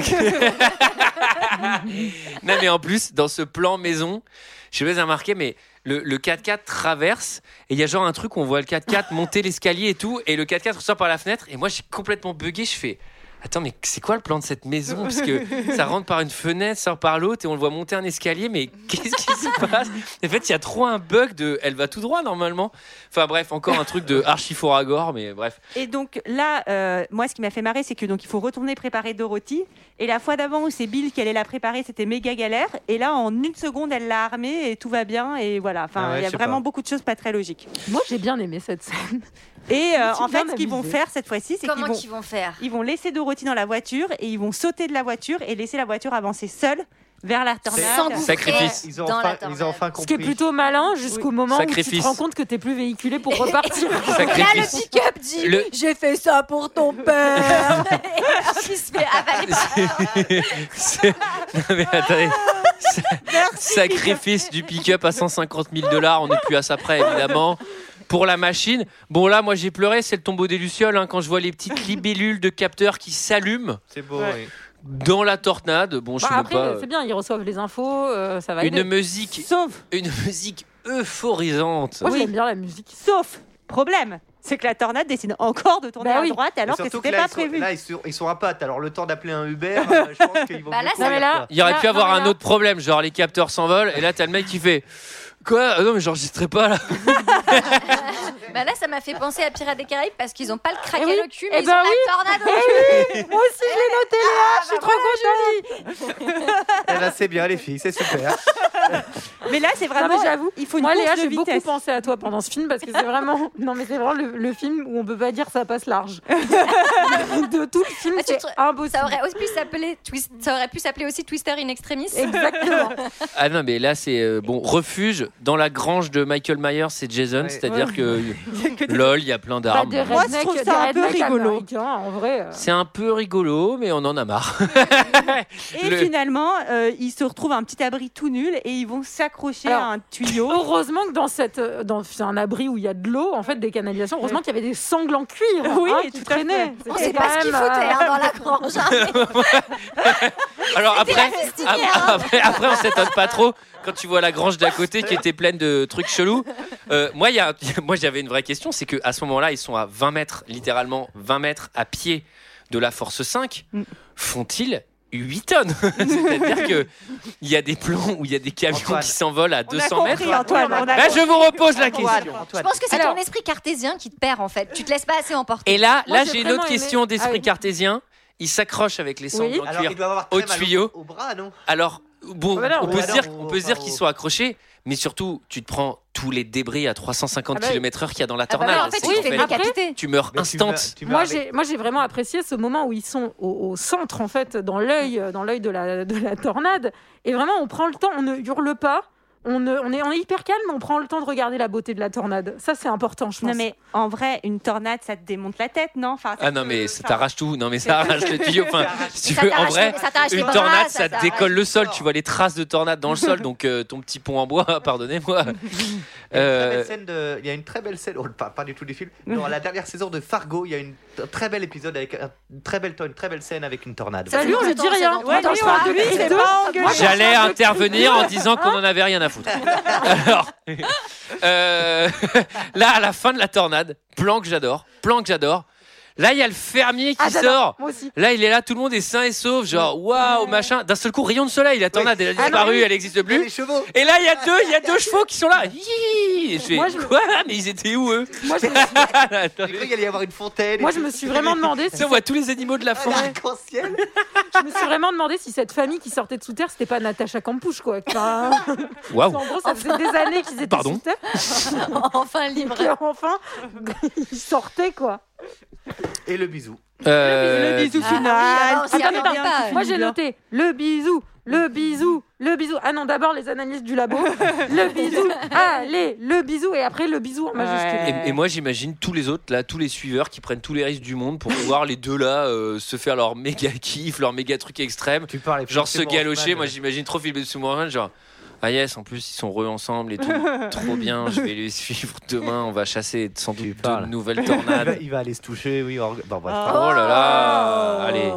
F: Non, mais en plus, dans ce plan maison, je sais pas si vous avez remarqué, mais le, le 4x4 traverse et il y a genre un truc où on voit le 4x4 monter l'escalier et tout, et le 4x4 ressort par la fenêtre. Et moi, j'ai complètement bugué. Je fais Attends, mais c'est quoi le plan de cette maison Parce que ça rentre par une fenêtre, sort par l'autre, et on le voit monter un escalier, mais qu'est-ce qui se passe En fait, il y a trop un bug de Elle va tout droit normalement. Enfin, bref, encore un truc de Archiforagor, mais bref.
G: Et donc là, euh, moi, ce qui m'a fait marrer, c'est que donc il faut retourner préparer Dorothy. Et la fois d'avant où c'est Bill qui allait la préparer, c'était méga galère. Et là, en une seconde, elle l'a armée et tout va bien. Et voilà. Enfin,
J: Ah ouais,
G: il y a
J: je sais
G: vraiment
J: pas.
G: beaucoup de choses pas très logiques.
H: Moi, j'ai bien aimé cette scène.
G: Et euh,
H: tu
G: en
H: viens
G: fait, ce qu'ils vont
H: d'amuser.
G: faire cette fois-ci, c'est qu'ils
A: Comment
G: vont,
A: qu'ils vont faire
G: ils vont laisser Dorothy dans la voiture et ils vont sauter de la voiture et laisser la voiture avancer seule vers la tornade.
A: S'engouffrer
F: Sacrifice.
J: Ils ont,
A: dans
J: enfin,
A: la tornade.
J: ils ont enfin
H: Ce qui
J: compris.
H: est plutôt malin jusqu'au moment où tu
F: Sacrifice.
H: te rends compte que t'es plus véhiculé pour repartir.
A: Là,
F: Sacrifice.
A: le pick-up dit
F: Le-
A: J'ai fait ça pour ton père. Et hop, il se fait avaler par-
F: C'est- Non, mais attendez. Sa- Sacrifice du pick-up à 150 000 dollars, on n'est plus à ça près évidemment. Pour la machine, bon là moi j'ai pleuré, c'est le tombeau des lucioles hein, quand je vois les petites libellules de capteurs qui s'allument
J: C'est beau,
G: Ouais.
J: oui.
F: dans la tornade. Bon je
H: Bah,
F: sais même
H: après,
F: pas.
H: c'est bien, ils reçoivent les infos, euh, ça va
F: Une
H: aider.
F: musique,
G: Sauf,
F: une musique euphorisante.
H: Moi,
G: Oui.
H: j'aime bien la musique.
G: sauf, problème, c'est que la tornade décide encore de tourner
H: Bah
G: à
H: oui.
G: droite alors
J: Mais
G: que
J: surtout
G: c'était
J: là, ils
G: pas
J: sont-
G: prévu.
J: Là, ils sont, ils sont à pattes. Alors, le temps d'appeler un Uber, euh, je pense qu'ils vont.
I: Bah là,
J: beaucoup
I: ça-
J: en
H: Non, mais là-
J: faire, quoi.
F: Il aurait
H: Là,
F: pu avoir
H: non, mais
F: un
H: là-
F: autre problème, genre les capteurs s'envolent et là t'as le mec qui fait quoi Ah Non mais j'enregistrais pas là.
I: Bah là, ça m'a fait penser à Pirates des Caraïbes parce qu'ils ont pas le craqué
H: Eh oui.
I: le cul,
H: Eh
I: mais ils
H: ben
I: ont la tornade au cul. Ah, bah,
H: Moi aussi, je l'ai noté, Léa, je suis trop contente.
J: Eh ben, c'est bien, les filles, c'est super.
G: Mais là, c'est
H: Non,
G: vraiment.
H: mais j'avoue,
G: il faut une
H: Moi,
G: course
H: Léa,
G: de
H: j'ai beaucoup
G: vitesse.
H: pensé à toi pendant ce film parce que c'est vraiment, non mais c'est vraiment le, le film où on peut pas dire ça passe large. de tout le film,
I: Ah, tu
H: c'est
I: te-
H: impossible.
I: Ça aurait aussi pu s'appeler Twist... ça aurait pu s'appeler aussi Twister in Extremis.
H: Exactement.
F: Ah non mais là c'est euh, bon refuge dans la grange de Michael Myers c'est Jason
J: Ouais.
F: c'est-à-dire
H: Ouais.
F: que lol il y a plein
H: Pas
F: d'armes.
H: des
G: Moi, je
H: rednecks-
G: trouve ça
H: des
G: un peu
H: rednecks
G: rigolo.
H: américains, En vrai, euh,
F: C'est un peu rigolo mais on en a marre.
G: Et
F: Le-
G: finalement, euh, ils se retrouvent à un petit abri tout nul et ils vont s'accrocher
H: Alors-
G: à un tuyau.
H: Heureusement que dans, cette, euh, dans c'est un abri où il y a de l'eau, en fait, des canalisations, heureusement qu'il y avait des sangles en cuir
G: Oui,
H: hein,
G: tout
H: qui
G: à
H: traînaient.
G: fait.
H: C'était
I: On sait
H: quand
I: pas ce qu'ils
H: même,
I: foutaient
H: euh,
I: hein, dans la grange. hein.
F: Alors après
I: la festinière,
F: après,
H: hein.
F: après, après, on s'étonne pas trop quand tu vois la grange d'à côté qui était pleine de trucs chelous. Euh, moi il y a moi j'avais une vraie question c'est que à ce moment-là ils sont à 20 mètres littéralement 20 mètres à pied de la force 5
G: Mm.
F: font-ils 8 tonnes C'est-à-dire que il y a des plans où il y a des camions
J: Antoine.
F: qui s'envolent à
G: On a
F: 200 mètres.
G: compris, Antoine. on a
F: Là,
G: compris.
F: je vous repose la
J: Antoine,
F: question.
I: Je
J: Antoine.
I: pense que c'est
H: Alors-
I: ton esprit cartésien qui te perd en fait. Tu te laisses pas assez emporter.
F: Et là,
H: Moi,
F: là
H: j'ai
F: j'ai une autre
H: vraiment aimé-
F: question d'esprit
H: Ah oui.
F: cartésien. Il s'accroche avec les sangles
H: Oui.
F: en
J: Alors,
F: cuir.
J: il doit avoir
F: Au
J: très mal
F: tuyau.
J: Au bras, non
F: Alors, bon,
H: Ah bah non,
F: on,
H: au
F: peut se
J: radar,
F: dire,
J: au-
F: on peut se dire
J: enfin,
F: qu'ils
J: au-
F: sont accrochés, mais surtout, tu te prends tous les débris à 350
H: Ah bah oui.
F: km/h qu'il y a dans la
I: Ah bah
F: tornade.
I: oui, en fait,
F: C'est
I: tu
H: oui,
I: te
F: qu'en
I: fais
H: mais après-
I: décapiter.
F: tu meurs
J: Mais tu
F: instant.
J: meurs- Bah, tu meurs
H: Moi
J: avec-
H: j'ai moi j'ai vraiment apprécié ce moment où ils sont au, au centre en fait dans l'œil euh, dans l'œil de la de la tornade et vraiment on prend le temps on ne hurle pas on ne- on est on est hyper calme on prend le temps de regarder la beauté de la tornade ça c'est important je pense
G: Non, mais en vrai, une tornade, ça te démonte la tête, non enfin,
F: Ah non, mais ça
G: enfin,
F: t'arrache tout. Non, mais ça arrache le tuyau. Enfin, si tu
I: Ça
F: veux, en
I: t'arrache-
F: vrai.
I: ça t'arrache les
F: Une
I: bras,
F: tornade, ça,
I: t'arrache-
F: décolle le sol.
J: corps.
F: Tu vois les traces de tornade dans le sol. Donc, euh, ton petit pont en bois, pardonnez-moi.
J: Il y a une très
F: Euh,
J: belle scène de- Il y a une très belle scène, oh, pas, pas du tout du film, dans la dernière saison de Fargo, il y a une, un très bel épisode avec un très bel une très belle scène avec une tornade.
I: Ça,
H: Salut,
I: c'est
H: on Bah, lui
I: dans-
H: dit
I: c'est
H: rien.
I: dans ton
H: Ouais,
I: temps
H: on lui parle de lui,
I: libre.
H: c'est
I: Deux.
G: pas engueulé.
H: Moi,
F: J'allais
H: Hein
F: intervenir en disant qu'on en avait rien à foutre. Alors, euh, là, à la fin de la tornade, plan que j'adore, plan que j'adore. Là, il y a le fermier qui
H: Ah, j'adore.
F: sort.
H: moi aussi
F: Là, il est là, tout le monde est sain et sauf, genre waouh, machin. D'un seul coup, rayon de soleil, la tornade, elle a
H: Ah, non,
F: disparu,
H: oui.
F: elle n'existe
J: Il y a les
F: plus.
J: chevaux
F: Et là, il y a deux, il y a deux chevaux qui sont là. Hihi Et je fais,
H: Moi, je-
F: quoi Mais ils étaient où eux
H: moi je, me suis-
J: J'ai cru qu'il allait y avoir une fontaine.
H: moi, je me suis vraiment demandé
F: Tu
H: si
F: sais, on voit tous les animaux de la
J: Ah,
F: forêt.
J: l'arc-en-ciel
H: je me suis vraiment demandé si cette famille qui sortait de sous terre c'était pas Natacha Campouche quoi Enfin, en
F: Waouh.
H: gros ça faisait des années qu'ils étaient
F: Pardon
H: sous terre
I: Enfin
H: et
I: libre.
H: que, enfin ils sortaient quoi
J: Et le bisou.
F: Euh,
G: Le bisou
I: Ah, oui,
G: final.
I: alors, on s'y
G: Attends,
I: attend
G: attends,
I: pas.
G: tu finis
H: Moi j'ai
G: bien.
H: noté le bisou, le bisou, le bisou. Ah non, d'abord les analystes du labo. le bisou, allez, le bisou et après le bisou en majuscule.
G: Ouais.
F: Et, et moi j'imagine tous les autres là, tous les suiveurs qui prennent tous les risques du monde pour voir les deux là euh, se faire leur méga kiff, leur méga truc extrême,
J: Tu parles.
F: genre se galocher. Moi j'imagine trop Philippe de Soumorin, genre ah yes, en plus ils sont re ensemble et tout, trop bien. Je vais les suivre demain, on va chasser sans doute de
J: parles.
F: nouvelles
J: Il va,
F: tornades.
J: il va aller se toucher, oui. or- Bon, bref,
G: Ah.
J: pardon.
F: Oh là là, allez.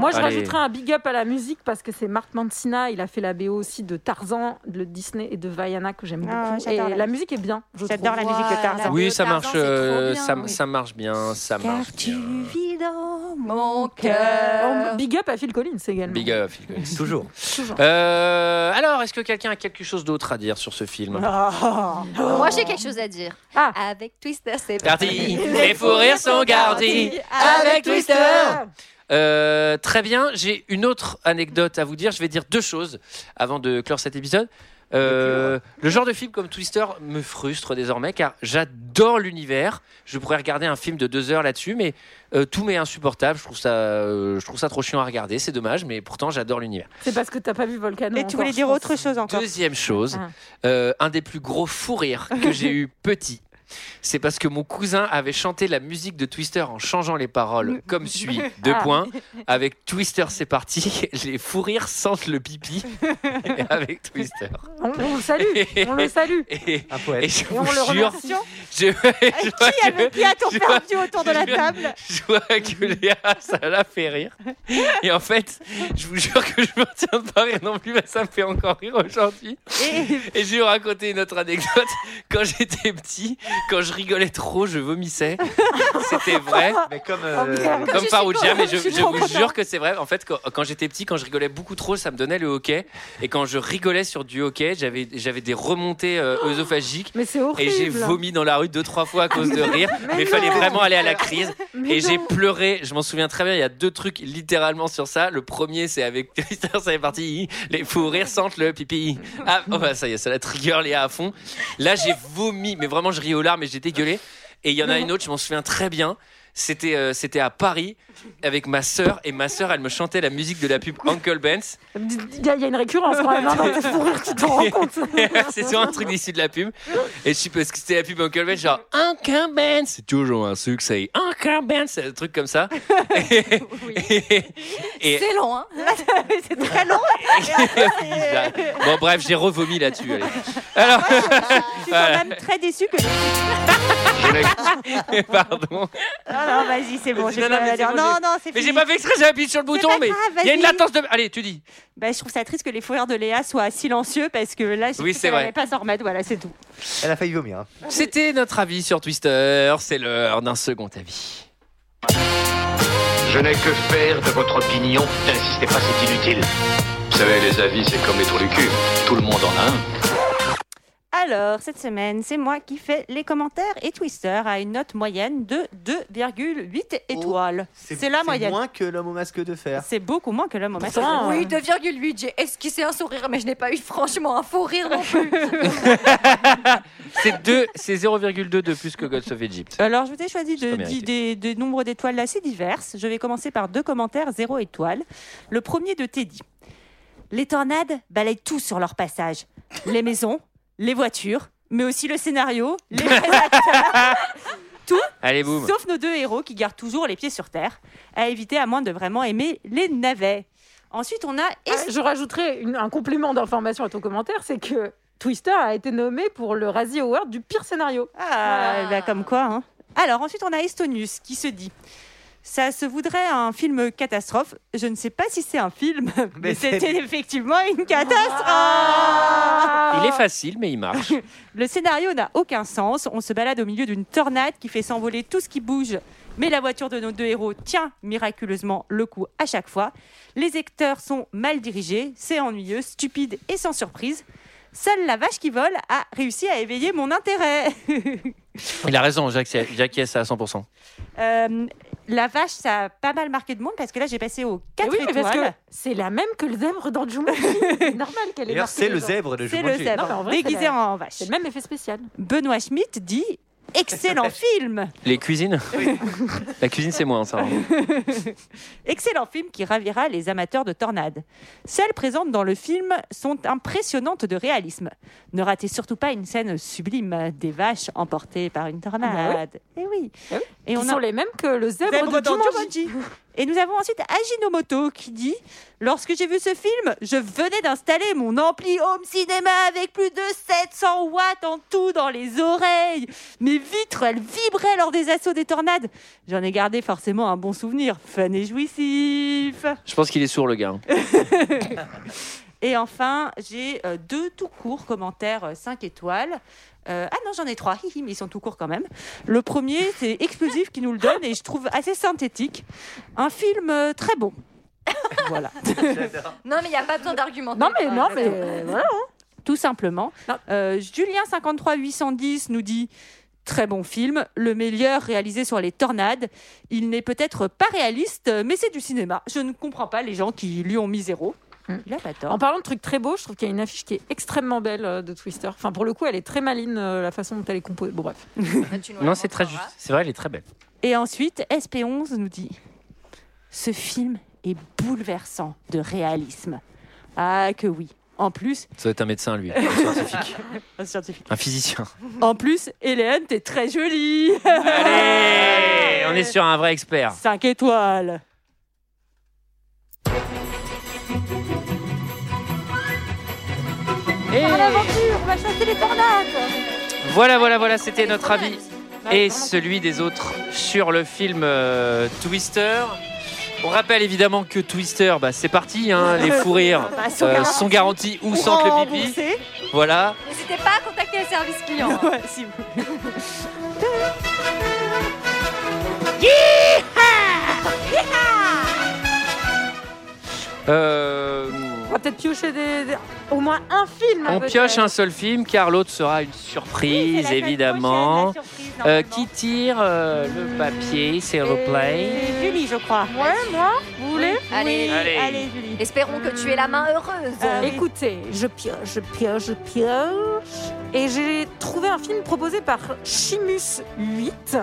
H: Moi je
F: Allez.
H: rajouterais un big up à la musique parce que c'est Marc Mancina, il a fait la BO aussi de Tarzan, de Disney et de Vaiana que j'aime
G: Ah,
H: beaucoup. Et
G: j'adore
H: la,
G: la
H: musique est bien. je
G: J'adore
H: trouve.
G: la musique de Tarzan.
F: Oui,
I: Le
F: ça
I: Tarzan,
F: marche,
I: c'est trop
F: euh,
I: bien,
F: ça,
I: oui.
F: ça marche bien, ça marche
G: Car tu
F: bien.
G: vis dans
I: Mon
H: Euh,
I: cœur.
H: Big up à Phil Collins également.
F: Big up, Phil Collins.
J: Toujours.
F: Euh, alors, est-ce que quelqu'un a quelque chose d'autre à dire sur ce film
G: Ah.
I: Moi, j'ai quelque chose à dire.
H: Ah.
I: Avec Twister, c'est
F: Parti, les fous rires sont gardés avec Twister. Euh, très bien, j'ai une autre anecdote à vous dire. Je vais dire deux choses avant de clore cet épisode. Euh, le genre de film comme Twister me frustre désormais car j'adore l'univers. Je pourrais regarder un film de deux heures là-dessus, mais euh, tout m'est insupportable. Je trouve, ça, euh, je trouve ça trop chiant à regarder. C'est dommage, mais pourtant j'adore l'univers.
H: C'est parce que t'as pas vu Volcano. hein,
G: Et tu voulais dire autre chose encore.
F: Deuxième chose,
H: Ah.
F: euh, un des plus gros fous rires que j'ai eu petit. C'est parce que mon cousin avait chanté la musique de Twister en changeant les paroles comme suit. Deux
H: Ah.
F: points. Avec Twister, c'est parti. Les fous rires sentent le pipi. Et avec Twister.
H: On, on le salue, on le salue.
F: Et,
J: Un poète.
F: et je
H: Et on
F: vous
H: le
F: jure,
H: remercie.
F: je, je vois
G: Qui avait
F: que-
G: qui a-t-on
F: je vois-
G: perdu autour de la
F: je-
G: table
F: Je vois que Léa, ça la fait rire. Et en fait, je vous jure que je me tiens de pas rire non plus, mais ça me fait encore rire aujourd'hui. Et je vais vous raconter une autre anecdote. Quand j'étais petit, quand je rigolais trop, je vomissais. C'était vrai.
J: Mais comme. euh,
H: Oh, merde.
F: Comme
H: Je suis
F: Farouja,
H: contente,
F: mais je,
H: je suis
F: je
H: trop
F: vous
H: contente.
F: jure que c'est vrai. En fait, quand, quand j'étais petit, quand je rigolais beaucoup trop, ça me donnait le hockey. Et quand je rigolais sur du hockey, j'avais j'avais des remontées euh, œsophagiques.
H: Mais c'est
F: Et
H: Oh, horrible.
F: j'ai vomi dans la rue deux trois fois à cause de rire,
H: Mais
F: mais il fallait
H: non.
F: vraiment aller à la crise.
H: Mais
F: Et j'ai
H: non.
F: pleuré, je m'en souviens très bien, il y a deux trucs littéralement sur ça. Le premier, c'est avec Twister, ça est parti. Les fous rires sentent le pipi. Ah, oh, bah, ça y est, ça la trigger Léa à fond. Là, j'ai vomi, mais vraiment, je ris aux larmes et j'ai dégueulé. Et il y en a une autre, je m'en souviens très bien. C'était euh, c'était à Paris avec ma sœur et ma sœur elle me chantait la musique de la pub Uncle Ben's
H: Il y, a- il y a une récurrence quand même. hein, Non, non, pour rire, tu te rends compte.
F: c'est sur un truc d'ici de la pub. Et je suis parce que c'était la pub Uncle Ben, genre Uncle Ben, c'est toujours un succès. Uncle Ben, c'est un truc comme ça. Et- et- et-
I: C'est long, hein
G: C'est très long.
F: bon, bref, j'ai revomi là-dessus. allez. Alors,
G: Je suis
F: Voilà.
G: quand même très déçue que.
F: pardon.
G: Non, non, vas-y, c'est bon.
F: Vas-y,
G: j'ai
F: non, non,
G: pas
F: mais
G: à
F: c'est
G: dire.
F: bon,
G: Non, non, c'est
F: Mais
G: fini.
F: j'ai pas fait exprès, j'ai appuyé sur le bouton.
G: pas
F: Mais
G: grave,
F: il y a une
G: vas-y.
F: latence de. Allez, tu dis.
G: Bah, je trouve ça triste que les fourrures de Léa soient silencieux parce que là, je
F: Oui, c'est
G: sais qu'elle
F: vrai.
G: n'allait pas s'en remettre. Voilà, c'est tout.
J: Elle a failli vomir. hein.
F: C'était notre avis sur Twister. C'est l'heure d'un second avis.
B: Je n'ai que faire de votre opinion. N'insistez pas, c'est inutile. Vous savez, les avis, c'est comme les trous du cul. Tout le monde en a un.
G: Alors, cette semaine, c'est moi qui fais les commentaires et Twister a une note moyenne de 2,8
F: Oh,
G: étoiles. c'est la moyenne.
J: moins que l'homme au masque de fer.
G: C'est beaucoup moins que l'homme au masque.
H: Pourtant,
I: Oui, 2,8. J'ai esquissé un sourire, mais je n'ai pas eu franchement un faux rire non plus.
F: C'est deux- c'est 0,2 de plus que Gods of Egypt.
G: Alors, je vous ai choisi
F: pas
G: de-
F: mérité.
G: di- des, des nombres d'étoiles assez diverses. Je vais commencer par deux commentaires, zéro étoile. Le premier de Teddy. Les tornades balayent tout sur leur passage. Les maisons, les voitures, mais aussi le scénario, les vrais acteurs.
F: Allez, boum.
G: Sauf nos deux héros qui gardent toujours les pieds sur terre, à éviter à moins de vraiment aimer les navets. Ensuite, on a...
H: Ah, je rajouterai une- un complément d'information à ton commentaire, c'est que Twister a été nommé pour le Razzie Award du pire scénario.
G: Ah,
I: Ah.
G: bah, comme quoi. hein. Alors ensuite, on a Estonius qui se dit. Ça se voudrait un film catastrophe. Je ne sais pas si c'est un film, mais,
J: Mais c'est-
G: c'était effectivement une catastrophe.
F: Il est facile, mais il marche.
G: Le scénario n'a aucun sens. On se balade au milieu d'une tornade qui fait s'envoler tout ce qui bouge. Mais la voiture de nos deux héros tient miraculeusement le coup à chaque fois. Les acteurs sont mal dirigés, c'est ennuyeux, stupide et sans surprise. Seule la vache qui vole a réussi à éveiller mon intérêt.
F: Il a raison, j'accep- j'acquiesce à 100%.
G: Euh, la vache, ça a pas mal marqué de monde parce que là, j'ai passé aux 4
H: Eh oui, mais parce que
G: étoiles.
H: c'est la même que le zèbre dans Jumanji. c'est normal qu'elle ait
J: D'ailleurs,
H: marqué
J: c'est
H: les
J: le
H: gens.
J: zèbre de
G: C'est
J: Jumanji.
G: le
H: Non, mais en
G: zèbre,
H: vrai, c'est
G: déguisé
H: la-
G: en vache.
H: C'est le même effet spécial.
G: Benoît Schmitt dit Excellent film
F: Les cuisines La cuisine, c'est moi, hein, ça.
G: Excellent film qui ravira les amateurs de tornades. Celles présentes dans le film sont impressionnantes de réalisme. Ne ratez surtout pas une scène sublime des vaches emportées par une tornade. Eh oui.
H: Eh oui.
G: Et
H: Ils
G: on a-
H: sont les mêmes que le zèbre,
G: Zèbre
H: de
G: dans
H: Jumanji.
G: Jumanji. Et nous avons ensuite Ajinomoto qui dit Lorsque j'ai vu ce film, je venais d'installer mon ampli home cinéma avec plus de 700 watts en tout dans les oreilles. Mes vitres, elles vibraient lors des assauts des tornades. J'en ai gardé forcément un bon souvenir, fun et jouissif.
F: Je pense qu'il est sourd, le gars.
G: Et enfin, j'ai euh, deux tout courts commentaires 5 étoiles. Euh, ah non, j'en ai trois, hihi, mais ils sont tout courts quand même. Le premier, c'est Explosif qui nous le donne et je trouve assez synthétique. Un film euh, très bon. voilà.
I: Non, mais il n'y a pas besoin d'argumenter.
H: Non, mais,
I: Ouais,
H: non, mais
I: exactement.
H: euh, voilà.
G: Tout simplement.
H: Non.
G: Euh, Julien 53810 nous dit Très bon film, le meilleur réalisé sur les tornades. Il n'est peut-être pas réaliste, mais c'est du cinéma. Je ne comprends pas les gens qui lui ont mis zéro. Il a pas tort.
H: En parlant de trucs très beaux, je trouve qu'il y a une affiche qui est extrêmement belle euh, de Twister. Enfin, pour le coup, elle est très maline euh, la façon dont elle est composée. Bon, bref.
F: Non, c'est très juste. C'est vrai, elle est très belle.
G: Et ensuite, SP11 nous dit Ce film est bouleversant de réalisme. Ah, que oui. En plus,
F: Ça doit être un médecin, lui. Un scientifique.
G: un scientifique.
F: Un physicien.
G: En plus, Hélène, t'es très jolie.
F: Allez On est sur un vrai expert.
G: 5 étoiles.
F: Et
H: À l'aventure, on va chasser les tornades
F: voilà, voilà, voilà, c'était notre avis
H: Bah,
F: et celui des autres sur le film euh, Twister. On rappelle évidemment que Twister, bah, c'est parti, hein, les fous rires
G: Bah, sont
F: euh,
G: garantis.
F: sont garantis ou sentent
H: Oh,
F: le pipi.
G: Remboursé.
F: Voilà.
I: N'hésitez pas à contacter le service client. hein.
G: Ouais, si vous-
F: Euh,
H: On va peut-être piocher des, des- au moins un film.
F: on
H: peut-être.
F: pioche un seul film car l'autre sera une
H: bah, C'est la
F: surprise,
H: semaine
F: évidemment.
H: prochaine, la surprise,
F: Euh,
H: normalement.
F: qui tire euh, le papier, c'est replay.
G: Et Julie, je crois.
H: Ouais, moi, vous voulez
I: Allez.
G: Oui,
F: Allez.
G: allez, Julie.
I: Espérons que tu aies la main heureuse.
H: Euh, Écoutez, je pioche, je pioche, je pioche. Et j'ai trouvé un film proposé par Chimus 8.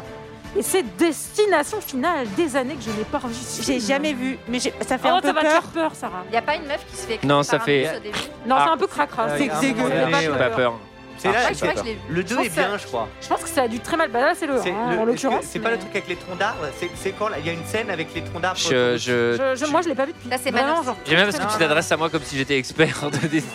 H: Et c'est Destination Finale des années que je n'ai pas revu. ce
G: J'ai
H: film.
G: jamais vu, mais j'ai- ça fait un
H: Oh, ça
G: peu
H: va te faire
G: peur.
H: peur, Sarah.
I: Il n'y a pas une meuf qui se fait
F: Non,
I: par
F: ça
I: un
F: fait-
I: pouce au début
H: Non,
F: Ah.
H: c'est un peu cracra.
J: Euh,
H: c'est
J: il y a un
H: c'est-
J: moment
H: c'est
J: donné,
H: pas
J: ouais.
H: peur.
F: Pas peur.
J: C'est là,
I: Ouais, je crois que je l'ai vu.
J: le 2
H: pense
J: est
H: que-
J: bien, je crois.
H: Je pense que ça a dû très mal. Bah là, c'est le.
J: C'est
H: hein,
J: le-
H: en
J: est-ce que
H: l'occurrence.
J: c'est pas le
H: mais-
J: truc avec les troncs d'arbres C'est- C'est quand là Il y a une scène avec les troncs d'arbres.
F: Je, je-
H: Je- je- moi, je l'ai pas vu depuis.
I: Là, c'est
H: vraiment,
I: Man of
H: genre.
F: J'aime bien parce que tu t'adresses à moi comme si j'étais expert. de Disney.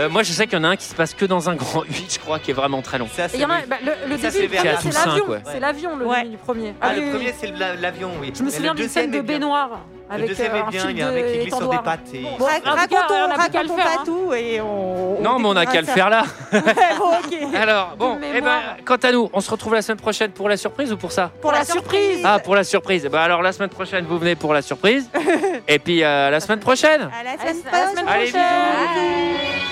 F: Euh, moi, je sais qu'il y en a un qui se passe que dans un grand 8, je crois, qui est vraiment très long.
J: Ça,
H: Et
J: c'est
H: il y en a,
J: le-
H: bah, le, le
J: Ça,
H: début,
J: c'est
H: du
J: vers
H: premier,
J: la
H: c'est
F: fin,
H: l'avion.
F: quoi.
H: C'est l'avion, le
G: Ouais.
H: début du premier.
J: Ah,
H: oui,
J: le
H: oui,
J: premier,
H: oui.
J: c'est le- la- l'avion, oui.
H: Je me
J: Mais
H: souviens
J: le
H: d'une
J: deuxième
H: scène de
J: est bien.
H: baignoire. Avec
J: le deuxième
H: euh,
J: est
H: un
J: bien,
H: film
J: il y a un mec qui
H: de
J: glisse sur des
H: étendoir.
J: pattes. et-
H: Bon,
G: Rac-
H: en tout cas, on
G: racontons
H: n'a plus qu'à le
G: racontons
H: faire,
G: pas
H: hein.
G: tout et on.
F: Non, mais on n'a qu'à le faire là.
G: découvrira ça. Bon, ok.
F: Alors, bon,
H: De
F: eh ben,
H: mémoire.
F: quant à nous, on se retrouve la semaine prochaine pour la surprise ou pour ça
G: Pour la surprise.
F: Ah, pour la surprise. Eh ben, alors, la semaine prochaine, vous venez pour la surprise. Et puis, euh, à la semaine prochaine.
G: À la
H: À la
G: semaine prochaine.
H: semaine
F: Allez,
H: prochaine.
I: Bye.